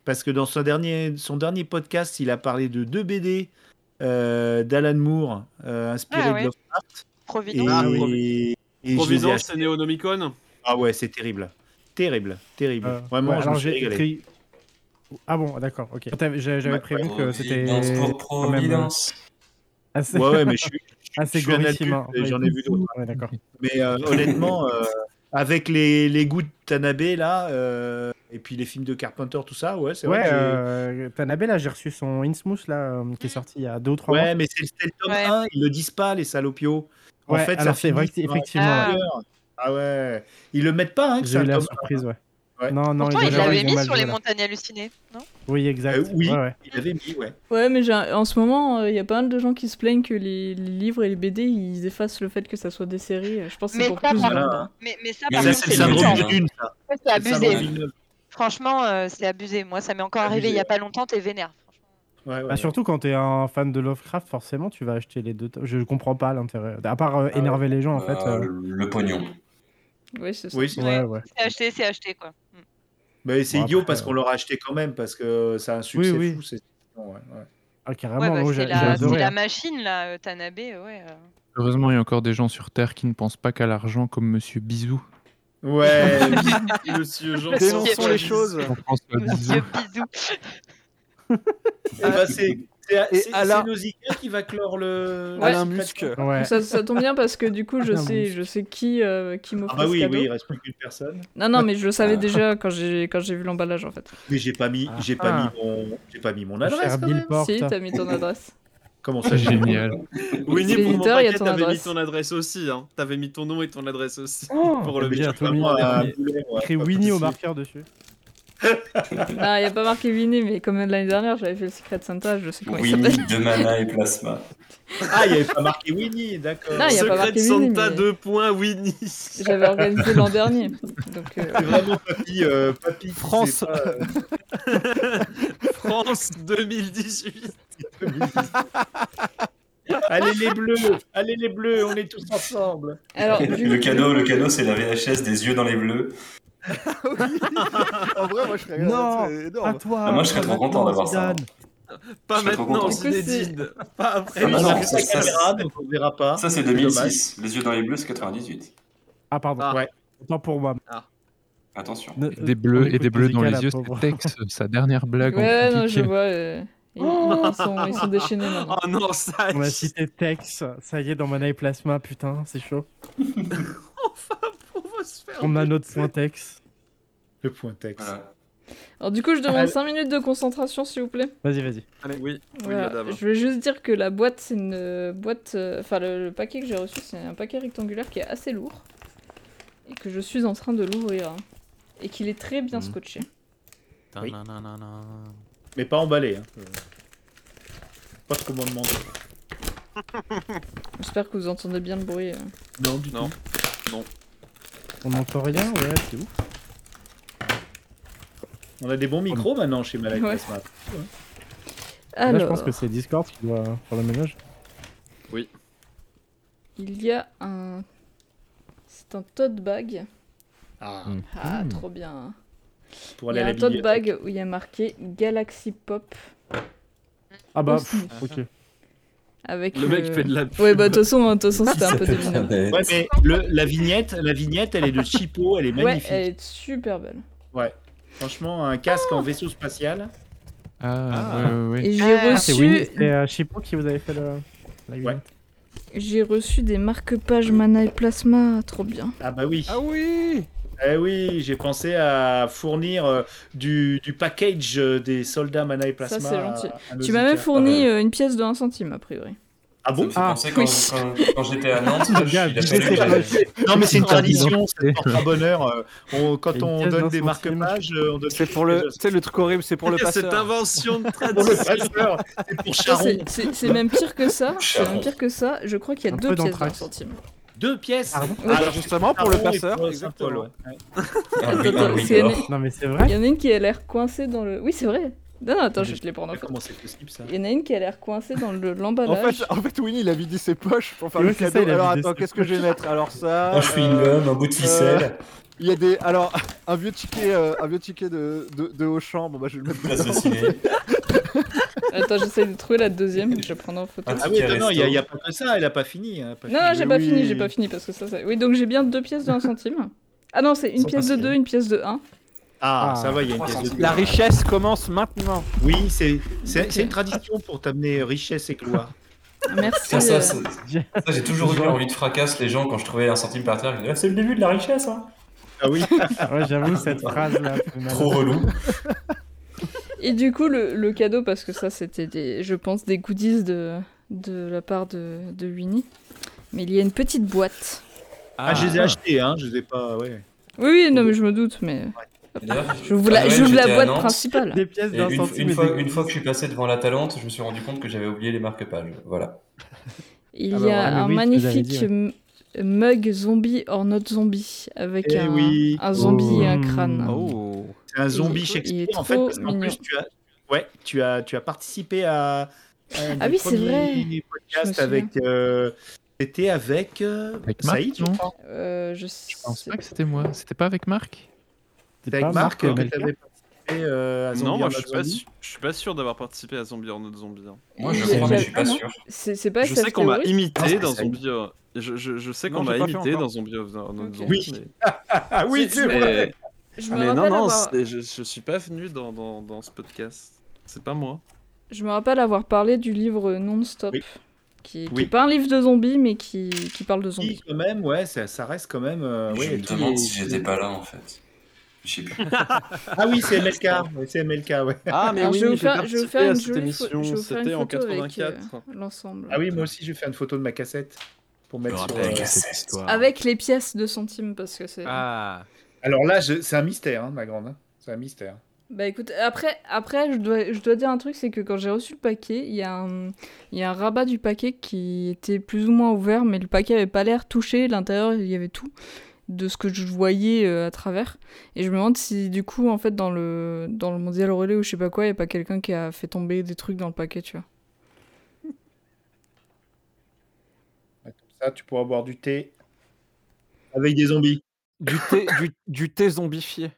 S2: parce que dans son dernier, son dernier podcast, il a parlé de deux BD euh, d'Alan Moore euh, inspirés
S10: Ah
S2: de
S10: ouais.
S2: Lovecraft. Et,
S10: Providence.
S4: Ah, Provi-
S2: et je les ai
S4: Providence,
S2: achetés.
S4: c'est Néonomicon.
S2: Ah ouais, c'est terrible. Terrible, terrible.
S6: Euh,
S2: Vraiment,
S6: ouais,
S2: je
S6: alors
S2: me suis
S6: j'ai
S2: régalé.
S6: écrit. Ah bon, d'accord, ok. T'avais- j'a- J'avais
S2: Ouais,
S6: prévu que c'était
S5: Providence pour
S6: quand même euh,
S5: Providence.
S6: assez,
S2: Ouais, ouais, mais je suis,
S6: [LAUGHS]
S2: je
S6: assez
S2: suis un adulte,
S6: gorissime. hein.
S2: et j'en ai vu d'autres.
S6: Ah ouais, d'accord.
S2: Mais euh, honnêtement, euh, avec les, les goûts de Tanabe, là, euh, et puis les films de Carpenter, tout ça, ouais, c'est
S6: Ouais,
S2: vrai que j'ai-
S6: euh, Tanabe, là, j'ai reçu son Insmooth, là, euh,
S10: Mm.
S6: qui est sorti il y a deux ou trois
S2: Ouais,
S6: mois.
S2: mais c'est c'est le tome
S10: Ouais.
S2: 1, ils le disent pas, les salopios. En
S6: Ouais,
S2: fait, ça
S6: alors c'est vrai
S2: finit
S6: que c'est-
S2: sur un
S6: effectivement,
S10: Ah.
S6: ouais.
S2: cliffhanger. Ah ouais. Ils le mettent pas, hein, que c'est
S6: j'ai eu
S2: un
S6: la
S2: tome
S6: surprise, ouais.
S2: Ouais.
S6: Non, non,
S10: Pourtant,
S6: ils
S10: il
S6: ont-
S10: l'avait
S6: ils ont
S10: mis
S6: mal
S10: sur
S6: joué,
S10: les
S6: là.
S10: montagnes hallucinées, non
S6: Oui,
S2: 1.
S6: exact.
S2: Euh, oui,
S6: Ouais, ouais.
S2: il avait mis, ouais.
S1: Ouais, mais j'ai un- en ce moment, il y a pas mal de gens qui se plaignent que les, les livres et les BD, ils effacent le fait que ça soit des séries. euh, Je pense que
S10: Mais
S1: c'est pour
S10: ça,
S1: plus
S10: par
S1: de monde.
S2: contre,
S1: hein.
S10: mais, mais ça,
S5: Mais
S10: par
S2: Ça,
S5: oui,
S10: contre,
S2: c'est
S5: c'est
S2: le
S5: le
S2: syndrome
S5: même,
S2: de
S5: hein.
S2: Dune, ça.
S10: Ouais, c'est
S2: C'est le syndrome
S10: abusé.
S2: de Villeneuve.
S10: Franchement, euh, c'est abusé. Moi, ça m'est encore
S2: Abusé,
S10: arrivé il y a
S2: ouais.
S10: pas longtemps, t'es vénère. franchement.
S2: Ouais, ouais,
S6: Bah,
S2: ouais.
S6: surtout quand t'es un fan de Lovecraft, forcément, tu vas acheter les deux. tomes. Je comprends pas l'intérêt. À part euh,
S2: Ah ouais.
S6: énerver les gens, en fait.
S5: Euh,
S6: euh,
S5: Le pognon.
S1: Oui, c'est ça.
S2: Oui, c'est
S6: Ouais, ouais.
S10: C'est acheté, c'est acheté, quoi. Mm.
S2: mais c'est
S6: Bon,
S2: idiot
S6: après,
S2: parce
S6: euh,
S2: qu'on l'aura acheté quand même, parce que c'est un succès
S6: oui.
S2: fou. c'est- Ouais, ouais.
S6: Ah,
S10: Ouais,
S6: carrément,
S10: bah,
S6: moi,
S10: c'est
S6: j'a- j'ai
S10: la, c'est
S6: adoré.
S10: la
S6: hein.
S10: machine, là, euh, Tanabe, ouais. euh.
S7: Heureusement, il y a encore des gens sur Terre qui ne pensent pas qu'à l'argent comme Monsieur Bisou.
S10: [LAUGHS]
S2: Ouais,
S4: Monsieur Jean.
S3: Dénonçons les choses.
S7: Jean-François Bisou.
S10: Monsieur Bisou.
S2: Eh ben, c'est c'est-
S3: Et
S2: c'est- c'est
S3: Alain-
S2: Nausicaa qui va clore le.
S1: Ouais.
S3: Alain Musc.
S6: Ouais.
S1: Ça, ça tombe bien parce que du coup, je
S6: Ah,
S1: sais,
S6: oui.
S1: je sais qui, euh, qui
S2: Ah
S1: m'offre
S2: bah
S1: ce
S2: oui,
S1: cadeau.
S2: oui, il reste plus qu'une personne.
S1: Non, non, mais je le savais
S5: Ah.
S1: déjà quand j'ai quand j'ai vu l'emballage en fait.
S2: Mais j'ai pas mis, j'ai pas
S6: Ah.
S2: mis mon, j'ai pas mis mon
S6: Cher
S2: adresse. quand même.
S6: Bill Porte.
S1: Si, t'as mis ton adresse. [LAUGHS]
S2: Comment ça
S7: Génial.
S4: [LAUGHS] Winnie, pour mon
S1: L'éditeur, il y a
S4: paquet,
S1: ton
S4: t'avais mis
S1: adresse.
S4: ton adresse aussi. Hein. T'avais mis ton nom et ton adresse aussi.
S6: Oh,
S4: [LAUGHS] pour le Ah,
S6: mais
S4: mettre.
S6: Tommy,
S2: vraiment
S6: il a
S2: un
S6: mis-
S2: boulet, ouais,
S6: écrit
S2: pas
S6: Winnie au
S2: possible.
S6: marqueur dessus.
S1: Ah, il n'y a pas marqué Winnie, mais comme l'année dernière, j'avais fait le Secret Santa, je sais comment il
S5: Winnie,
S1: s'appelle. [LAUGHS]
S5: de mana et plasma.
S2: Ah, il n'y avait pas marqué Winnie, d'accord.
S1: Non, il y a pas
S4: Secret
S1: marqué Winnie,
S4: Santa
S1: mais-
S4: 2. points Winnie.
S1: J'avais organisé
S4: [LAUGHS]
S1: l'an dernier. Donc, euh,
S2: C'est vraiment papy, euh, papy qui
S6: France.
S2: sait pas, euh,
S4: France 2018.
S1: [LAUGHS]
S2: Allez les bleus, allez les bleus, on est tous ensemble.
S1: Alors, du
S5: Le
S1: coup-
S5: cadeau, le cadeau, c'est la VHS des yeux dans les bleus.
S2: Ah,
S12: En vrai, moi, je serais
S6: Non,
S12: c'est
S6: à
S12: énorme.
S6: toi.
S5: Ah, moi, je serais
S6: pas
S5: trop
S6: maintenant,
S5: content d'avoir ça. hein.
S6: Zidane.
S4: Pas
S5: Je suis trop
S4: maintenant,
S5: content.
S4: Zinedine. Pas après.
S5: Ah bah
S4: lui,
S5: non,
S4: ça-
S5: ça, ça,
S2: verra, donc Ah, on verra pas.
S5: ça, c'est
S2: dommage.
S5: 2006. Les yeux dans les bleus, c'est 98.
S6: Ah, pardon.
S4: Ah.
S6: Ouais. Autant pour moi.
S5: Ah. Attention.
S6: Ne-
S7: Des
S6: on
S7: bleus et
S6: écoute
S7: des bleus dans
S6: Zeka,
S7: les
S6: là,
S7: yeux,
S6: pauvre. [LAUGHS]
S7: c'est Tex, euh, sa dernière blague. en
S1: ouais, non, je
S7: public.
S1: vois. euh, ils,
S2: Oh.
S1: ils sont, ils sont déchaînés
S2: [LAUGHS]
S1: maintenant.
S4: Oh non, ça.
S6: On a cité Tex. Ça y est, dans Mana et Plasma, putain, c'est [LAUGHS] chaud.
S2: Oh,
S4: Enfin, on va se faire.
S6: On a notre point Tex.
S2: Le point texte.
S5: Voilà.
S1: Alors, du coup, je demande
S6: Allez.
S1: 5 minutes de concentration, s'il vous plaît.
S6: Vas-y, vas-y.
S4: Allez, oui, oui,
S1: Voilà.
S4: madame.
S1: Je vais juste dire que la boîte, c'est une euh, boîte. euh, Enfin, le, le paquet que j'ai reçu, c'est un paquet rectangulaire qui est assez lourd. Et que je suis en train de l'ouvrir. hein. Et qu'il est très bien
S12: Mhm.
S1: scotché.
S2: Oui.
S12: Tananana.
S2: Mais pas emballé. Hein. Euh, Pas ce qu'on m'a demandé.
S1: J'espère que vous entendez bien le bruit. euh.
S2: Non, du
S4: Non.
S6: On n'entend rien, ouais, c'est ouf.
S2: On a des bons micros maintenant chez Malak
S1: Ouais.
S2: Plasma.
S1: Alors,
S6: Là, je pense que c'est Discord qui doit faire le ménage.
S1: il y a un. C'est un tote bag.
S2: Ah,
S1: Ah,
S12: Mhm.
S1: trop bien.
S2: pour
S1: il y
S2: aller
S1: a
S2: à la
S1: un tote
S2: bibliothèque.
S1: bag où il y a marqué Galaxy Pop
S6: Ah bah,
S1: Aussi.
S6: pff, ok.
S1: avec.
S4: Le mec fait de la pub.
S1: Ouais, bah, de toute façon, hein, de toute façon, c'était un peu devinable.
S2: Ouais, mais le- la vignette, la vignette, elle est de Chipo, elle est
S1: Ouais,
S2: magnifique.
S1: elle est super belle.
S2: Franchement, un casque en vaisseau spatial.
S7: Ah,
S2: Ah.
S7: ouais, ouais, ouais.
S1: Et j'ai
S10: Ah,
S6: C'est
S1: reçu
S6: Winnie, c'est euh, Chipo qui vous avait fait le. La
S2: Ouais.
S1: J'ai reçu des marque-pages Mana et Plasma, trop bien.
S2: Ah bah oui.
S3: Ah oui
S2: Eh oui, j'ai pensé à fournir euh, du, du package euh, des soldats Mana et Plasma. euh,
S1: Ça, c'est gentil.
S2: à- à nos
S1: Tu m'as même
S2: auditeurs.
S1: fourni euh, une pièce de 1 centime, a priori.
S2: Ah
S5: Ça me
S2: bon
S5: fait
S6: Ah,
S5: penser quand,
S1: oui.
S5: quand- quand j'étais
S2: [LAUGHS]
S5: à Nantes,
S6: Le
S5: il
S6: gars,
S5: a fallu
S6: visez ses
S5: que j'aille-
S2: Non, mais c'est une
S7: Putain, dis
S2: tradition,
S3: [LAUGHS]
S2: c'est
S7: donc,
S2: porte à bonheur. euh, on- quand
S6: Une
S2: on
S6: pièce
S2: donne
S6: d'un
S2: des
S6: centime.
S2: marque-pages, euh, on donne
S3: C'est pour le, tu sais, le truc horrible, c'est pour le
S4: Cette
S3: passeur.
S4: invention de
S2: pour le
S4: tradition.
S2: passeur, Ah, c'est pour
S1: Ça,
S2: Charon.
S1: C'est c'est- c'est même pire que
S2: [LAUGHS]
S1: ça. C'est
S5: Charron.
S1: même pire que ça. Je crois qu'il y a
S6: Un
S1: deux
S6: peu
S1: pièces de 1
S6: d'anthrax.
S1: centime.
S2: Deux pièces.
S6: Pardon
S2: Ah,
S3: Alors bah, justement, pour le
S2: Charon et
S3: passeur,
S2: pour
S3: exactement.
S2: Saint-Paul, ouais.
S5: Ah,
S2: Ah,
S5: Un bruit-
S1: Attends,
S5: un bruit
S1: Ah, c'est
S5: d'or.
S1: une-
S6: Non, mais c'est
S1: Il
S6: vrai.
S1: y en a une qui a l'air coincée dans le. Oui, c'est vrai. Non, non, attends, je vais te les prendre en
S2: Mais
S1: photo.
S2: Comment c'est possible ça
S1: Il y en a une qui a l'air coincée dans le-
S3: En
S1: l'emballage.
S3: fait, en fait, Winnie, il a vidé ses poches pour faire
S6: Oui,
S3: le
S6: c'est ça,
S3: cadeau.
S6: il a
S3: Alors
S6: vidé
S3: attends,
S6: ses
S3: qu'est-ce que je vais mettre Alors ça. euh,
S5: Un chewing-gum, un bout de ficelle.
S3: Il y a des. Alors, un vieux ticket, euh, un vieux ticket de, de, de Auchan. Bon, bah, je vais le mettre
S5: place de
S3: dedans.
S5: ciné.
S1: Attends, j'essaie de trouver la deuxième. Je la prendrai en photo.
S5: Un
S2: Ah
S5: ticket
S2: oui, non, non,
S5: resto.
S2: il n'y a, pas que ça, elle a pas fini. hein, pas
S1: Non,
S2: fini.
S1: non, j'ai pas
S3: oui.
S1: fini, j'ai pas fini parce que ça, ça- Oui, donc j'ai bien deux pièces de 1 centime. Ah non, c'est une
S2: Sans
S1: pièce de
S2: passer.
S1: 2, une pièce de 1.
S2: Ah,
S6: Ah.
S2: ça va, il y a une
S5: 3
S2: pièce de
S5: centimes.
S3: La richesse commence maintenant.
S2: Oui, c'est c'est- c'est une tradition pour t'amener euh, richesse et gloire.
S1: Merci.
S5: Ça, ça,
S1: euh,
S5: c'est-
S2: [LAUGHS]
S5: ça, j'ai toujours eu envie de fracasse les gens quand je trouvais un centime par terre. je disais, Ah, c'est le début de la richesse. hein.
S2: Ah oui,
S6: [LAUGHS] Ouais, j'avoue, cette phrase-là. c'est malade.
S5: Trop relou.
S1: Et du coup, le, le cadeau, parce que ça, c'était, des, je pense, des goodies de, de la part de, de Winnie. Mais il y a une petite boîte.
S2: ah, je les ai achetés, hein, je les ai pas. Ouais.
S1: Oui, oui, non, mais je me doute, mais.
S5: Et d'ailleurs,
S1: Je vous
S5: à
S1: la,
S5: Noël,
S1: j'ouvre la
S5: j'étais à
S1: boîte
S5: Nantes,
S1: principale.
S6: Des pièces
S5: et
S6: d'un
S5: une, une
S6: centime. et
S5: fois,
S6: des-
S5: une fois que je suis passé devant la Talente, je me suis rendu compte que j'avais oublié les marque-pages. Voilà.
S1: Il
S6: Ah
S1: y a
S6: bah voilà, mais
S1: un
S6: oui, tu nous avais
S1: magnifique
S6: dit,
S1: m- mug zombie or not zombie avec
S2: Eh
S1: un,
S2: oui.
S1: un zombie et un
S6: Oh.
S1: crâne.
S3: Oh.
S2: C'est un zombie
S1: est-
S2: Shakespeare
S1: il est
S2: en fait,
S1: trop
S2: parce qu'en
S1: mignon.
S2: plus tu as, ouais, tu as, tu as participé à. un
S1: Ah
S2: des
S1: oui, c'est
S2: premiers
S1: Je
S2: podcasts
S1: me
S2: avec. euh, C'était avec. euh,
S7: Avec Marc,
S2: Saïd, je
S7: non
S2: crois.
S1: Euh, je
S7: Je pense
S1: sais.
S7: pas que c'était moi. C'était pas avec Marc
S2: C'était
S6: pas
S2: avec Marc
S6: Marc,
S2: que
S6: Melchior
S2: t'avais participé euh, à Zombie
S4: Non, moi,
S2: en
S4: je suis, pas
S2: Amazonie.
S4: su- je suis pas sûr d'avoir participé à Zombie or Not Zombie. hein.
S5: Moi, je
S1: J'ai-
S5: crois, mais je
S1: j'ai-
S5: suis
S1: ah
S5: pas
S1: non.
S5: sûr.
S1: C'est, c'est pas
S4: Je sais qu'on m'a
S1: SFTO,
S5: Non,
S4: imité
S5: c'est
S4: dans
S5: ça.
S4: Zombie. or- Je, je, je sais
S3: Non,
S4: qu'on
S3: j'ai
S4: m'a
S3: pas fait
S4: imité
S3: encore.
S4: dans Zombie or Not
S1: Ok.
S4: Zombie.
S2: Oui.
S4: mais-
S5: [LAUGHS]
S2: Ah oui,
S1: Si,
S2: c'est
S1: mais-
S2: vrai.
S1: Je me
S4: Mais non,
S1: rappelle
S4: non,
S1: avoir-
S4: c'est- je, je suis pas venu dans, dans, dans ce podcast. C'est pas moi.
S1: Je me rappelle avoir parlé du livre Non-Stop,
S2: Oui.
S1: qui, qui
S2: Oui.
S1: est pas un livre de zombies, mais qui, qui parle de zombies.
S2: Oui, quand même, ouais, ça, ça reste quand même. euh,
S5: Je
S2: ouais,
S5: me
S2: tout
S5: demande
S2: est-
S5: si j'étais pas là en fait. Je sais plus.
S2: Ah oui, c'est MLK. ouais, C'est MLK, ouais.
S4: Ah, mais Alors, oui, je vais vous j'ai faire-
S1: je vais vous faire une
S4: cette
S1: jolie
S4: émission,
S1: pho- je vais vous faire une
S4: c'était en
S1: photo avec,
S4: 84.
S1: euh, l'ensemble.
S2: Ah oui, moi aussi, je vais faire une photo de ma cassette pour mettre sur
S1: rappelle
S2: euh,
S1: que cette Avec les pièces de centimes, parce que c'est.
S4: Ah.
S2: Ah. Alors là, je- c'est un mystère, hein, ma grande. hein. C'est un mystère.
S1: Bah écoute, après, après je, dois, je dois dire un truc, c'est que quand j'ai reçu le paquet, il y, a un- il y a un rabat du paquet qui était plus ou moins ouvert, mais le paquet avait pas l'air touché, l'intérieur il y avait tout, de ce que je voyais euh, à travers. Et je me demande si du coup, en fait, dans le, dans le mondial relais ou je sais pas quoi, il y a pas quelqu'un qui a fait tomber des trucs dans le paquet, tu vois.
S2: Ça, tu pourras boire du thé avec des zombies.
S3: Du thé, du, thé zombifié.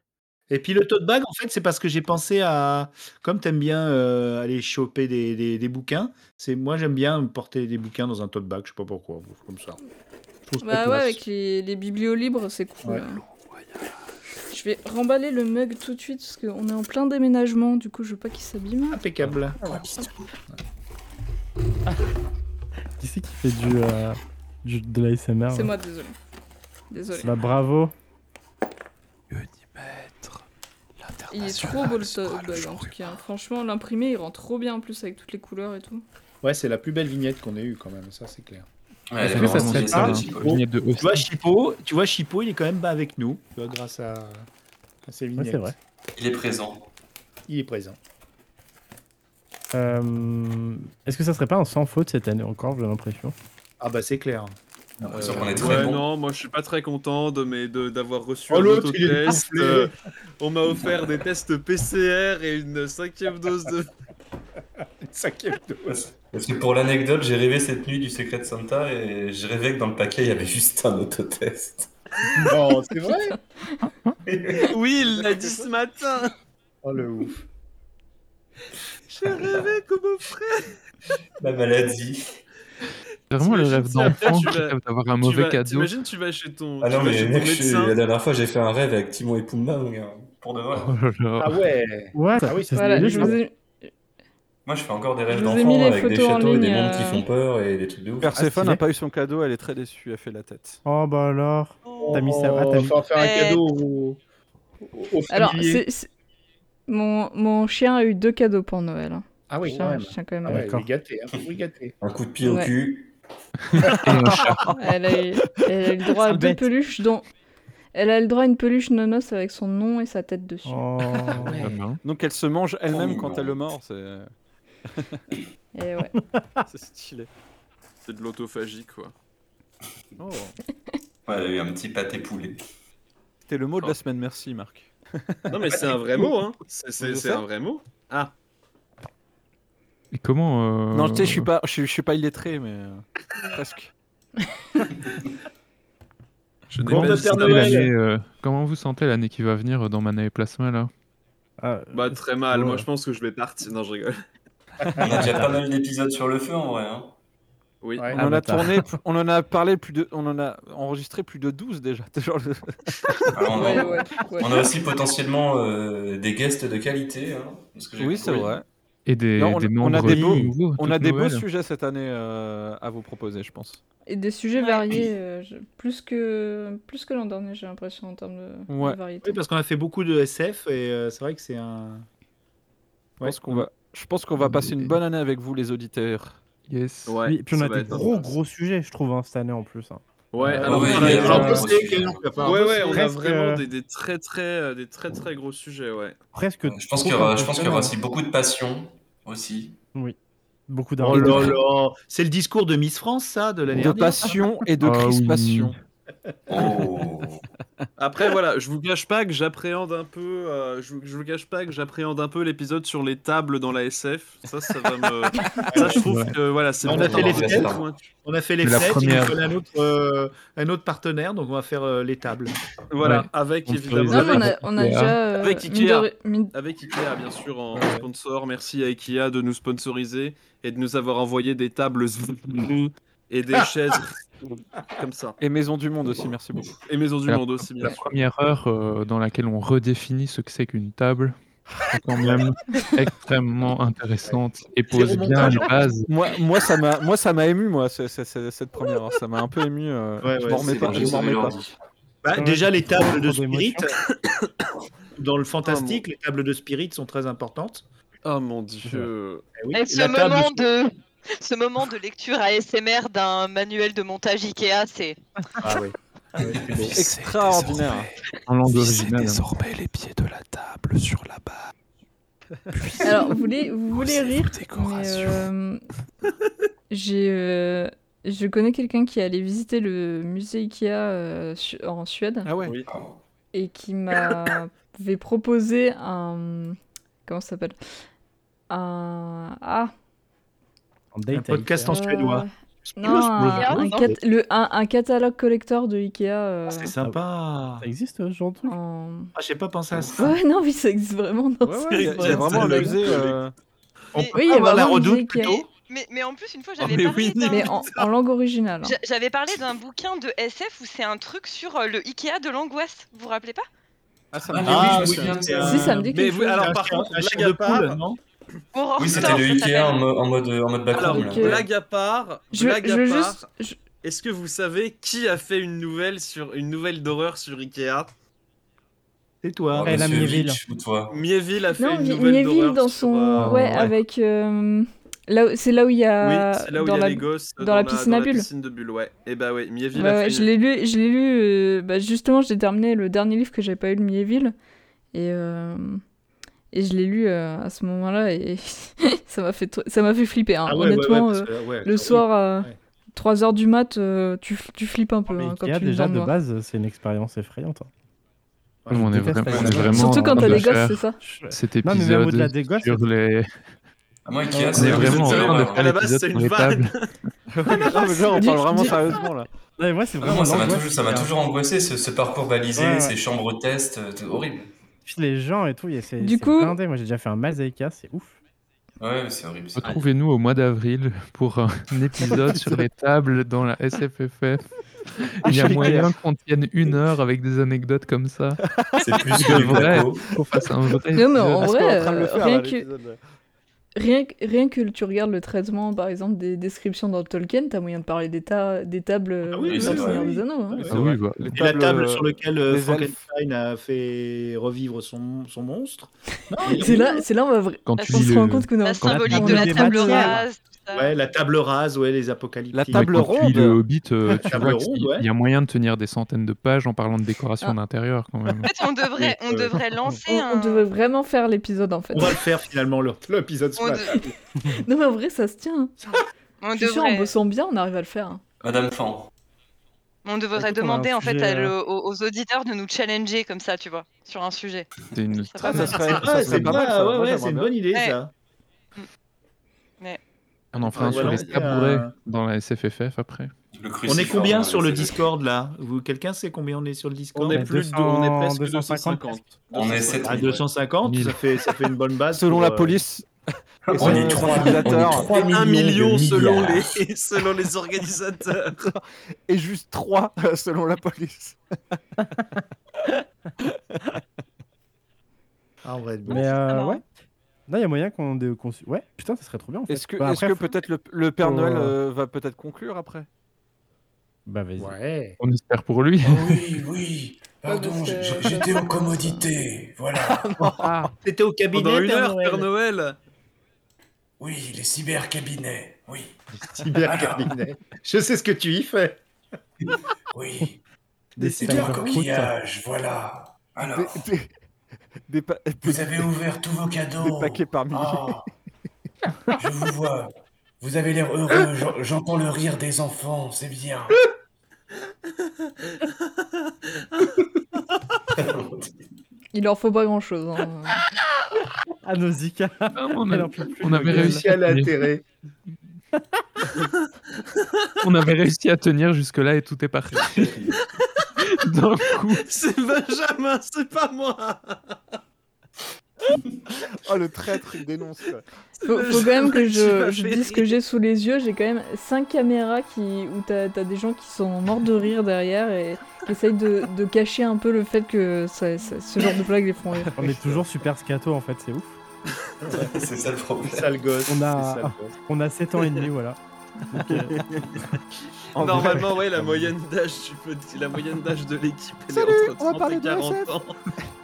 S2: Et puis le tote bag, en fait, c'est parce que j'ai pensé à. Comme t'aimes bien euh, aller choper des, des- des bouquins, c'est moi j'aime bien porter des bouquins dans un tote bag, je sais pas pourquoi, comme ça. Je trouve ça
S1: Bah ouais,
S2: classe.
S1: avec les, les biblios libres, c'est cool.
S2: Ouais.
S1: hein. Je vais remballer le mug tout de suite parce qu'on est en plein déménagement, du coup je veux pas qu'il s'abîme. Ah,
S2: Impeccable.
S6: Qui c'est qui fait du, euh, du- de l'ASMR
S1: C'est moi, désolé. Désolé.
S6: Bah bravo.
S1: Il est trop beau le hein, tote bag en tout cas. Franchement, l'imprimé il rend trop bien en plus avec toutes les couleurs et tout.
S2: Ouais, c'est la plus belle vignette qu'on ait eue quand même, ça c'est clair.
S5: Ouais,
S2: Parce
S5: elle est
S2: que ça
S5: vraiment
S2: serait
S5: stylée,
S2: pas-
S5: celle de
S2: Chipo.
S5: Chipo. Vignette de
S2: tu vois, Chipo, tu vois, Chipo, il est quand même pas avec nous, tu vois, grâce à, à ses vignettes.
S6: c'est vrai.
S5: Il est présent.
S2: Il est présent.
S6: Euh, Est-ce que ça serait pas un sans faute cette année encore, j'ai l'impression
S2: Ah bah c'est clair. Euh,
S5: l'impression qu'on est très
S4: Euh, ouais,
S5: bon.
S4: non, moi je suis pas très content de mes- de- d'avoir reçu
S2: Oh,
S4: un
S2: l'autre, il est
S4: autotest.
S2: gonflé.
S4: euh, on m'a offert des tests PCR et une cinquième
S5: [LAUGHS]
S4: dose de.
S2: cinquième dose.
S5: Parce que pour l'anecdote, j'ai rêvé cette nuit du secret de Santa et je rêvais que dans le paquet il y avait juste un autotest.
S2: Non, Oh, c'est [LAUGHS] vrai
S4: Oui, il l'a dit ce matin.
S2: Oh le ouf.
S4: J'ai rêvé comme mon frère.
S5: La maladie.
S7: C'est vraiment le rêve
S4: Tu sais, après,
S7: d'enfant,
S4: tu
S7: le
S4: vas-
S7: rêve d'avoir un
S4: tu
S7: mauvais
S4: vas-
S7: cadeau.
S4: T'imagines, tu vas chez ton,
S5: Ah
S4: tu
S5: non,
S4: vas
S5: mais
S4: chez ton
S5: mec, je suis-
S4: médecin.
S5: la dernière fois j'ai fait un rêve avec Timon et Pumba, hein. mon gars. Pour de vrai.
S2: Ah ouais.
S6: Ouais,
S2: Ah oui, c'est
S1: Voilà, je vous ai-
S5: Moi je fais encore des
S1: Je
S5: rêves
S1: vous ai mis
S5: d'enfants
S1: les
S5: avec des
S1: photos en
S5: châteaux et des
S1: ligne,
S5: mondes qui
S1: euh.
S5: font peur et des trucs de ouf.
S3: Perséphone
S6: Ah,
S3: n'a
S6: stylé.
S3: pas eu son cadeau, elle est très déçue, elle fait la tête.
S6: Oh bah alors. T'as mis ça.
S4: Oh,
S6: Ah, t'as mis...
S2: faut en faire un
S10: Ouais.
S2: cadeau au, au- au
S1: Alors,
S2: familier.
S1: c'est. c'est- Mon, mon chien a eu deux cadeaux pour Noël. hein.
S2: Ah oui,
S1: Chien-
S2: quand même.
S1: chien, quand même.
S2: Ah ouais, il
S6: D'accord.
S2: est gâté, hein, il est gâté.
S5: Un coup de pied au
S1: Ouais.
S5: cul.
S1: [LAUGHS] Elle, a eu, elle a eu le droit à
S6: Ça
S1: deux
S6: bête.
S1: peluches, dont. Elle a le droit à une peluche nonos avec son nom et sa tête dessus.
S6: Oh.
S3: Donc elle se mange elle-même
S5: Oh,
S3: quand
S5: non.
S3: elle le mord, c'est
S1: Et
S4: [LAUGHS]
S1: ouais.
S3: c'est stylé.
S4: C'est de l'autophagie, quoi.
S3: Oh.
S5: Ouais, il y a eu un petit pâté poulet.
S3: C'était le mot
S5: Oh.
S3: de la semaine, merci Marc.
S4: Non, mais c'est un vrai mot, hein. C'est- C'est
S3: Je
S4: c'est
S3: sais.
S4: un vrai mot. Ah,
S7: Et comment. euh,
S3: Non, tu sais, je suis pas, je suis- je suis pas illettré, mais euh, presque.
S4: je n'ai
S2: Bon,
S4: pas
S2: de
S4: dit
S2: Père
S4: ça.
S7: sentez
S2: Noël.
S7: l'année, euh, Comment vous sentez l'année qui va venir euh, dans Mana et Plasma là
S6: Ah,
S4: Bah, très mal.
S6: Ouais.
S4: Moi, je pense que je vais partir. Non, je rigole.
S5: [LAUGHS] On a déjà pas mal d'épisodes sur le feu en vrai. Hein.
S4: Oui.
S2: Ouais.
S3: On
S6: Ah,
S3: en a
S6: bâtard.
S3: tourné, on en a parlé plus de, on en a enregistré plus de 12 déjà. [LAUGHS] C'est genre le-
S5: Alors, Ah, on,
S1: Ouais,
S5: a,
S1: ouais, ouais.
S5: on a aussi potentiellement euh, des guests de qualité. hein, de ce que j'ai
S3: Oui, c'est
S5: compris.
S3: vrai.
S7: Et des,
S3: Non, on-
S7: des
S3: on
S7: membres
S3: a des beaux-
S7: nouveaux,
S3: On
S7: toute
S3: a des beaux
S7: nouvelle.
S3: sujets cette année euh, à vous proposer, je pense.
S1: Et des sujets
S10: Ouais.
S1: variés, euh, je- plus que, plus que l'an dernier, j'ai l'impression, en termes de, de
S3: Ouais.
S1: variété.
S2: Oui, parce qu'on a fait beaucoup de SF et euh, c'est vrai que c'est un.
S3: Je pense qu'on va, je pense qu'on va passer une bonne année avec vous, les auditeurs.
S7: Yes.
S4: Ouais,
S6: Oui, puis on
S4: ça
S6: a
S4: va
S6: des
S4: être
S6: gros
S4: intéressant.
S6: gros sujets, je trouve, hein, cette année en plus. hein.
S4: Ouais,
S2: Ah
S4: alors
S5: ouais,
S4: on
S5: il
S4: a-
S5: y a
S4: alors,
S5: un
S4: parce
S5: gros
S4: que-
S5: sujet.
S4: Ouais, ouais, on a
S6: Presque,
S4: vraiment
S6: euh,
S4: des, des très, très, euh, des très, très gros sujets, ouais.
S6: Presque.
S5: Je pense
S6: trop
S5: qu'il y aura, je pense qu'il y aura aussi
S6: impressionnant.
S5: beaucoup de passion aussi.
S6: beaucoup
S2: Oh
S6: d'argent.
S2: là
S6: [LAUGHS]
S2: là C'est le discours de Miss France, ça, de l'année
S3: De
S2: dernière
S3: passion et de
S7: Ah oui.
S3: crispation.
S5: Oh.
S4: Après, voilà, je vous cache pas que j'appréhende un peu. euh, je, vous- je vous cache pas que j'appréhende un peu l'épisode sur les tables dans la SF. Ça, ça va
S2: [LAUGHS]
S4: me. ça, je trouve
S7: Ouais.
S4: que voilà, c'est.
S2: Ah, On
S5: a
S4: vraiment
S5: fait les
S4: très
S5: fenêtres.
S4: pointu.
S2: On a fait les
S7: Mais la
S2: fêtes, il
S7: première.
S2: nous fallait un autre, euh, un autre partenaire, donc on va faire euh, les tables.
S4: Voilà,
S7: Ouais.
S4: avec
S7: On peut les
S4: évidemment.
S1: Non, mais on
S4: Avec,
S1: a, on a
S7: Ikea.
S1: déjà. euh,
S4: Avec Ikea.
S1: Midori- Mid-
S4: avec Ikea, bien sûr, en
S2: Ouais.
S4: sponsor. Merci à Ikea de nous sponsoriser et de nous avoir envoyé des tables [LAUGHS] et
S2: Ah.
S4: des
S7: Ah
S4: chaises
S7: [LAUGHS]
S4: comme ça.
S3: Et Maison du Monde aussi, merci beaucoup.
S4: Et Maison du
S7: La-
S4: Monde aussi, bien
S7: La
S4: sûr.
S7: première heure euh, dans laquelle on redéfinit ce que c'est qu'une table est
S1: [LAUGHS]
S7: quand même extrêmement intéressante et pose
S2: Zéro
S7: bien
S2: montage.
S7: les bases.
S3: Moi, moi, ça m'a, moi, ça m'a ému, moi, ce- ce- ce- cette première heure. Ça m'a un peu ému. euh,
S2: Ouais,
S3: je
S2: ouais,
S3: m'en
S2: c'est
S3: remets pas.
S5: bon,
S3: Je
S5: j'ai
S3: m'en
S5: sauvé
S3: remets pas.
S5: l'ordi.
S2: Bah, déjà, les tables de
S4: trop
S2: spirit,
S4: d'émotions.
S2: [COUGHS] dans le fantastique, les tables de spirit sont très importantes.
S4: Oh mon dieu.
S2: Eh oui,
S10: Et ce
S2: la table
S10: moment,
S2: de-
S10: de... ce moment de lecture ASMR d'un manuel de montage Ikea, c'est.
S2: Ah oui. Ah oui, c'est beau.
S3: Extraordinaire.
S7: En langue
S3: [LAUGHS]
S11: Fixez
S7: originale.
S11: désormais les pieds de la table sur la barre.
S1: Alors, vous voulez, vous voulez rire, mais
S11: décorations.
S1: euh, j'ai, euh, je connais quelqu'un qui est allé visiter le musée Ikea euh, su- en Suède.
S3: Ah ouais
S1: Et qui [COUGHS] m'avait proposé un... Comment ça s'appelle Un... Ah
S2: Un podcast en
S1: Euh,
S2: suédois.
S1: Non, un, un cat- euh,
S3: hein.
S1: le, un, un catalogue collector de Ikea.
S6: Ah,
S1: euh,
S2: C'est sympa.
S6: Ça existe ce genre de truc
S1: en-
S2: Ah, j'ai pas pensé à ça.
S1: Ouais, non, oui, ça existe vraiment. non,
S3: Ouais, ouais,
S1: ça
S3: il y a-
S1: existe
S3: il y a
S1: vraiment.
S3: vraiment un
S2: le-
S3: musée. euh,
S2: On
S10: Mais-
S2: peut
S1: Oui, il y a
S2: avoir la
S1: vraiment une
S2: redoute
S1: Ikea.
S2: plutôt.
S10: Mais, Oh, mais en plus, une fois,
S1: Ah,
S10: j'avais
S1: mais
S10: parlé
S1: oui,
S10: d'un-
S1: mais en, en langue originale. hein.
S10: j'a- j'avais parlé d'un bouquin de SF où c'est un truc sur euh, le Ikea de l'angoisse. Vous vous rappelez pas
S3: Ah, ça
S5: Ah,
S3: me
S5: mais oui, je me
S3: dit-
S5: souviens de
S2: c'est
S5: ça.
S1: Si, ça me dit
S4: Mais
S1: quelque
S4: vous-
S1: chose.
S4: alors
S2: Un
S4: par
S2: chien-
S4: contre,
S2: un chien
S4: blague
S2: de
S4: à part,
S2: poule, non
S10: Horror
S4: Oh,
S5: Oui, c'était
S10: Store,
S5: le
S10: ça
S5: Ikea en,
S10: s'appelle.
S5: mo- en mode, euh, en mode
S4: Alors,
S5: backroom.
S1: Ok.
S5: là.
S4: blague à part,
S1: Je,
S4: blague
S1: je
S4: à
S1: veux
S4: part,
S1: juste. je-
S4: est-ce que vous savez qui a fait une nouvelle sur une nouvelle d'horreur sur Ikea
S2: C'est toi.
S5: Oh,
S6: Elle a
S5: monsieur
S6: Mieville.
S5: Vitch, ou toi
S4: Mieville a fait
S1: Non,
S4: une
S1: Mi-
S4: nouvelle
S1: Mieville
S4: d'horreur
S1: dans
S4: sur,
S1: son.
S4: euh,
S1: ouais, avec. euh, là où- C'est là où il y a.
S4: Oui, c'est là où il y
S1: dans
S4: a
S1: la-
S4: les gosses
S1: dans la piscine à bulles.
S4: piscine de bulles, ouais. Et bah ouais, Mieville
S1: Ouais,
S4: a
S1: ouais,
S4: fait
S1: je
S4: une-
S1: l'ai lu, je l'ai lu euh, bah, justement, j'ai terminé le dernier livre que j'avais pas eu de Mieville. Et, euh, et je l'ai lu euh, à ce moment-là et [LAUGHS] ça m'a fait, tr- ça m'a fait flipper. hein.
S2: Ah ouais, ouais, ouais,
S1: Honnêtement,
S2: parce
S1: euh,
S2: que, ouais,
S1: le
S2: surtout.
S1: soir, à
S2: ouais.
S1: 3h du mat, euh, tu, f- tu flippes un peu
S6: Mais
S1: hein, quand
S6: Ikea,
S1: tu
S6: déjà
S1: dors
S6: de
S1: noir.
S6: base, c'est une expérience effrayante. hein.
S7: Nous, on, est
S6: déteste
S7: vraiment,
S6: la
S7: on est
S6: Suède.
S7: vraiment
S1: Surtout
S7: en
S1: quand
S7: train
S1: t'as
S7: de
S1: les gosses,
S7: faire
S1: c'est ça
S7: Cet
S6: Non, mais même
S7: épisode
S6: au-delà des gosses,
S7: sur les...
S5: Ah, Moi, Ikea,
S6: Ouais,
S7: On
S5: c'est
S7: est
S5: un
S7: vraiment en
S5: musée de
S7: train de faire
S5: terreur.
S4: À Ah, la base,
S7: l'épisode
S4: c'est
S7: sur
S4: une
S7: les tables.
S3: [LAUGHS] Non, mais là, on
S1: Du-
S3: parle vraiment
S1: du-
S3: sérieusement
S6: Non,
S3: là.
S6: mais moi, c'est
S5: Ah,
S6: vraiment
S5: moi, ça m'a
S6: l'angoisse,
S5: toujours, ça m'a
S6: Ikea.
S5: toujours angoissé, ce, ce parcours balisé,
S6: Ouais, ouais.
S5: ces chambres tests, euh, tout- horrible.
S6: Puis Les gens et tout, il y a- c'est
S1: Du
S6: c'est
S1: coup-
S6: blindé. Moi, j'ai déjà fait un mal à Ikea, c'est ouf.
S5: Ouais, mais c'est horrible. ça.
S7: Retrouvez-nous au mois d'avril pour
S2: [LAUGHS]
S7: un épisode sur les tables dans la SFFF.
S2: Ah,
S7: Il y a moyen qu'on tienne une heure avec des anecdotes comme ça.
S5: C'est plus
S7: C'est
S5: que du
S7: vrai.
S5: taco.
S7: Qu'on fasse un vrai
S1: Non, mais en vrai,
S7: épisode.
S3: Parce qu'on est en train de le
S1: euh,
S3: faire,
S1: rien
S3: là,
S1: que-
S3: l'épisode.
S1: Rien que, rien que tu regardes le traitement, par exemple, des descriptions dans Tolkien, t'as moyen de parler des, ta- des tables
S2: Ah oui,
S1: euh,
S5: c'est
S1: dans le
S5: vrai,
S1: Seigneur
S5: oui.
S1: des Anneaux. hein.
S3: Oui, c'est
S7: Ah
S3: vrai.
S7: oui, bah,
S3: Les
S2: euh, Et la
S3: tables,
S2: table
S3: euh,
S2: sur laquelle euh,
S3: des
S2: Frankenstein a fait revivre son, son monstre. [LAUGHS] Non, il y a-
S1: C'est là, c'est là on va vra-
S7: quand
S1: on
S7: tu lis
S1: se
S7: le-
S1: rend compte qu'on est en
S10: La
S1: train
S10: symbolique
S6: on
S10: de
S6: est
S10: la
S6: des
S10: table
S6: matières.
S10: rase, tout ça.
S2: Ouais, la table rase, ouais, les apocalyptiques.
S3: La table
S7: Ouais, quand tu lis le
S3: ronde.
S7: Hobbit, euh, tu
S2: Table
S7: vois
S2: ronde,
S7: qu'il y-
S2: ouais.
S7: y a moyen de tenir des centaines de pages en parlant de décoration
S1: Ah.
S7: d'intérieur quand même.
S10: En fait, on devrait, on
S2: euh,
S10: devrait lancer
S1: On,
S10: un.
S1: on devait vraiment faire l'épisode en fait.
S2: On va le faire finalement, le- l'épisode
S10: On
S2: ce matin.
S10: de-
S1: [LAUGHS] non mais en vrai ça se tient. hein.
S10: on
S1: Je suis sûr en
S10: devrait-
S1: bossant bien on arrive à le faire. hein.
S5: Madame Fan.
S10: On devrait
S6: Écoute, on a un
S10: demander en fait
S6: sujet,
S10: à le-
S6: euh,
S10: aux, aux auditeurs de nous challenger comme ça, tu vois, sur un sujet.
S7: C'est une
S10: Ça
S7: très-
S10: va,
S3: Ça
S10: mais-
S3: serait,
S2: Ah,
S3: ça
S2: c'est
S3: serait pas mal.
S2: pas-
S3: ça.
S2: ouais,
S3: Moi,
S2: ouais,
S3: j'aimerais
S2: c'est une
S3: bien.
S2: bonne idée
S10: Ouais.
S2: ça.
S7: On en fera un
S2: Ouais,
S7: sur
S2: non,
S7: les
S2: il y a-
S7: tabourets dans la SFFF après.
S5: Le
S2: On est
S5: crucifort,
S2: combien
S5: euh,
S2: sur le
S5: c'est-
S2: Discord là Vous, Quelqu'un sait combien on est sur le Discord Ah,
S4: On est
S6: Mais
S4: plus de,
S6: 200,
S4: on est presque
S6: 250.
S4: 250.
S5: On est sept
S2: À
S5: mille, ouais.
S2: 250, ça
S7: Mille.
S2: fait, ça fait une bonne base.
S3: Selon
S2: pour,
S3: la
S2: euh,
S3: police. et
S5: [LAUGHS] On
S3: selon
S5: est
S3: les
S5: trois-
S3: organisateurs.
S5: on est 3
S4: Et
S9: millions
S4: 1 million
S9: de
S4: selon
S9: milliards.
S4: les, [LAUGHS] selon les organisateurs.
S3: Et juste 3 selon la police.
S2: Ah, on va être bon.
S6: Mais euh,
S10: marrant.
S6: ouais. Non, il y a moyen qu'on. dé- qu'on su- Ouais, putain, ça serait trop bien en fait.
S3: Est-ce que,
S6: Bah,
S3: est-ce
S6: après,
S3: que peut-être le, le Père
S6: faut,
S3: Noël
S6: euh,
S3: euh, va peut-être conclure après
S6: Bah, vas-y.
S2: Ouais.
S7: On espère pour lui.
S9: Ah oui,
S5: [LAUGHS]
S9: oui. Pardon,
S2: Ah,
S1: Ouais,
S9: j'ai-
S1: parce que-
S9: j'étais aux commodités. Voilà.
S6: Ah,
S2: C'était au cabinet.
S4: Pendant une
S2: Père
S4: heure, Père Noël.
S9: Oui, les cybercabinets. Oui,
S2: Cybercabinet. Je sais ce que tu y fais.
S9: oui.
S6: des
S9: C'est un
S6: cybercoutes.
S9: coquillage, voilà. Alors,
S3: [LAUGHS] Des- des- des pa-
S9: vous avez ouvert tous vos cadeaux.
S3: Des paquets par milliers.
S9: Ah, je vous vois. Vous avez l'air heureux. j'en- J'entends le rire des enfants. C'est bien.
S1: Il leur faut pas hein. grand chose.
S6: Ah, Nausicaa.
S7: Ah, on, a-
S6: Elle en peut plus,
S7: on avait
S6: le gars.
S7: réussi à tenir.
S2: l'intérêt.
S7: On avait réussi à tenir jusque-là et tout est parti. D'un coup.
S4: [LAUGHS] C'est Benjamin, c'est pas moi.
S3: Oh, le traître, il dénonce. quoi.
S1: Faut, faut quand même que je, je
S4: [LAUGHS] Tu m'as fait
S1: dise ce que
S4: rire.
S1: j'ai sous les yeux. J'ai quand même cinq caméras qui, où t'as as des gens qui sont morts de rire derrière et qui essayent de, de cacher un peu le fait que ça- ça- ce genre de blagues les font rire.
S6: On est toujours super scato en fait, c'est ouf.
S5: C'est ça le problème.
S2: C'est ça le gosse.
S6: On
S2: c'est
S6: a-
S2: ça, le gosse.
S6: On a 7 ans et demi, voilà. euh,
S2: [LAUGHS]
S6: En
S4: Normalement,
S6: vrai.
S4: ouais, la moyenne d'âge du petit- la moyenne d'âge de l'équipe, elle
S6: Salut,
S4: est
S6: on va
S4: entre 30
S6: parler
S4: et
S6: de
S4: 40
S6: SF.
S4: ans.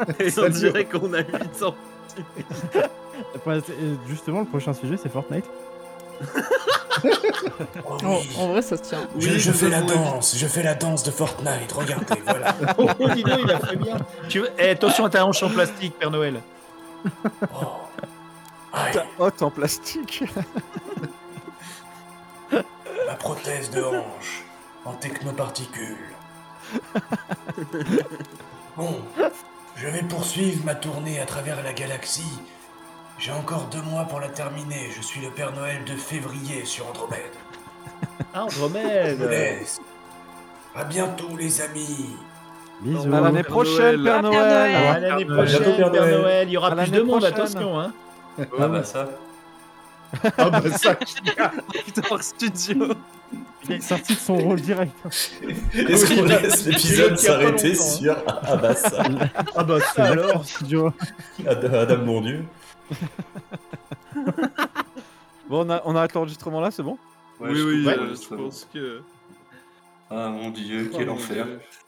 S5: [LAUGHS]
S4: Et on
S6: Salut.
S4: dirait qu'on a 8 ans.
S6: Parce- euh, Justement, le prochain sujet, c'est Fortnite.
S1: Oh, en vrai, ça se tient.
S9: je, je fais la danse, je fais la danse de Fortnite, regardez, voilà.
S2: [LAUGHS] Oh, dis donc, il a fait bien. Tu veux- eh, attention à ta hanche en plastique, Père Noël.
S3: Ta hotte en plastique.
S9: Ma prothèse de hanche en technoparticules. Bon, je vais poursuivre ma tournée à travers la galaxie. J'ai encore deux mois pour la terminer. Je suis le Père Noël de février sur Andromède.
S2: Eh ben.
S9: Je vous
S2: Andromède.
S9: laisse. À bientôt, les amis.
S6: Bisous.
S3: À l'année
S6: Père
S3: prochaine,
S6: Noël.
S3: Père
S6: À Père
S3: Noël.
S6: Noël.
S2: À l'année
S6: Père
S2: prochaine,
S6: Noël.
S2: Père Noël. Il y
S6: À
S2: aura plus
S6: l'année
S2: de monde,
S6: prochaine.
S2: attention. Hein.
S5: Ah bah ça.
S2: Ah bah ça.
S4: Victor Studio.
S6: Il est sorti de son rôle direct.
S5: Est-ce qu'on laisse l'épisode s'arrêter
S2: hein.
S5: sur Ah bah ça.
S2: Ah bah ça alors.
S6: Studio.
S5: Ad- Adam mon dieu.
S3: Bon, on, a, on arrête l'enregistrement là, c'est bon
S4: Oui, oui,
S5: Ouais,
S4: euh,
S5: c'est
S4: je
S5: bon.
S4: pense que.
S5: Ah mon dieu,
S4: Oh
S5: quel
S4: mon
S5: enfer.
S4: Dieu.